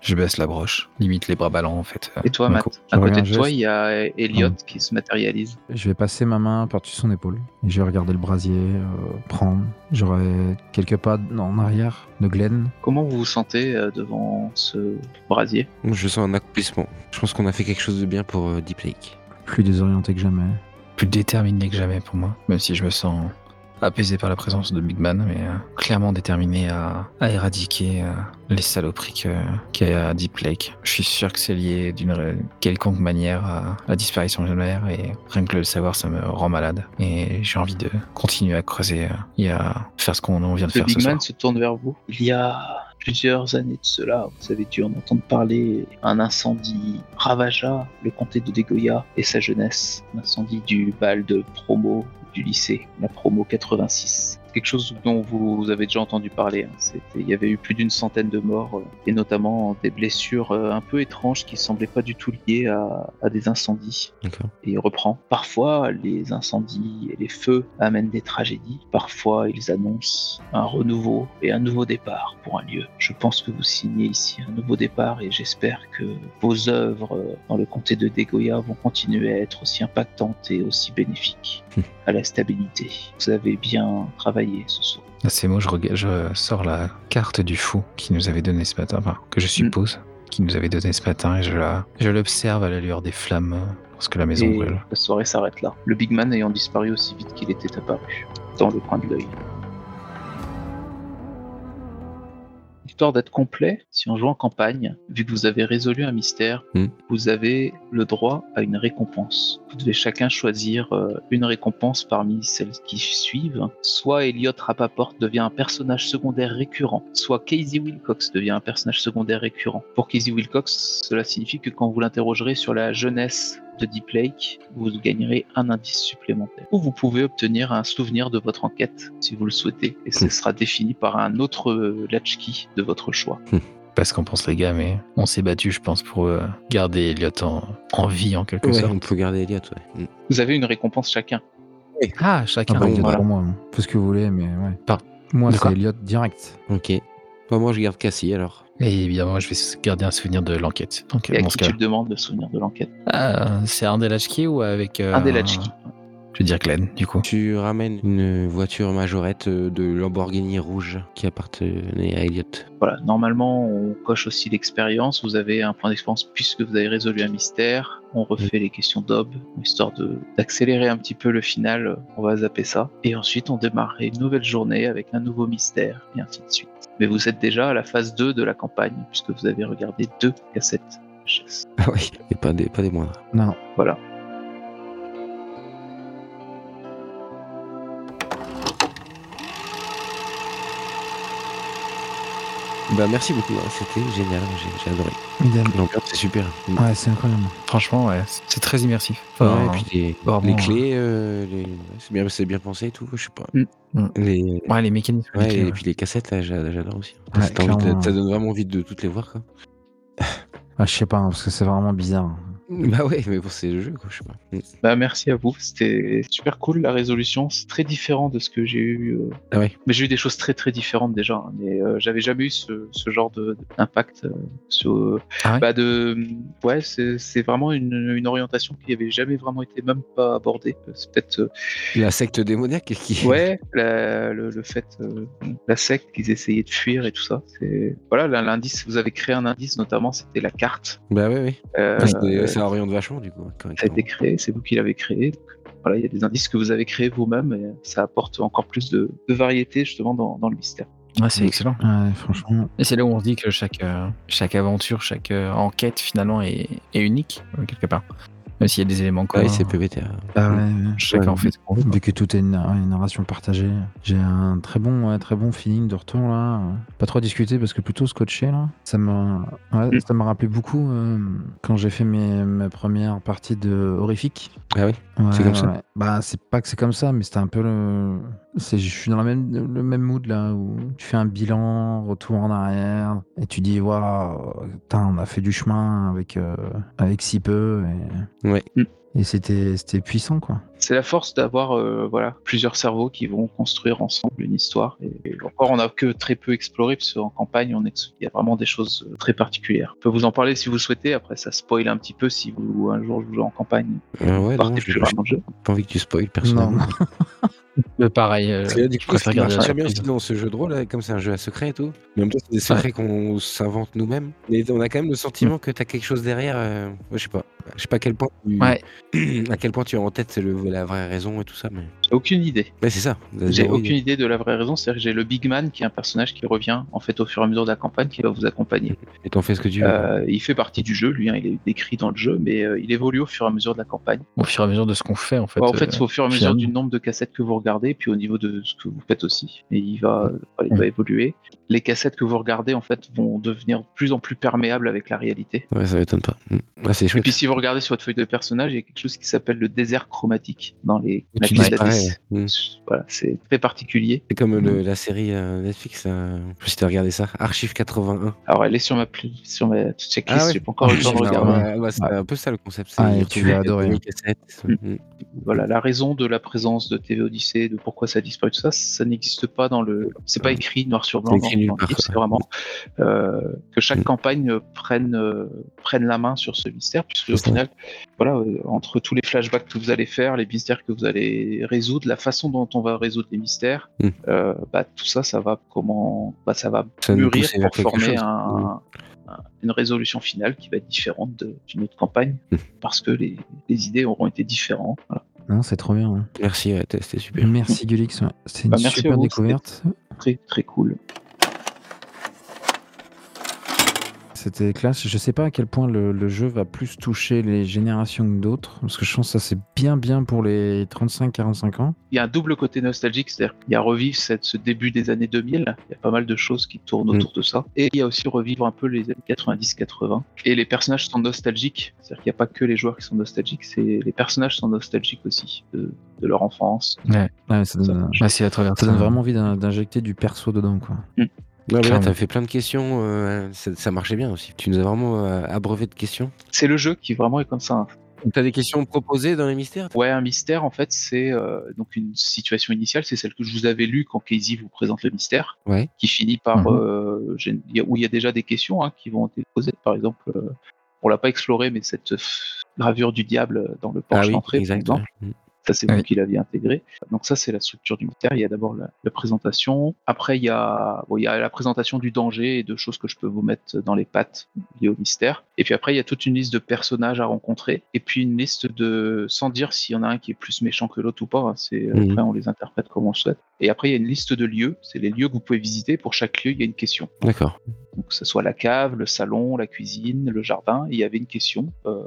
Speaker 2: Je baisse la broche, limite les bras ballants en fait.
Speaker 4: Et toi,
Speaker 5: Donc,
Speaker 4: Matt,
Speaker 5: je
Speaker 4: à côté
Speaker 5: regarde
Speaker 4: de toi,
Speaker 5: juste.
Speaker 4: il y a Elliot qui se matérialise.
Speaker 5: Je vais passer ma main par-dessus son épaule et je vais regarder le brasier, euh, prendre. J'aurai quelques pas en arrière de Glenn.
Speaker 4: Comment vous vous sentez euh, devant ce brasier
Speaker 1: Moi, Je sens un accomplissement. Je pense qu'on a fait quelque chose de bien pour euh, Deep Lake.
Speaker 5: Plus désorienté que jamais.
Speaker 2: Plus déterminé que jamais pour moi, même si je me sens apaisé par la présence de Big Man, mais euh, clairement déterminé à, à éradiquer euh, les saloperies que- qu'il y a à Deep Lake. Je suis sûr que c'est lié d'une ra- quelconque manière à la disparition de la mer, et rien que le savoir, ça me rend malade. Et j'ai envie de continuer à creuser euh, et à faire ce qu'on vient
Speaker 4: Le
Speaker 2: de faire ce
Speaker 4: Big Man
Speaker 2: soir.
Speaker 4: se tourne vers vous. Il y a plusieurs années de cela, vous avez dû en entendre parler, un incendie ravagea le comté de Degoya et sa jeunesse. L'incendie du bal de promo du lycée, la promo 86. Quelque chose dont vous avez déjà entendu parler. hein. C'était- Il y avait eu plus d'une centaine de morts, euh, et notamment des blessures euh, un peu étranges qui semblaient pas du tout liées à- à des incendies
Speaker 1: D'accord.
Speaker 4: et il reprend. Parfois, les incendies et les feux amènent des tragédies. Parfois, ils annoncent un renouveau et un nouveau départ pour un lieu. Je pense que vous signez ici un nouveau départ et j'espère que vos œuvres euh, dans le comté de Degoya vont continuer à être aussi impactantes et aussi bénéfiques à la stabilité. Vous avez bien travaillé ce soir.
Speaker 2: À ces mots, Ah, je, rega- je sors la carte du fou qui nous avait donné ce matin, enfin, que je suppose qu'il nous avait donné ce matin, et je la, je l'observe à la lueur des flammes euh, lorsque la maison
Speaker 4: Et
Speaker 2: brûle.
Speaker 4: la soirée s'arrête là. Le Big Man ayant disparu aussi vite qu'il était apparu, dans le coin de l'œil. Histoire d'être complet, si on joue en campagne, vu que vous avez résolu un mystère,
Speaker 1: Mm.
Speaker 4: vous avez le droit à une récompense. Vous devez chacun choisir euh, une récompense parmi celles qui suivent. Soit Elliot Rappaport devient un personnage secondaire récurrent, soit Casey Wilcox devient un personnage secondaire récurrent. Pour Casey Wilcox, cela signifie que quand vous l'interrogerez sur la jeunesse de Deep Lake, vous gagnerez un indice supplémentaire. Ou vous pouvez obtenir un souvenir de votre enquête, si vous le souhaitez, et ce
Speaker 1: Mm.
Speaker 4: sera défini par un autre euh, latchkey de votre choix.
Speaker 2: Pas ce qu'en pensent les gars, mais on s'est battu, je pense, pour euh, garder Elliot en, en vie en quelque
Speaker 1: Ouais,
Speaker 2: sorte.
Speaker 1: on peut garder Elliot, ouais. Mm.
Speaker 4: Vous avez une récompense chacun.
Speaker 2: Ah, chacun
Speaker 5: Ah bah,
Speaker 1: bon,
Speaker 5: Elliot
Speaker 1: voilà.
Speaker 5: pour moi. hein. Faites ce que vous voulez, mais ouais.
Speaker 2: Par-
Speaker 5: Moi,
Speaker 2: De
Speaker 5: c'est
Speaker 2: quoi
Speaker 5: Elliot direct.
Speaker 1: Ok. Bah, moi, je garde Cassie alors.
Speaker 2: Et évidemment, je vais garder un souvenir de l'enquête. Donc,
Speaker 4: et à
Speaker 2: dans
Speaker 4: qui
Speaker 2: ce
Speaker 4: tu
Speaker 2: cas.
Speaker 4: le demandes le souvenir de l'enquête
Speaker 2: Ah, c'est un des latchkeys ou avec. euh,
Speaker 4: Un des latchkeys.
Speaker 2: Je vais dire Glenn, du coup.
Speaker 1: Tu ramènes une voiture majorette euh, de Lamborghini rouge qui appartenait à Elliot.
Speaker 4: Voilà, normalement, on coche aussi l'expérience. Vous avez un point d'expérience puisque vous avez résolu un mystère. On refait les questions d'Ob, histoire de- d'accélérer un petit peu le final. On va zapper ça. Et ensuite, on démarrerait une nouvelle journée avec un nouveau mystère, et ainsi de suite. Mais vous êtes déjà à la phase 2 de la campagne, puisque vous avez regardé deux cassettes de chasse.
Speaker 1: Ah oui. Et pas des, pas des moindres.
Speaker 5: Non.
Speaker 4: Voilà.
Speaker 1: Bah, merci beaucoup. hein. C'était génial. J'ai- J'ai adoré.
Speaker 5: Idéal.
Speaker 1: L'ambiance, c'est super. Mm.
Speaker 5: Ouais, c'est incroyable.
Speaker 2: Franchement, ouais, c'est- c'est très immersif.
Speaker 1: Ouais,
Speaker 2: Enfin,
Speaker 1: et puis oh, les,
Speaker 2: bon,
Speaker 1: les
Speaker 2: bon,
Speaker 1: clés, euh, les- ouais, c'est bien, c'est bien pensé et tout, je sais pas.
Speaker 4: Mm.
Speaker 2: Mm.
Speaker 1: Les-
Speaker 2: ouais, les mécanismes. les
Speaker 1: ouais,
Speaker 2: clés,
Speaker 1: et
Speaker 2: ouais.
Speaker 1: puis les cassettes, là, j'a- j'adore aussi.
Speaker 5: Ouais,
Speaker 1: Ça, t'as envie de-
Speaker 5: clairement.
Speaker 1: ça donne vraiment envie de toutes les voir, quoi.
Speaker 5: Ah, je sais pas, hein, parce que c'est vraiment bizarre.
Speaker 1: Bah ouais, mais bon, c'est le jeu, quoi, je sais pas. Mm.
Speaker 4: Bah, merci à vous. C'était super cool la résolution. C'est très différent de ce que j'ai eu. euh,
Speaker 1: Ah ouais.
Speaker 4: Mais j'ai eu des choses très très différentes déjà. hein. Mais euh, j'avais jamais eu ce, ce genre de- d'impact euh, sur.
Speaker 2: Ah ouais
Speaker 4: bah, de... ouais c'est c'est vraiment une, une orientation qui avait jamais vraiment été même pas abordée. C'est peut-être. euh,
Speaker 1: La secte démoniaque qui.
Speaker 4: Ouais, la- le, le fait. euh, la secte qu'ils essayaient de fuir et tout ça. c'est- Voilà, l'in- l'indice, vous avez créé un indice notamment, c'était la carte.
Speaker 1: Bah ouais, ouais.
Speaker 4: Euh,
Speaker 1: Ça ça oriente vachement, du coup.
Speaker 4: ça a été créé, c'est vous qui l'avez créé. Donc, voilà, il y a des indices que vous avez créés vous-même et ça apporte encore plus de, de variété justement dans, dans le mystère.
Speaker 2: Ouais, c'est excellent.
Speaker 5: Ouais, franchement.
Speaker 2: Et c'est là où on se dit que chaque, euh, chaque aventure, chaque euh, enquête finalement est, est unique, euh, quelque part. Même s'il y a des éléments communs,
Speaker 1: Ouais, c'est PVT. hein.
Speaker 5: Bah, ouais, ouais.
Speaker 2: chacun en fait ce qu'on veut.
Speaker 5: Vu que tout est une, une narration partagée, j'ai un très bon, ouais, très bon feeling de retour là. Pas trop discuté parce que plutôt scotché là. Ça m'a, ouais,
Speaker 4: Mm.
Speaker 5: ça m'a rappelé beaucoup euh, quand j'ai fait mes, mes premières parties de horrifique.
Speaker 1: Ah oui
Speaker 5: Ouais,
Speaker 1: C'est comme ça
Speaker 5: ouais. Bah c'est pas que c'est comme ça, mais c'était un peu le, c'est, je suis dans la même, le même mood là où tu fais un bilan, retour en arrière, et tu dis waouh, putain, on a fait du chemin avec euh, avec si peu. et-
Speaker 1: Ouais.
Speaker 4: Mm.
Speaker 5: Et c'était c'était puissant, quoi.
Speaker 4: C'est la force d'avoir euh, voilà, plusieurs cerveaux qui vont construire ensemble une histoire. Et, et encore, on n'a que très peu exploré, parce qu'en campagne, on est, il y a vraiment des choses euh, très particulières. Je peux vous en parler si vous souhaitez, après ça spoil un petit peu si vous, un jour je vous joue en campagne.
Speaker 1: Euh, ouais, non,
Speaker 4: partez
Speaker 1: j'ai
Speaker 4: plus vraiment le jeu.
Speaker 1: j'ai pas envie que tu spoil, personnellement.
Speaker 5: Non,
Speaker 2: Euh, pareil. euh,
Speaker 1: C'est là, du
Speaker 2: je
Speaker 1: coup, ce
Speaker 2: préfère
Speaker 1: qui
Speaker 2: garder
Speaker 1: marche
Speaker 2: la
Speaker 1: très bien
Speaker 2: surprise.
Speaker 1: aussi dans ce jeu de rôle, là, comme c'est un jeu à secret et tout. Mais en même temps, c'est des secrets qu'on s'invente nous-mêmes. Mais on a quand même le sentiment que t'as quelque chose derrière. euh, ouais, je sais pas. Je sais pas à quel point. Tu...
Speaker 2: Ouais.
Speaker 1: à quel point tu as en tête le- la vraie raison et tout ça. Mais,
Speaker 4: J'ai aucune idée.
Speaker 1: mais c'est ça.
Speaker 4: J'ai
Speaker 1: Zéro
Speaker 4: aucune idée de la vraie raison. C'est-à-dire que j'ai le Big Man qui est un personnage qui revient en fait au fur et à mesure de la campagne qui va vous accompagner.
Speaker 1: Et t'en fais ce que tu veux.
Speaker 4: Euh, il fait partie du jeu, lui, hein, il est décrit dans le jeu, mais euh, il évolue au fur et à mesure de la campagne.
Speaker 2: Au fur et à mesure de ce qu'on fait, en fait.
Speaker 4: Ouais, En fait,
Speaker 2: euh,
Speaker 4: c'est au fur et à mesure
Speaker 2: finalement.
Speaker 4: du nombre de cassettes que vous regardez, puis au niveau de ce que vous faites aussi. Et il va, euh, il va évoluer. Les cassettes que vous regardez, en fait, vont devenir de plus en plus perméables avec la réalité.
Speaker 1: Ouais, ça m'étonne pas. Mm. Ah, c'est
Speaker 4: Et
Speaker 1: chouette.
Speaker 4: puis, si vous regardez sur votre feuille de personnage, il y a quelque chose qui s'appelle le désert chromatique dans les
Speaker 1: Où
Speaker 4: la
Speaker 1: tu
Speaker 4: cassette.
Speaker 1: disparais, ouais. Mm.
Speaker 4: Voilà, c'est très particulier.
Speaker 1: C'est comme le- la série euh, Netflix. euh, Je sais pas si t'as regardé ça. Archive 81.
Speaker 4: Alors, elle est sur ma, pla- sur ma checklist,
Speaker 1: Ah ouais.
Speaker 4: j'ai pas encore eu le temps de
Speaker 5: Archive
Speaker 4: regarder.
Speaker 5: 81.
Speaker 1: Ouais, ouais, c'est un peu ça le concept.
Speaker 5: Ah,
Speaker 1: c'est-
Speaker 5: et tu vas adorer.
Speaker 1: les cassettes.
Speaker 4: Mm.
Speaker 1: Mm.
Speaker 4: voilà, la raison de la présence de TV Odyssée, de pourquoi ça a disparu, tout ça, ça n'existe pas dans le. C'est pas
Speaker 1: Ouais.
Speaker 4: écrit noir sur blanc.
Speaker 1: C'est écrit
Speaker 4: dans-
Speaker 1: nulle
Speaker 4: dans le
Speaker 1: part,
Speaker 4: livre,
Speaker 1: quoi.
Speaker 4: C'est vraiment euh, que chaque
Speaker 1: Mm.
Speaker 4: campagne euh, prenne, euh, prenne la main sur ce mystère, puisque au
Speaker 1: C'est ça.
Speaker 4: final, voilà, euh, entre tous les flashbacks que vous allez faire, les mystères que vous allez résoudre, la façon dont on va résoudre les mystères,
Speaker 1: Mm.
Speaker 4: euh, bah, tout ça, ça va comment, bah, ça va
Speaker 1: Ça nous
Speaker 4: mûrir
Speaker 1: pousse vers
Speaker 4: pour
Speaker 1: quelque
Speaker 4: former hein.
Speaker 1: chose. Mm.
Speaker 4: un- un- une résolution finale qui va être différente de- d'une autre campagne,
Speaker 1: Mm.
Speaker 4: parce que les, les idées auront été différentes. Voilà.
Speaker 5: non c'est trop bien. hein.
Speaker 1: Merci, ouais, t'es- c'était super.
Speaker 5: Merci Gulix, ouais. c'est une
Speaker 4: Bah, merci à
Speaker 5: super
Speaker 4: vous,
Speaker 5: découverte.
Speaker 4: très très cool.
Speaker 5: C'était classe. Je sais pas à quel point le, le jeu va plus toucher les générations que d'autres, parce que je pense que ça c'est bien bien pour les 35-45 ans.
Speaker 4: Il y a un double côté nostalgique, c'est-à-dire qu'il y a revivre cette- ce début des années 2000, il y a pas mal de choses qui tournent
Speaker 1: Mm.
Speaker 4: autour de ça, et il y a aussi revivre un peu les années 90-80. Et les personnages sont nostalgiques, c'est-à-dire qu'il n'y a pas que les joueurs qui sont nostalgiques, c'est les personnages sont nostalgiques aussi de, de leur enfance.
Speaker 5: Mm. Ouais, Ah, ça
Speaker 4: Ça
Speaker 5: donne,
Speaker 2: Bah, c'est à travers
Speaker 5: ça donne
Speaker 2: ça.
Speaker 5: vraiment envie d'in- d'injecter du perso dedans, quoi.
Speaker 1: Non, mais là,
Speaker 2: Clairement.
Speaker 1: t'as fait plein de questions. euh, ça, ça marchait bien aussi. Tu nous as vraiment euh, abreuvé de questions.
Speaker 4: C'est le jeu qui vraiment est comme ça. hein.
Speaker 1: T'as des questions proposées dans les mystères
Speaker 4: Ouais, un mystère en fait, c'est euh, donc une situation initiale, c'est celle que je vous avais lue quand Casey vous présente le mystère.
Speaker 1: Ouais.
Speaker 4: qui finit par
Speaker 2: Mhm.
Speaker 4: euh, gén- il y a- où il y a déjà des questions hein, qui vont être posées. Par exemple, euh, on l'a pas exploré, mais cette f- gravure du diable euh, dans le
Speaker 1: Ah
Speaker 4: porche
Speaker 1: oui, Mm.
Speaker 4: d'entrée, par
Speaker 1: exactement.
Speaker 4: exemple, ça c'est
Speaker 2: Ah
Speaker 4: vous
Speaker 2: oui.
Speaker 4: qui l'aviez intégré. Donc ça c'est la structure du mystère. Il y a d'abord la, la présentation. Après il y a bon, il y a la présentation du danger et de choses que je peux vous mettre dans les pattes liées au mystère. Et puis après il y a toute une liste de personnages à rencontrer et puis une liste de sans dire s'il y en a un qui est plus méchant que l'autre ou pas. hein, C'est
Speaker 1: Mhm.
Speaker 4: après on les interprète comme on le souhaite. Et après il y a une liste de lieux. C'est les lieux que vous pouvez visiter. Pour chaque lieu il y a une question.
Speaker 1: D'accord.
Speaker 4: Donc, que ce soit la cave, le salon, la cuisine, le jardin. Et il y avait une question euh,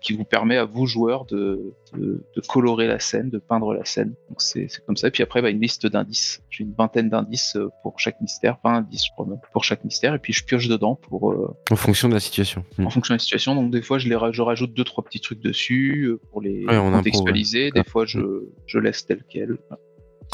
Speaker 4: qui vous permet à vous, joueurs, de, de, de colorer la scène, de peindre la scène. Donc, c'est c'est comme ça. Et puis après, bah, une liste d'indices. J'ai une vingtaine d'indices euh, pour chaque mystère, 20 indices je crois même, pour chaque mystère. Et puis, je pioche dedans pour, euh,
Speaker 1: En fonction de la situation. Mm.
Speaker 4: en fonction de la situation. Donc, des fois, je, les, ra- je rajoute deux, trois petits trucs dessus euh, pour les
Speaker 1: Ouais, on impro, ouais.
Speaker 4: contextualiser. Des
Speaker 1: Ouais.
Speaker 4: fois, je, je laisse tel quel.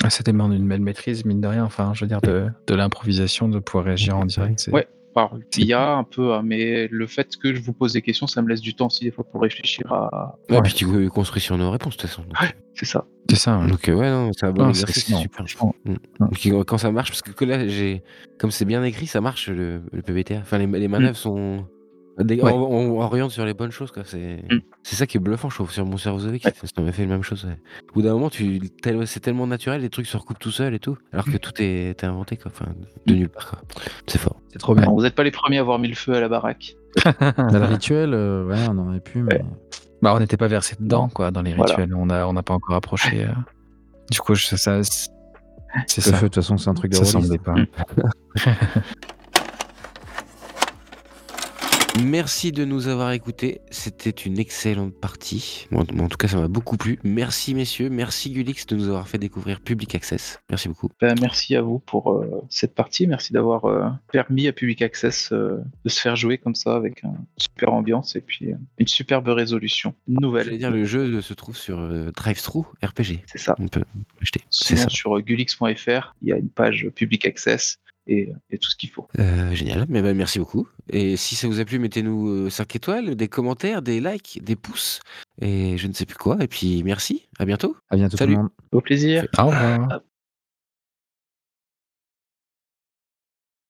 Speaker 2: Ah, Ça demande une belle maîtrise, mine de rien. Enfin, je veux dire, de, de l'improvisation, de pouvoir réagir en direct. c'est-
Speaker 4: Ouais. par l'IA un peu, hein, mais le fait que je vous pose des questions, ça me laisse du temps aussi des fois pour réfléchir à...
Speaker 1: Ouais,
Speaker 2: Ouais.
Speaker 1: puis tu euh, construis sur nos réponses de toute façon. Donc,
Speaker 4: C'est ça.
Speaker 2: C'est ça. ouais.
Speaker 1: donc, euh, ouais, non, c'est un bon
Speaker 2: Non, c'est
Speaker 1: exercice, c'est
Speaker 2: excellent,
Speaker 1: super.
Speaker 2: franchement.
Speaker 1: Mm.
Speaker 2: Ouais.
Speaker 1: Donc, euh, quand ça marche, parce que que là, j'ai, comme c'est bien écrit, ça marche le, le PBTA. Enfin, les, les
Speaker 4: Mm.
Speaker 1: manœuvres sont. des-
Speaker 2: Ouais.
Speaker 1: on, on oriente sur les bonnes choses, quoi. C'est,
Speaker 4: Mm.
Speaker 1: c'est ça qui est bluffant, je trouve, sur mon cerveau Zoé,
Speaker 4: Ouais.
Speaker 1: ça m'a fait la même chose. ouais. Au bout d'un moment, tu, tel- c'est tellement naturel, les trucs se recoupent tout seuls et tout, alors
Speaker 4: Mm.
Speaker 1: que tout est, t'es inventé, quoi. Enfin, de nulle part, quoi. C'est fort.
Speaker 2: C'est trop
Speaker 4: Alors, vous n'êtes pas les premiers à avoir mis le feu à la baraque.
Speaker 5: Bah, le rituel, euh, ouais, on aurait pu, mais
Speaker 2: Bah, on n'était pas versé dedans, quoi, dans les
Speaker 4: Voilà.
Speaker 2: rituels. On n'a on n'a pas encore approché. euh. Du coup, je- ça. c'est- C'est
Speaker 5: ce feu,
Speaker 2: ça.
Speaker 5: de toute façon, c'est un truc de
Speaker 2: Ça
Speaker 5: rôliste.
Speaker 2: semblait pas.
Speaker 4: Mm.
Speaker 1: Merci de nous avoir écoutés. C'était une excellente partie. Moi, en- moi, en tout cas, ça m'a beaucoup plu. Merci, messieurs. Merci, Gulix, de nous avoir fait découvrir Public Access. Merci beaucoup.
Speaker 4: Ben, merci à vous pour euh, cette partie. Merci d'avoir euh, permis à Public Access euh, de se faire jouer comme ça avec une super ambiance et puis euh, une superbe résolution. Une
Speaker 1: J'allais
Speaker 4: nouvelle.
Speaker 1: dire, le jeu se trouve sur euh, DriveThru RPG.
Speaker 4: C'est ça.
Speaker 1: On peut acheter. C'est
Speaker 4: Sinon,
Speaker 1: ça.
Speaker 4: sur euh, gulix.fr, il y a une page Public Access et, et tout ce qu'il faut.
Speaker 1: Euh, génial. Mais ben, merci beaucoup. Et si ça vous a plu, mettez-nous 5 étoiles, des commentaires, des likes, des pouces et je ne sais plus quoi. Et puis merci. À bientôt.
Speaker 5: À bientôt
Speaker 1: Salut.
Speaker 5: tout le monde.
Speaker 4: Au plaisir.
Speaker 2: Au revoir.
Speaker 4: À-